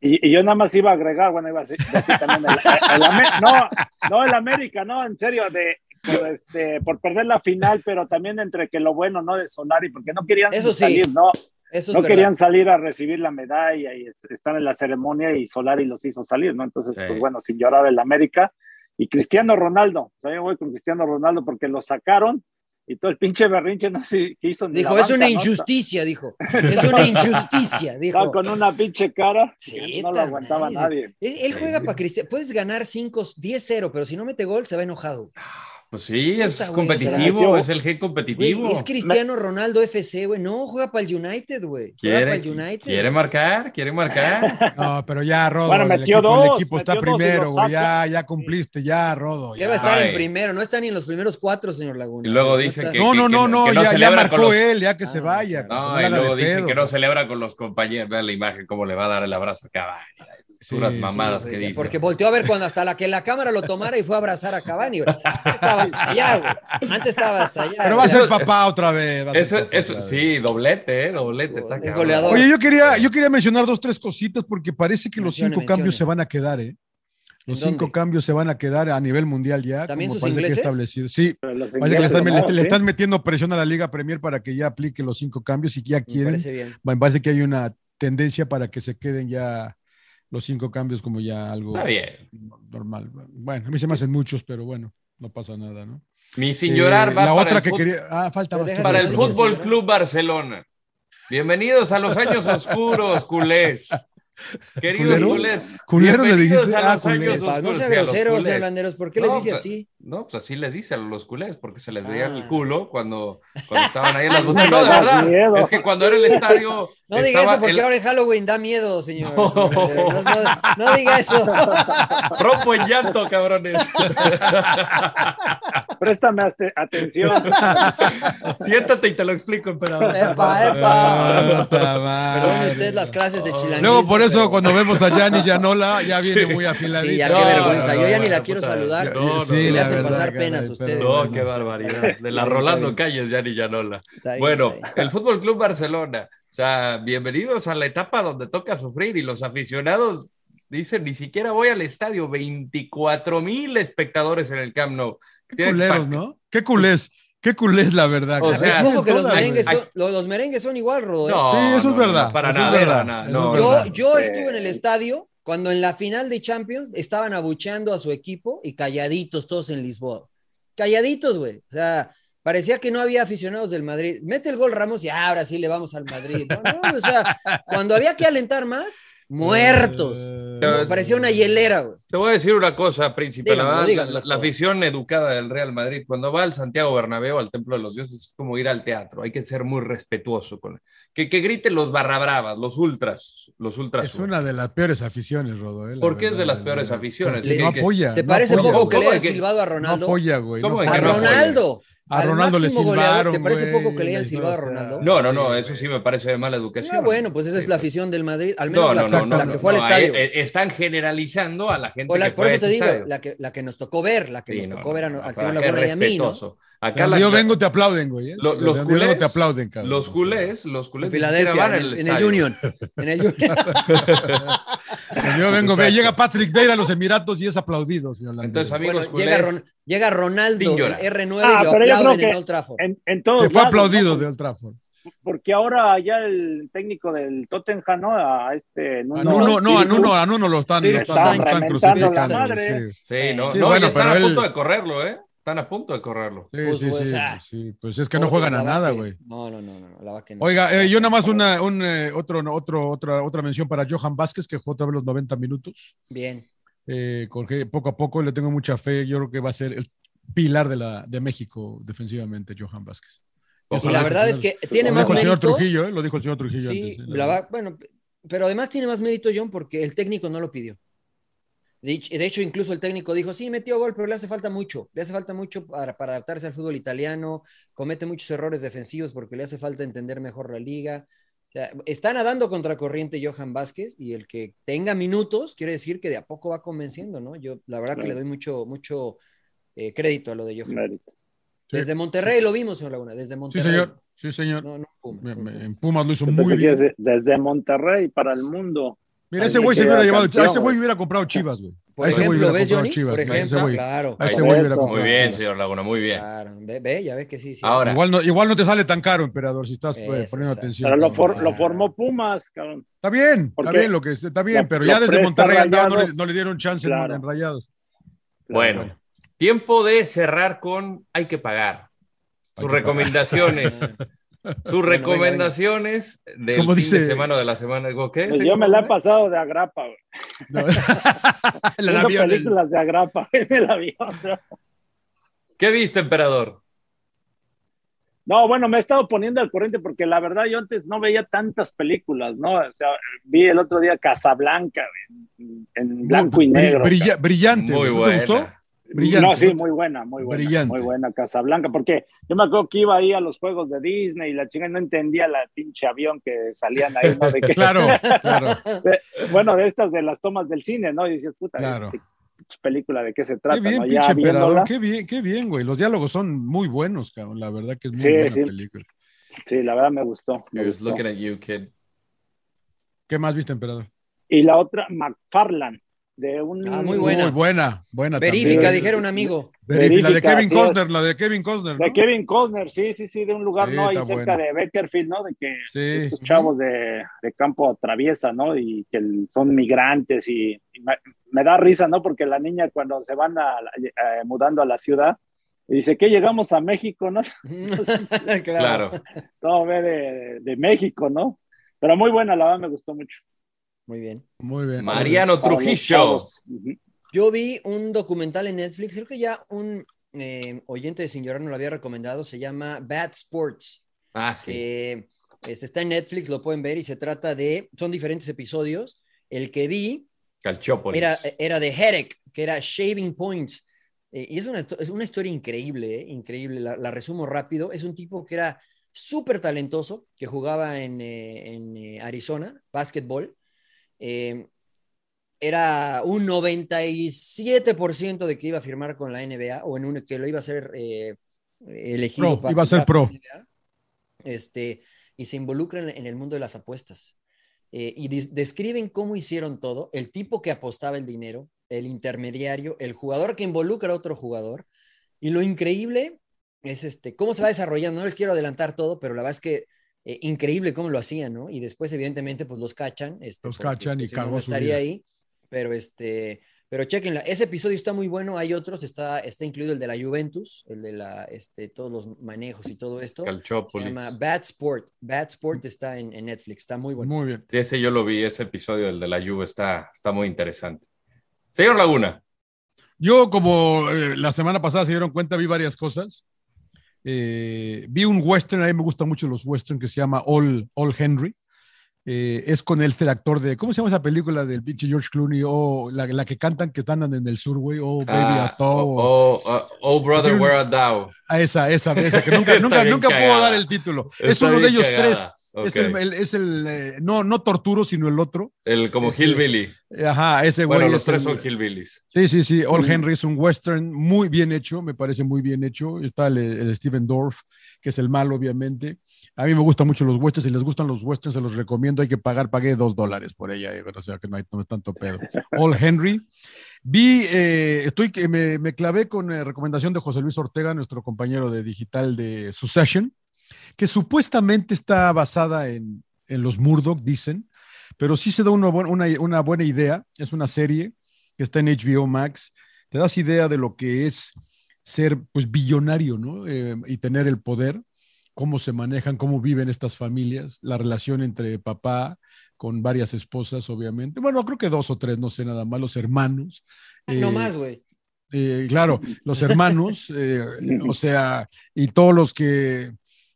y, y yo nada más iba a agregar, bueno, iba a decir, iba a decir también, el, el, el, no, no el América, no, en serio, de, por, este, por perder la final, pero también entre que lo bueno, ¿no? De Solari, porque no querían Eso sí. salir, ¿no? Eso no es querían salir a recibir la medalla y este, estar en la ceremonia y Solari los hizo salir, ¿no? Entonces, sí. pues bueno, sin llorar el América. Y Cristiano Ronaldo, o sea, yo voy con Cristiano Ronaldo porque lo sacaron y todo el pinche berrinche no sé qué hizo. Dijo, banca, es una injusticia, ¿no? dijo. Es una injusticia, dijo. Está con una pinche cara. Sí, no lo aguantaba nadie. nadie. Él, juega sí. para Cristiano. Puedes ganar 5, 10-0, pero si no mete gol, se va enojado. Pues sí, es Puta, competitivo, güey, o sea, es el G competitivo. Güey, es Cristiano Ronaldo FC, güey. No, juega para el United, güey. Quiere, para el United. Quiere marcar, quiere marcar. No, pero ya, Rodo. Bueno, el, equipo, dos, el equipo, está primero, güey. Ya, ya cumpliste, ya, Rodo. Ya va a estar en primero, no está ni en los primeros cuatro, señor Laguna. Y luego dicen no Ah, que. No, que, no, no, no, no, ya, ya marcó los... él, ya que ah, se vaya. No, no y luego dicen pedo, que no celebra con los compañeros. Vean la imagen, cómo le va a dar el abrazo a Cavani. Sí, unas mamadas sí, sí, que dice. Porque volteó a ver cuando hasta la que la cámara lo tomara y fue a abrazar a Cavani, güey. Antes estaba hasta allá, güey. Antes estaba hasta allá. Pero va a ser papá otra vez. Eso, papá eso, otra sí, vez. doblete, ¿eh? Doblete. Está es goleador. Oye, yo quería, yo quería mencionar dos, tres cositas porque parece que mencione, los cinco mencione. cambios se van a quedar, ¿eh? Los cinco dónde? cambios se van a quedar a nivel mundial ya. ¿También como sus parece que establecido. Sí, parece que le están, le, le están, metiendo presión a la Liga Premier para que ya aplique los cinco cambios y que ya quieren. Me parece bien. Me parece que hay una tendencia para que se queden ya los cinco cambios como ya algo Está bien. normal. Bueno, a mí se me hacen muchos, pero bueno, no pasa nada, ¿no? Mi sin llorar eh, va la para otra el que quería, ah, falta para el Fútbol Club Barcelona. Bienvenidos a los años oscuros, culés. Queridos ¿Culero? culés, ¿Culero le dijiste? a los Ah, años culés. oscuros. No sea sí, a los grosero, culés. señor Landeros, ¿por qué les No, dice pues, así? No, pues así les dice a los culés, porque se les Ah. veía el culo cuando, cuando estaban ahí en las botas. No, de verdad, es que cuando era el estadio. No diga estaba eso, porque el- ahora en Halloween da miedo, señor. No. No, no- no diga eso. Rompo en llanto, cabrones. Préstame ate- atención. Siéntate y te lo explico, emperador. Epa, Ah, epa. puta madre. Perdone usted las clases Oh. de chilanguismo. Luego por eso pero- cuando vemos a Gianni Yanola ya viene muy afiladito. Sí, ya No, qué vergüenza. no, Yo ya no, ni la no, quiero puta. saludar. No, no, le sí, la hacen verdad, pasar caray, penas pero ustedes. No, qué barbaridad. De la Sí, Rolando está Calles, ya ni Yanola. Está bien, Bueno, está bien. el Fútbol Club Barcelona. O sea, bienvenidos a la etapa donde toca sufrir y los aficionados dicen ni siquiera voy al estadio. 24 mil espectadores en el Camp Nou. Qué culeros, ¿no? Qué culés, qué culés la verdad. O cabrón. sea, Ojo que los Todas, merengues, güey. son, los, los merengues son igual, Rodo. ¿eh? No, Sí, eso es no, no, verdad. no, para Eso es nada, verdad. para nada. Eso es No, este, verdad. yo, yo estuve en el estadio Cuando en la final de Champions estaban abucheando a su equipo y calladitos todos en Lisboa. Calladitos, güey. O sea, parecía que no había aficionados del Madrid. Mete el gol Ramos y ah, ahora sí le vamos al Madrid. No, no, o sea, cuando había que alentar más, muertos. eh, Eh, Como parecía una hielera, güey. Te voy a decir una cosa, príncipe. Díganlo, la, verdad, díganlo, la- la por afición educada del Real Madrid, cuando va al Santiago Bernabéu, al Templo de los Dioses, es como ir al teatro. Hay que ser muy respetuoso con que, que griten los barrabravas, los ultras, los ultras. Es una de las peores aficiones, Rodo. eh, la ¿Por qué es de verdad, las peores la- aficiones? porque No Que- que- apoya. ¿Te no parece apoya, poco que güey. le hayan que- silbado a Ronaldo? No apoya, güey. ¿Cómo no de a que no apoya? Ronaldo. A al Ronaldo le máximo goleador. silbaron, ¿Te parece güey, poco que le hayan no, silbado a o sea, Ronaldo? No, no, no, eso sí me parece de mala educación. Ah, bueno, pues esa es la afición del Madrid, al menos No, la, no, no, no, la que no, fue al no, estadio. eh, eh, están generalizando a la gente o la, que por fue eso te a ese digo, estadio. la que, la que nos tocó ver, la que Sí, nos no, tocó no, ver a, no, al para señor qué Laguna y a mí, ¿no? respetuoso. Acá Cuando la- yo vengo te aplauden, güey. eh. Lo- Cuando los yo vengo, culés, te aplauden, cabrón. Los culés, los En culés. ni siquiera Filadelfia, van en al el, en el estadio. Union. En el Union. Cuando yo vengo, ve, llega Patrick Vieira a los Emiratos y es aplaudido, señor Landero. Entonces, amigos Bueno, culés, llega, Ron- llega Ronaldo, Sin el llorar. R9, Ah, y lo pero yo aplauden creo en que- Old Trafford. En, en todos que fue lados, ¿no? aplaudido de Old Trafford. Porque ahora ya el técnico del Tottenham, ¿no? A este A Nuno. Nuno, no, a Espíritu. Nuno, a Nuno lo están, Sí, lo le están, lo están están reventando la crucificando. madre. sí. Sí, no, Sí, no, bueno, y están pero a él- punto de correrlo, ¿eh? Están a punto de correrlo. Sí, Pues, sí, pues, sí, ah. sí, Pues es que no juegan a La verdad nada, que- güey. No, no, no, no, no, la va que no. Oiga, eh, yo nada más una, un, eh, otro, no, otro, otra, otra mención para Johan Vázquez, que jugó otra vez los 90 minutos. Bien. Eh, Jorge, poco a poco le tengo mucha fe. Yo creo que va a ser el pilar de, la, de México defensivamente, Johan Vázquez. Y Eso la lo verdad dijo- es que tiene lo más dijo el señor mérito. Trujillo, eh, lo dijo el señor Trujillo Sí, antes. eh, la va- bueno, pero además tiene más mérito, John, porque el técnico no lo pidió. De hecho, de hecho, incluso el técnico dijo, sí, metió gol, pero le hace falta mucho. Le hace falta mucho para, para adaptarse al fútbol italiano, comete muchos errores defensivos porque le hace falta entender mejor la liga. O sea, está nadando contra corriente Johan Vázquez y el que tenga minutos quiere decir que de a poco va convenciendo, ¿no? Yo la verdad que Claro. le doy mucho, mucho eh, crédito a lo de Johan. Mérito. Sí. Desde Monterrey lo vimos, señor Laguna, desde Sí, Monterrey. señor. Sí, señor. No, no, Pumas, Me- no, me- Pumas. en Pumas lo hizo Yo pensé muy que bien. desde- Desde Monterrey para el mundo. Mira, ese Ahí güey se queda hubiera llevado, campeón, a ese güey güey. hubiera comprado Chivas, güey. Por A ese güey ejemplo, hubiera ¿ves, comprado Johnny? Chivas, Por a ese ejemplo, güey. claro. A ese Por güey eso. hubiera comprado Muy bien, Chivas. señor Laguna, muy bien. Claro, ve, ve, ya ves que sí. sí. Ahora, Igual no, igual no te sale tan caro, emperador, si estás eh, Eso, poniendo exacto. atención. Pero lo, cabrón. for- lo formó Pumas, cabrón. Está bien, está Porque bien lo que está bien, lo- pero lo ya desde presta Monterrey andaba, no, le, Rayados. no le dieron chance en- Claro. en Rayados. bueno, tiempo de cerrar con hay que pagar. Hay que Sus pagar. recomendaciones. Sus venga, venga. recomendaciones del Como fin dice- de semana o de la semana. ¿Cómo ¿Qué? Pues ¿Sí? yo me la he ¿Cómo? pasado de agrapa, güey. No. El Viendo avión, el- películas de agrapa en el avión. ¿no? ¿Qué viste, emperador? No, bueno, me he estado poniendo al corriente porque la verdad yo antes no veía tantas películas, ¿no? O sea, vi el otro día Casablanca en, en blanco y Bri- negro. brilla- brillante. Muy ¿no buena. ¿Te gustó? brillante, No, sí, ¿no? muy buena, muy buena. Brillante. Muy buena Casablanca, porque yo me acuerdo que iba ahí a los juegos de Disney y la chinga no entendía la pinche avión que salían ahí, ¿no? De que- Claro, claro. bueno, de estas de las tomas del cine, ¿no? Y dices, puta, Claro. ¿esta película de qué se Qué trata, bien, ¿no? Ya pinche viéndola. emperador. Qué bien, qué bien, güey. Los diálogos son muy buenos, cabrón. La verdad que es muy Sí, buena sí. película. Sí, la verdad me gustó. me I was gustó. looking at you, kid. ¿Qué más viste, emperador? Y la otra, McFarland, de un. Ah, muy buena. Muy buena, buena Verífica, también. dije. dijera un amigo. Verífica, la de Verífica, Kevin así es. Costner, la de Kevin Costner. ¿no? De Kevin Costner, sí, sí, sí, de un lugar, Sí, ¿no? Ahí está cerca buena. de Beckerfield, ¿no? De que Sí. estos chavos de, de campo atraviesan, ¿no? Y que el- son migrantes y, y me, me da risa, ¿no? Porque la niña cuando se van a, la- eh, mudando a la ciudad, dice que llegamos a México, ¿no? claro. Claro. Todo ve de, de México, ¿no? Pero muy buena, la verdad me gustó mucho. Muy bien. Muy bien. Mariano Para los Trujillo. chavos. Ujú. Yo vi un documental en Netflix, creo que ya un eh, oyente de Sin Llorar nos lo había recomendado, se llama Bad Sports. Ah, sí. Eh, este está en Netflix, lo pueden ver y se trata de, son diferentes episodios. El que vi Calchópolis. Era, era de Headache, que era Shaving Points. Eh, y es una, es una historia increíble, eh, increíble. La, la resumo rápido. Es un tipo que era súper talentoso, que jugaba en, eh, en, eh, Arizona, básquetbol. Eh, era un 97% de que iba a firmar con la NBA o en un, que lo iba a ser eh, elegido. Pro, iba a ser pro. NBA. Este, y se involucra en- en el mundo de las apuestas eh, y des- describen cómo hicieron todo, el tipo que apostaba el dinero, el intermediario, el jugador que involucra a otro jugador. Y lo increíble es este, cómo se va desarrollando. No les quiero adelantar todo, pero la verdad es que eh, increíble cómo lo hacían, ¿no? Y después, evidentemente, pues los cachan. Este, Los porque, cachan y pues, si no, cagó no su vida. estaría ahí. Pero este, pero chequenla. Ese episodio está muy bueno. Hay otros. Está, está incluido el de la Juventus, el de la, este, todos los manejos y todo esto. Calchópolis. Se llama Bad Sport. Bad Sport está en, en Netflix. Está muy bueno. Muy bien. Sí, ese yo lo vi, ese episodio, el de la Juve, está, está muy interesante. Señor Laguna. Yo, como eh, la semana pasada se dieron cuenta, vi varias cosas. Eh, vi un western, a mí me gustan mucho los western, que se llama All, All Henry. Eh, es con este el actor de, ¿cómo se llama esa película del pinche George Clooney? O la, la que cantan que andan en el sur, güey. Oh, baby, Ah, I thought, oh, oh, oh, oh, brother, where art thou? A esa, esa, esa, que nunca, Está nunca, bien nunca puedo cagada. dar el título. es Está uno de bien ellos cagada. tres. Es el, Ok. el- es el, eh, no, no torturo, sino el otro. El como Ese- Hillbilly. Ajá, ese güey. Bueno, los es tres el- son Hillbillies. Sí, sí, sí. All Mm. Henry es un western muy bien hecho, me parece muy bien hecho. Está el, el Steven Dorff, que es el malo, obviamente. A mí me gustan mucho los westerns. Si les gustan los westerns, se los recomiendo. Hay que pagar, pagué dos dólares por ella. eh, O sea, que no hay, no es tanto pedo. All Henry. Vi, eh, estoy, que me, me clavé con eh, recomendación de José Luis Ortega, nuestro compañero de digital de Succession, que supuestamente está basada en, en los Murdoch, dicen, pero sí se da una, buen- una, una buena idea. Es una serie que está en HBO Max. Te das idea de lo que es ser pues billonario, ¿no? Eh, y tener el poder, cómo se manejan, cómo viven estas familias, la relación entre papá con varias esposas, obviamente. Bueno, creo que dos o tres, no sé nada más, los hermanos. Ah, no Eh, más, güey. eh, claro, los hermanos, eh, o sea, y todos los que,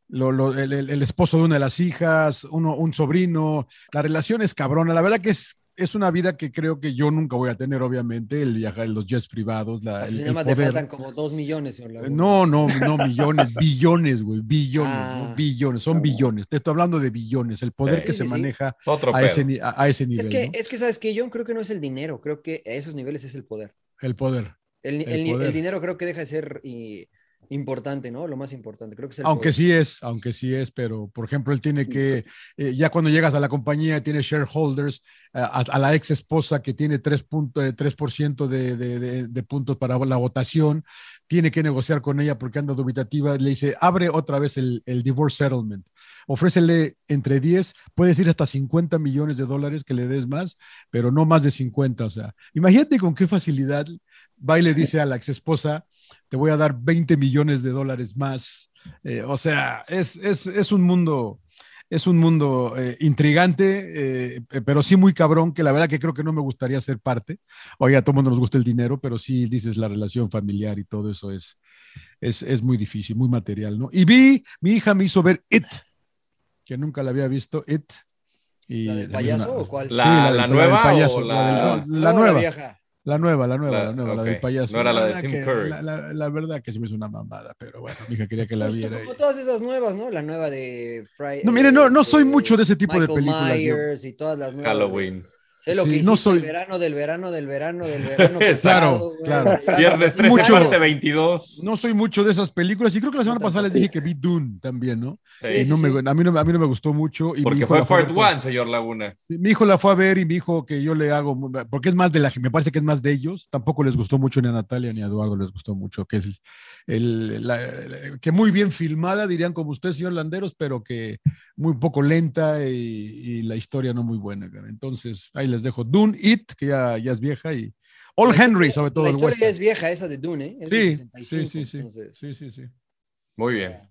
lo- lo- el, el- el esposo de una de las hijas, uno, un sobrino, la relación es cabrona, la verdad que es, es una vida que creo que yo nunca voy a tener, obviamente, el viajar, los jets privados, la, el, Nada el más te poder. Eh, faltan como dos millones, señor Laguna. No, no, no, millones, billones, güey, billones, ¿no? Ah. billones, son billones, te estoy hablando de billones, el poder Sí, que sí, se sí. maneja Otro a pedo. ese, ni- a, a ese nivel, Es que, ¿no? es que, ¿sabes que Yo creo que no es el dinero, creo que a esos niveles es el poder. el poder. El, ni- El el ni- el poder. dinero creo que deja de ser y- importante, ¿no? Lo más importante, creo que es el Aunque poder. sí es, aunque sí es, pero por ejemplo, él tiene que, eh, ya cuando llegas a la compañía, tiene shareholders, eh, a, a- a la ex esposa que tiene 3%, punto- eh, 3 de, de- de- de puntos para la votación, tiene que negociar con ella porque anda dubitativa, le dice, abre otra vez el, el divorce settlement, ofrécele entre 10, puedes ir hasta 50 millones de dólares que le des más, pero no más de 50, o sea, imagínate con qué facilidad va y le dice a la ex esposa, te voy a dar 20 millones de dólares más. Eh, o sea, es, es, es un mundo, es un mundo eh, intrigante, eh, eh, pero sí muy cabrón, que la verdad que creo que no me gustaría ser parte. Oye, a todo mundo nos gusta el dinero, pero sí dices la relación familiar y todo eso es, es, es muy difícil, muy material, ¿no? Y vi, mi hija me hizo ver It, que nunca la había visto, It. Y ¿La del también payaso una- o cuál? Sí, ¿La- del- la del nueva payaso, o la, la- del- la No, nueva. vieja. La nueva, la nueva, La- la, nueva, la del ok. payaso. No era la de verdad Tim que- Curry. La, la- la verdad que se me hizo una mamada, pero bueno, mi hija quería que la Justo viera. pues, como y- todas esas nuevas, ¿no? La nueva de Friday. No, mire, no- no soy mucho de ese tipo de películas, yo. Myers y todas las nuevas. Halloween. Sé lo Sí, que no hiciste soy- el verano del verano del verano del verano. Claro, pasado, güey. claro. Ya, Viernes sí, 13, Mucho. parte 22. No soy mucho de esas películas y creo que la semana Yo tampoco. pasada les dije que vi Dune también, ¿no? Sí, Y Eh, no sí, me- sí. a, mí no, a mí no me gustó mucho. Y mi porque hijo fue la a part ver one, señor Laguna. Sí, mi hijo la fue a ver y mi hijo que yo le hago, porque es más de la, me parece que es más de ellos, tampoco les gustó mucho ni a Natalia ni a Eduardo les gustó mucho, que es el, la- la- que muy bien filmada, dirían como usted, señor Landeros, pero que muy poco lenta y, y la historia no muy buena. cara. Entonces, ahí les dejo Dune, It, que ya, ya es vieja, y All La Henry, historia- sobre todo La el historia western. es vieja, esa de Dune, ¿eh? Es del Sí, 65, sí, sí, sí. entonces. Sí, sí, sí. Muy bien. Eh,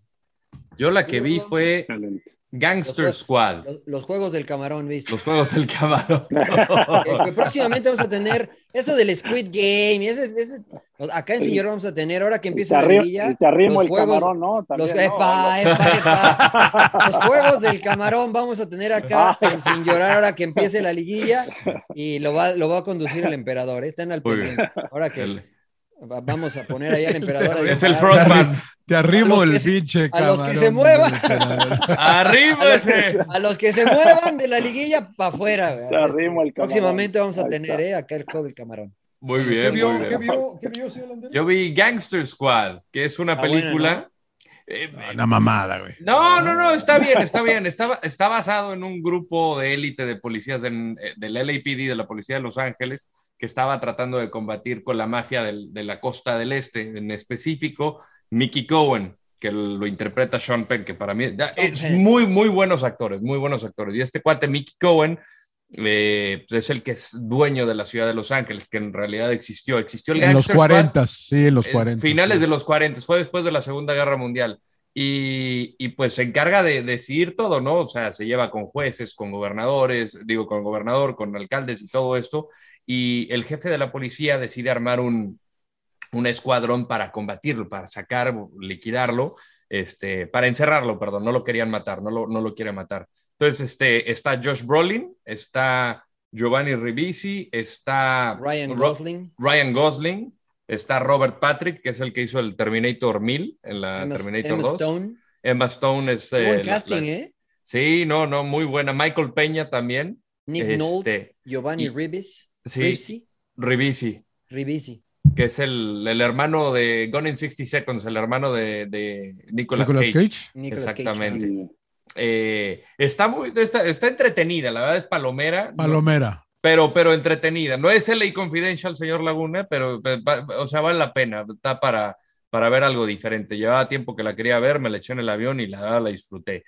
Yo la que vi fue Excelente. Gangster Squad. Los, los juegos del camarón, ¿viste? Los juegos del camarón. Eh, pues, próximamente vamos a tener eso del Squid Game. ese- ese- acá en Señor vamos a tener, ahora que Y empieza te, la arri- liguilla, y te arrimo los el juegos- camarón, ¿no? Los, También, ¿no? epa, epa, epa. Los juegos del camarón vamos a tener Ah. acá en sin llorar ahora que empiece la liguilla y lo va, lo va a conducir el emperador. ¿eh? Están al Muy bien. pendiente. Ahora que El- va- vamos a poner ahí al emperador. a es el disparar. frontman. Te arrimo los el que se- pinche a los que camarón, se muevan. literal. A ¡Arriba los, que, ese! a los que se muevan de la liguilla para afuera. güey. Te Así es. arrimo el camarón. Próximamente vamos a Ahí tener está. ¿eh? acá el juego del camarón. Muy ¿Qué bien, muy vio, qué bien. vio, qué vio, señor Landeros? Yo vi Gangster Squad, que es Ah, una Está buena, película. eh, Una mamada, güey. No, no, no, está bien, está bien. Está, está basado en un grupo de élite de policías del, del LAPD, de la Policía de Los Ángeles, que estaba tratando de combatir con la mafia del- de la costa del este, en específico Mickey Cohen, que lo interpreta Sean Penn, que para mí da- es Penn. muy, muy buenos actores, muy buenos actores. Y este cuate Mickey Cohen eh, pues es el que es dueño de la ciudad de Los Ángeles, que en realidad existió. Existió el En los Gangster 40, Squad, sí, en los eh, 40. Finales de los 40, fue después de la Segunda Guerra Mundial. Y, y, pues se encarga de decidir todo, ¿no? O sea, se lleva con jueces, con gobernadores, digo, con gobernador, con alcaldes y todo esto. Y el jefe de la policía decide armar un, un escuadrón para combatirlo, para sacar, liquidarlo, este, para encerrarlo, perdón, no lo querían matar, no lo, no lo quiere matar. Entonces, este, está Josh Brolin, está Giovanni Ribisi, está Ryan Ro- Gosling. Ryan Gosling, está Robert Patrick, que es el que hizo el Terminator 1000 en la Emma- Ah, Terminator Emma 2. Stone. Emma Stone es... Qué eh, buen la- casting, la- ¿eh? Sí, no, no, muy buena. Michael Peña también. Nick Este, Nolte, Giovanni y- Ribis, Sí. Ribisi, Ribisi, Ribisi. que es el, el hermano de Gone in 60 Seconds, el hermano de, de Nicolas, Nicolas Cage. Cage. Nicolas Cage, Exactamente. Eh, está muy, está, está entretenida, la verdad es palomera. ¿no? Palomera. pero, pero entretenida. No es LA Confidential, señor Laguna, pero, pe- pa- o sea, vale la pena. Está para, para ver algo diferente. Llevaba tiempo que la quería ver, me la eché en el avión y la, la disfruté.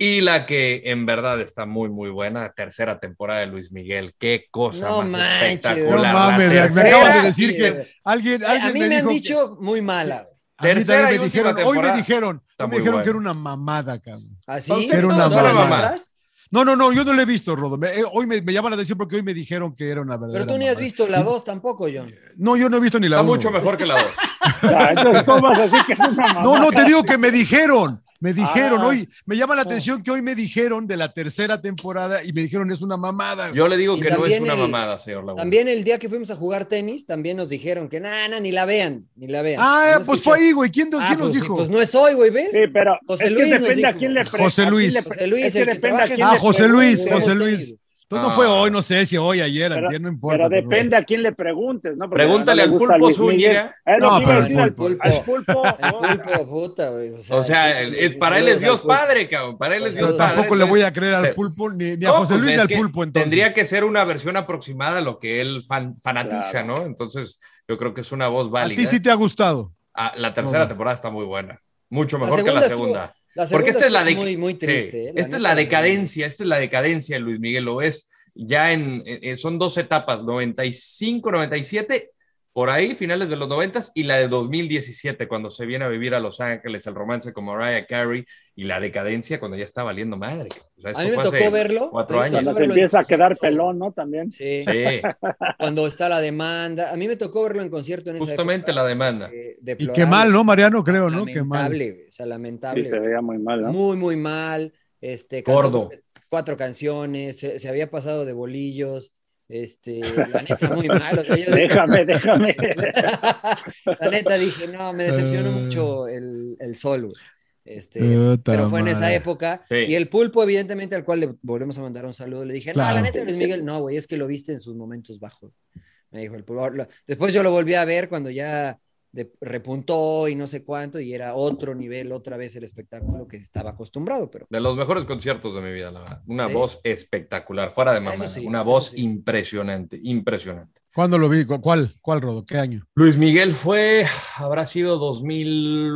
Y la que en verdad está muy, muy buena, tercera temporada de Luis Miguel. Qué cosa No más manches, espectacular. No La mames, me tercera- acabas de decir sí, que güey. alguien, alguien a mí me me, dijo han que- dicho muy mala. A mí Tercera también y me última dijeron, hoy me temporada. dijeron, Está hoy me muy dijeron que era buena. una mamada, cabrón. ¿Así? Era una ¿Todas las mamada. otras? No, no, no, yo no la he visto, Rodo. Me- eh, hoy me, me llama la atención porque hoy me dijeron que era una verdadera Pero tú ni has mamada. visto la 2 tampoco, John. No, yo no he visto ni la Está uno, mucho güey. mejor que la dos. Ah, entonces, ¿cómo vas a decir que es una mamá? No, no, Ah, te digo que me dijeron. Me dijeron, Ah. hoy me llama la No. atención que hoy me dijeron de la tercera temporada y me dijeron es una mamada. Yo le digo Y que no es también una el- mamada, señor Laguna. También el día que fuimos a jugar tenis, también nos dijeron que nada, ni la vean, ni la vean. ah, No pues escuché. fue ahí, güey. ¿Quién, Ah, quién nos pues sí, dijo? pues no es hoy, güey, ¿ves? Sí, pero José es que Luis nos depende a dijo. quién le pre- José a quién Luis. le pre- José Luis, es que el que depende a trabaja en quién Ah, le José preguntes. Luis, Jugamos José tenis. Luis. Entonces Pues no fue Ah. hoy, no sé si hoy, ayer, Pero- ayer, no importa. Pero depende a quién le preguntes, ¿no? Porque Pregúntale no le al gusta Pulpo Luis Miguel. Zúñiga. Eh, No, lo que iba a pero decir, al al Pulpo. Pulpo. Al Pulpo. El no, pulpo, puta, güey. O sea, O sea, el- es- para él es Dios saludos al pulpo. padre, cabrón. Para él es Pero Dios Pero padre. tampoco le voy a creer al entonces- pulpo ni, ni a No, José pues Luis es ni al que pulpo. Entonces. Tendría que ser una versión aproximada a lo que él fan- fanatiza, ¿no? Entonces, yo creo que es una voz A válida. ti sí te ha gustado. Ah, la tercera No, no. temporada está muy buena. Mucho La mejor que la segunda estuvo- segunda. La Porque segunda esta es la de... estuvo muy, muy sí, triste. eh, esta es neta, la segunda. decadencia, esta es la decadencia de Luis Miguel. Lo es ya en, en- en- Son dos etapas, 95, 97, por ahí, finales de los 90 y la de 2017, cuando se viene a vivir a Los Ángeles, el romance con Mariah Carey y la decadencia cuando ya está valiendo madre. O sea, A esto mí me fue tocó hace verlo. cuatro a mí me Cuando años. tocó se verlo en empieza a quedar concierto. pelón, ¿no? También. Sí, Sí. cuando está la demanda. A mí me tocó verlo en concierto en esa Justamente la demanda. Y qué mal, ¿no, Mariano? Creo, ¿no? Qué mal. Lamentable, güey, o sea, lamentable. Sí, se veía muy mal, ¿no? Muy, muy mal. Este, Gordo. cantó Cuatro canciones, se, se había pasado de bolillos. Este, la neta, muy mal. o sea, yo dije- Déjame, déjame. la neta dije, no, me decepcionó Eh. mucho el, el sol, güey. Este, Puta pero fue en esa madre. época. Sí. Y el pulpo, evidentemente, al cual le volvemos a mandar un saludo, le dije, no, Claro. la neta, Luis Miguel, no, güey, es que lo viste en sus momentos bajos. Me dijo el pulpo. Lo- Después yo lo volví a ver cuando ya de- repuntó y no sé cuánto, y era otro nivel, otra vez el espectáculo que estaba acostumbrado, pero De los mejores conciertos de mi vida, la verdad. Una Sí. voz espectacular, fuera de mamá. sí, una eso voz sí. impresionante, impresionante. ¿Cuándo lo vi? ¿Cu- ¿Cuál? ¿Cuál, Rodo? ¿Qué año? Luis Miguel fue, habrá sido 2000,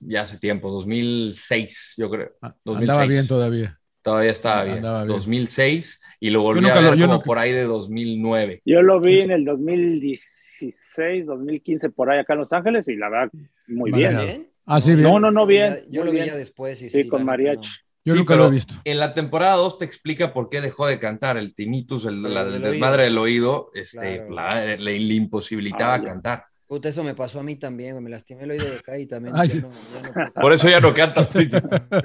ya hace tiempo, 2006, yo creo. Ah, 2006. Andaba bien todavía. Todavía estaba bien. Ah, Andaba bien. 2006 y lo volví nunca a ver lo- yo como nunca- por ahí de 2009. Yo lo vi en el 2016, 2015, por ahí acá en Los Ángeles, y la verdad, muy Madre bien. mía. ¿eh? bien. Ah, sí, bien. No, no, no, bien. Yo lo muy vi ya bien. después. Y Sí, con la neta, mariachi. Yo Sí, nunca pero lo he visto. En la temporada 2 te explica por qué dejó de cantar el tinnitus, el, Lo la- del el oído. desmadre del oído, este, Claro. la- le, le imposibilitaba Ah, ya. cantar. Puta, eso me pasó a mí también, güey, Me lastimé el oído de acá y también. Ay. ya no- ya no puedo. Por eso ya no canta. Muy Sí,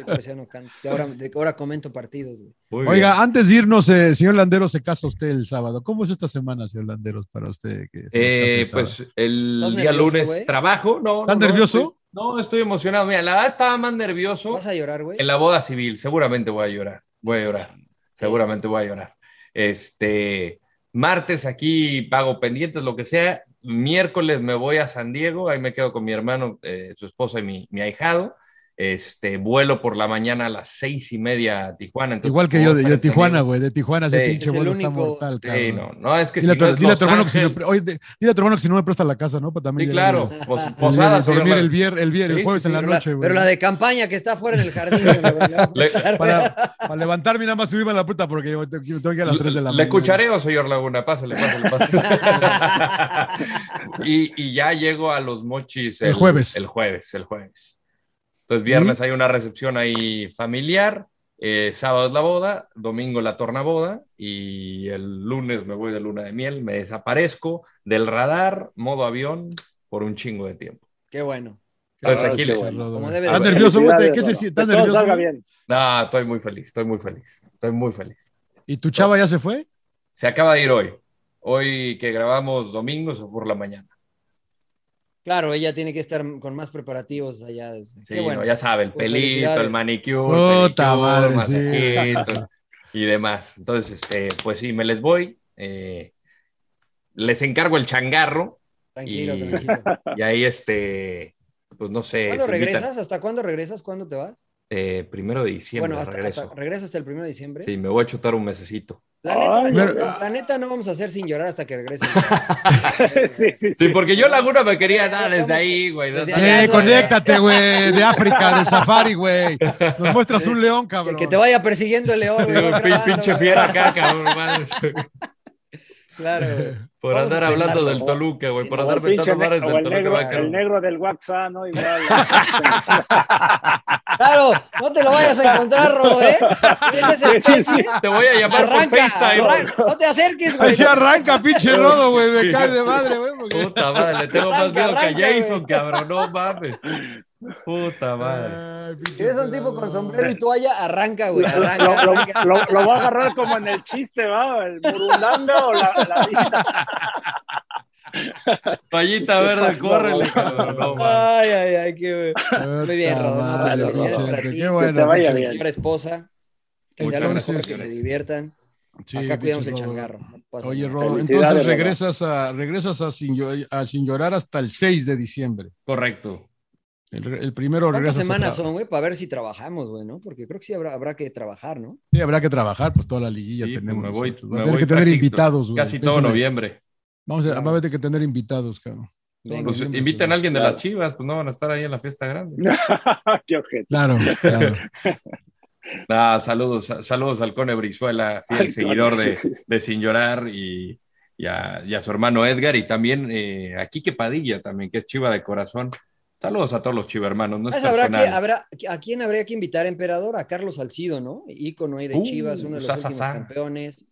por eso ya no canto. Y ahora, de- ahora comento partidos, güey. bien. Oiga, antes de irnos, eh, señor Landeros, se casa usted el sábado. ¿Cómo es esta semana, señor Landeros, para usted? que se nos casa Eh, el sábado? pues el ¿Estás día nervioso, lunes güey? trabajo. No, ¿Estás no, no, nervioso? estoy- no, estoy emocionado. Mira, la verdad estaba más nervioso ¿Vas a llorar, güey? en la boda civil. Seguramente voy a llorar. Voy a llorar. Seguramente voy a llorar. Este, martes aquí pago pendientes, lo que sea. Miércoles me voy a San Diego. Ahí me quedo con mi hermano, eh, su esposa y mi, mi ahijado. Este vuelo por la mañana a las seis y media a Tijuana. Entonces, Igual que yo, de, de Tijuana, güey, de Tijuana ese Sí. pinche Es el vuelo está único- mortal, Sí, cabrón. no, no, es que dile si a tu- no es dile a Los tu hermano que si no, Ángel. pre- oye, de- dile a tu hermano que si no me presta la casa, ¿no? Para también Sí, ya- claro. Pos- el- posadas, dormir señor. el, vier- el, vier- el Sí, sí, jueves sí, en la pero la- noche, güey. Pero la de campaña que está fuera en el jardín. güey, ¿no? Le- para, para levantarme y nada más subirme a la puta porque yo tengo, yo tengo que ir a las 3 de la mañana. Le cuchareo, señor Laguna, pásale, pásale, pásale. y, y ya llego a los mochis El jueves. El jueves, el jueves. Entonces, viernes hay una recepción ahí familiar, eh, sábado es la boda, domingo la tornaboda y el lunes me voy de luna de miel, me desaparezgo del radar, modo avión, por un chingo de tiempo. Qué bueno. Entonces, Ah, aquí qué les- bueno. Como debe ¿Estás de ser. nervioso, güey? ¿Qué se Felicidades, siente? Eduardo. ¿Estás Que todo nervioso? salga güey? bien. No, estoy muy feliz, estoy muy feliz, estoy muy feliz. ¿Y tu chava ya se fue? Se acaba de ir hoy. Hoy que grabamos domingos o por la mañana. Claro, ella tiene que estar con más preparativos allá. desde- Sí, Qué bueno. no, ya sabe, el Pues, pelito, el felicidades. manicure, el Puta pedicure, madre, masajito y demás. Entonces, este, pues sí, me les voy. eh, les encargo el changarro Tranquilo, Y- tranquilo. y ahí, este, pues no sé. ¿Cuándo se invitan, regresas? ¿Hasta cuándo regresas? ¿Cuándo te vas? eh, primero de diciembre bueno, hasta, regreso. hasta- regresas hasta el primero de diciembre. Sí, me voy a chutar un mesecito. La, neta, Ay, no, pero- ah. la- la neta no vamos a hacer sin llorar hasta que regreses. sí, sí, Sí, sí. porque yo Laguna me quería dar desde ahí, güey. Ah, Desde no- allá, Ya, Eh, güey. conéctate, güey, de África, de safari, güey. Nos muestras un león, que, cabrón. que te vaya persiguiendo el león. güey, Digo, vas pin- grabando, pinche güey. fiera acá, cabrón. madre. Claro. güey. Por Vamos andar a inventar, hablando por del favor. Toluca, güey. Sí, Por no, andar el metiendo madres o del el Toluca negro, Vaquero. el negro del WhatsApp, ¿no? Igual. Claro, no te lo vayas a encontrar, Rodo, ¿eh? Esa es especie. Te voy a llamar por Arranca, FaceTime. arranca. no te acerques, güey. Ahí se arranca, pinche rodo, güey. Me cae de madre, güey. porque- Puta madre, le tengo más Arranca, miedo que a arranca, Jason, cabrón. No mames. Puta Ah, madre. Ay, Si pinche eres un tipo rodo. con sombrero y toalla, arranca, güey. lo, Arranca, lo, arranca. lo, lo va a agarrar como en el chiste, ¿va? El burundanga o la, la vida. Pallita verde, pasó, córrele, güey? Ah. cabrón. No mames. Ay, ay, ay, qué Muy bien, Puta Rodo, no, madre, no, no, pinche no, gente, no, Qué no, bueno. que te vaya pinche- bien. Señora esposa, que sea lo mejor, que Entonces, se diviertan. sí, Acá cuidamos pinche el rodo. changarro. no pasa Oye, nada. Rodo, Felicidades, entonces Rodo. regresas a, regresas a sin, Llo- a Sin llorar hasta el 6 de diciembre. Correcto. El, re- el primero ¿Cuántas regresas. a semanas tra- son, güey? Para ver si trabajamos, güey, ¿no? Porque creo que sí habrá, habrá que trabajar, ¿no? Sí, habrá que trabajar, pues toda la liguilla Sí, pues, tenemos. me voy. nosotros. me Va a tener voy que tener práctico- invitados, güey. Casi todo Piénsale. noviembre. Vamos a, Claro. va a haber que tener invitados, cabrón. Todo Venga. Pues noviembre, invitan a seguro. alguien de Claro. las chivas, pues no van a estar ahí en la fiesta grande. Qué ojete. Claro, claro. Ah, saludos, saludos al Cone Brizuela, fiel Ay, seguidor claro, de, sí, sí. de Sin Llorar y, y a, y a su hermano Edgar y también eh, a Quique Padilla también, que es chiva de corazón. Saludos a todos los chivermanos, no es Pues, ¿Sabes? Habrá personal. que, habrá, ¿A quién habría que invitar, emperador? A Carlos Salcido, ¿no? Ícono ahí de Uh, Chivas, uno de los sa, sa, últimos sa. campeones.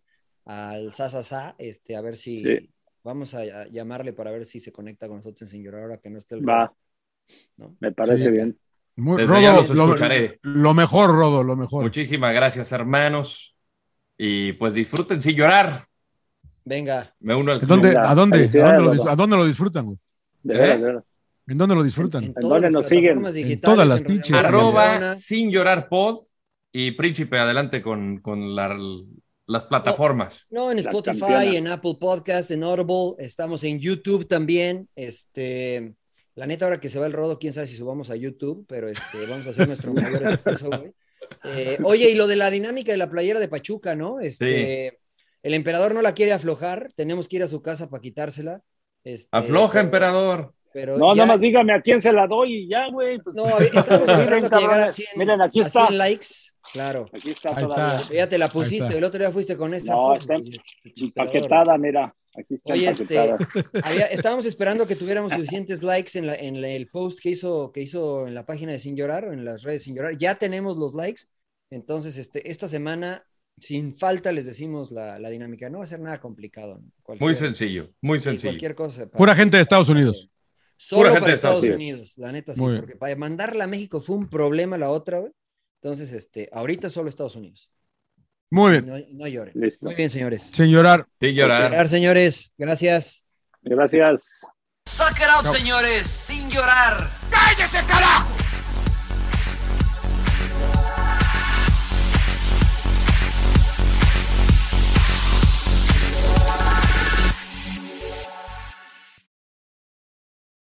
Al Sasasá, este, a ver si... Sí. Vamos a a llamarle para ver si se conecta con nosotros sin llorar ahora que no esté el... Va, ¿no? me parece Sí. bien. Muy- Desde ya los Rodo, lo, escucharé. lo mejor, Rodo, lo mejor. Muchísimas gracias, hermanos. Y pues disfruten Sin Llorar. Venga, Me uno al club. ¿Dónde- Venga, ¿A dónde? ¿A felicidades, dónde, lo, Rodo. dis- a dónde lo disfrutan? güey? De ¿Eh? veras, de veras. ¿En dónde lo disfrutan? todas dónde las nos siguen? plataformas En digitales, todas las Radio pinches. Barcelona. Arroba Sin Llorar Pod y Príncipe, adelante con, con la- las plataformas. No, en La Spotify, campeona. en Apple Podcast, en Audible, estamos en YouTube también. Este, la neta, ahora que se va el rodo, quién sabe si subamos a YouTube, pero este, vamos a hacer nuestro mayor esfuerzo, güey. Eh, oye, y lo de la dinámica de la playera de Pachuca, ¿no? Este, El emperador no la quiere aflojar, tenemos que ir a su casa para quitársela. Este, Afloja, pero- emperador. pero No, ya- nada más dígame a quién se la doy y ya, güey. pues. No, a ver, estamos Miren, esperando que llegara a cabrones, 100, miren, aquí a 100 está. likes. Claro. Aquí está Ahí todavía. está. Ya te la está. pusiste, el otro día fuiste con esta No, foto, está güey, emperador. Empaquetada, mira. Aquí está Oye, este, empaquetada. había- estábamos esperando que tuviéramos suficientes likes en, la- en la- el post que hizo, que hizo en la página de Sin Llorar, o en las redes Sin Llorar. Ya tenemos los likes. Entonces, este, esta semana, sin falta, les decimos la, la dinámica. No va a ser nada complicado. ¿no? Cualquier- Muy sencillo, muy sí, sencillo. cualquier cosa. para- Pura gente de Estados Unidos. Solo Pura gente para de Estados, Estados Unidos. La neta, sí. Muy bien. porque para mandarla a México fue un problema la otra, güey. Entonces, este, ahorita solo Estados Unidos. Muy bien. No, no lloren. Listo. Muy bien, señores. Sin llorar. Sin Llorar. Llorar, señores. Gracias. Gracias. Suck it up, señores, sin llorar. ¡Cállese, carajo!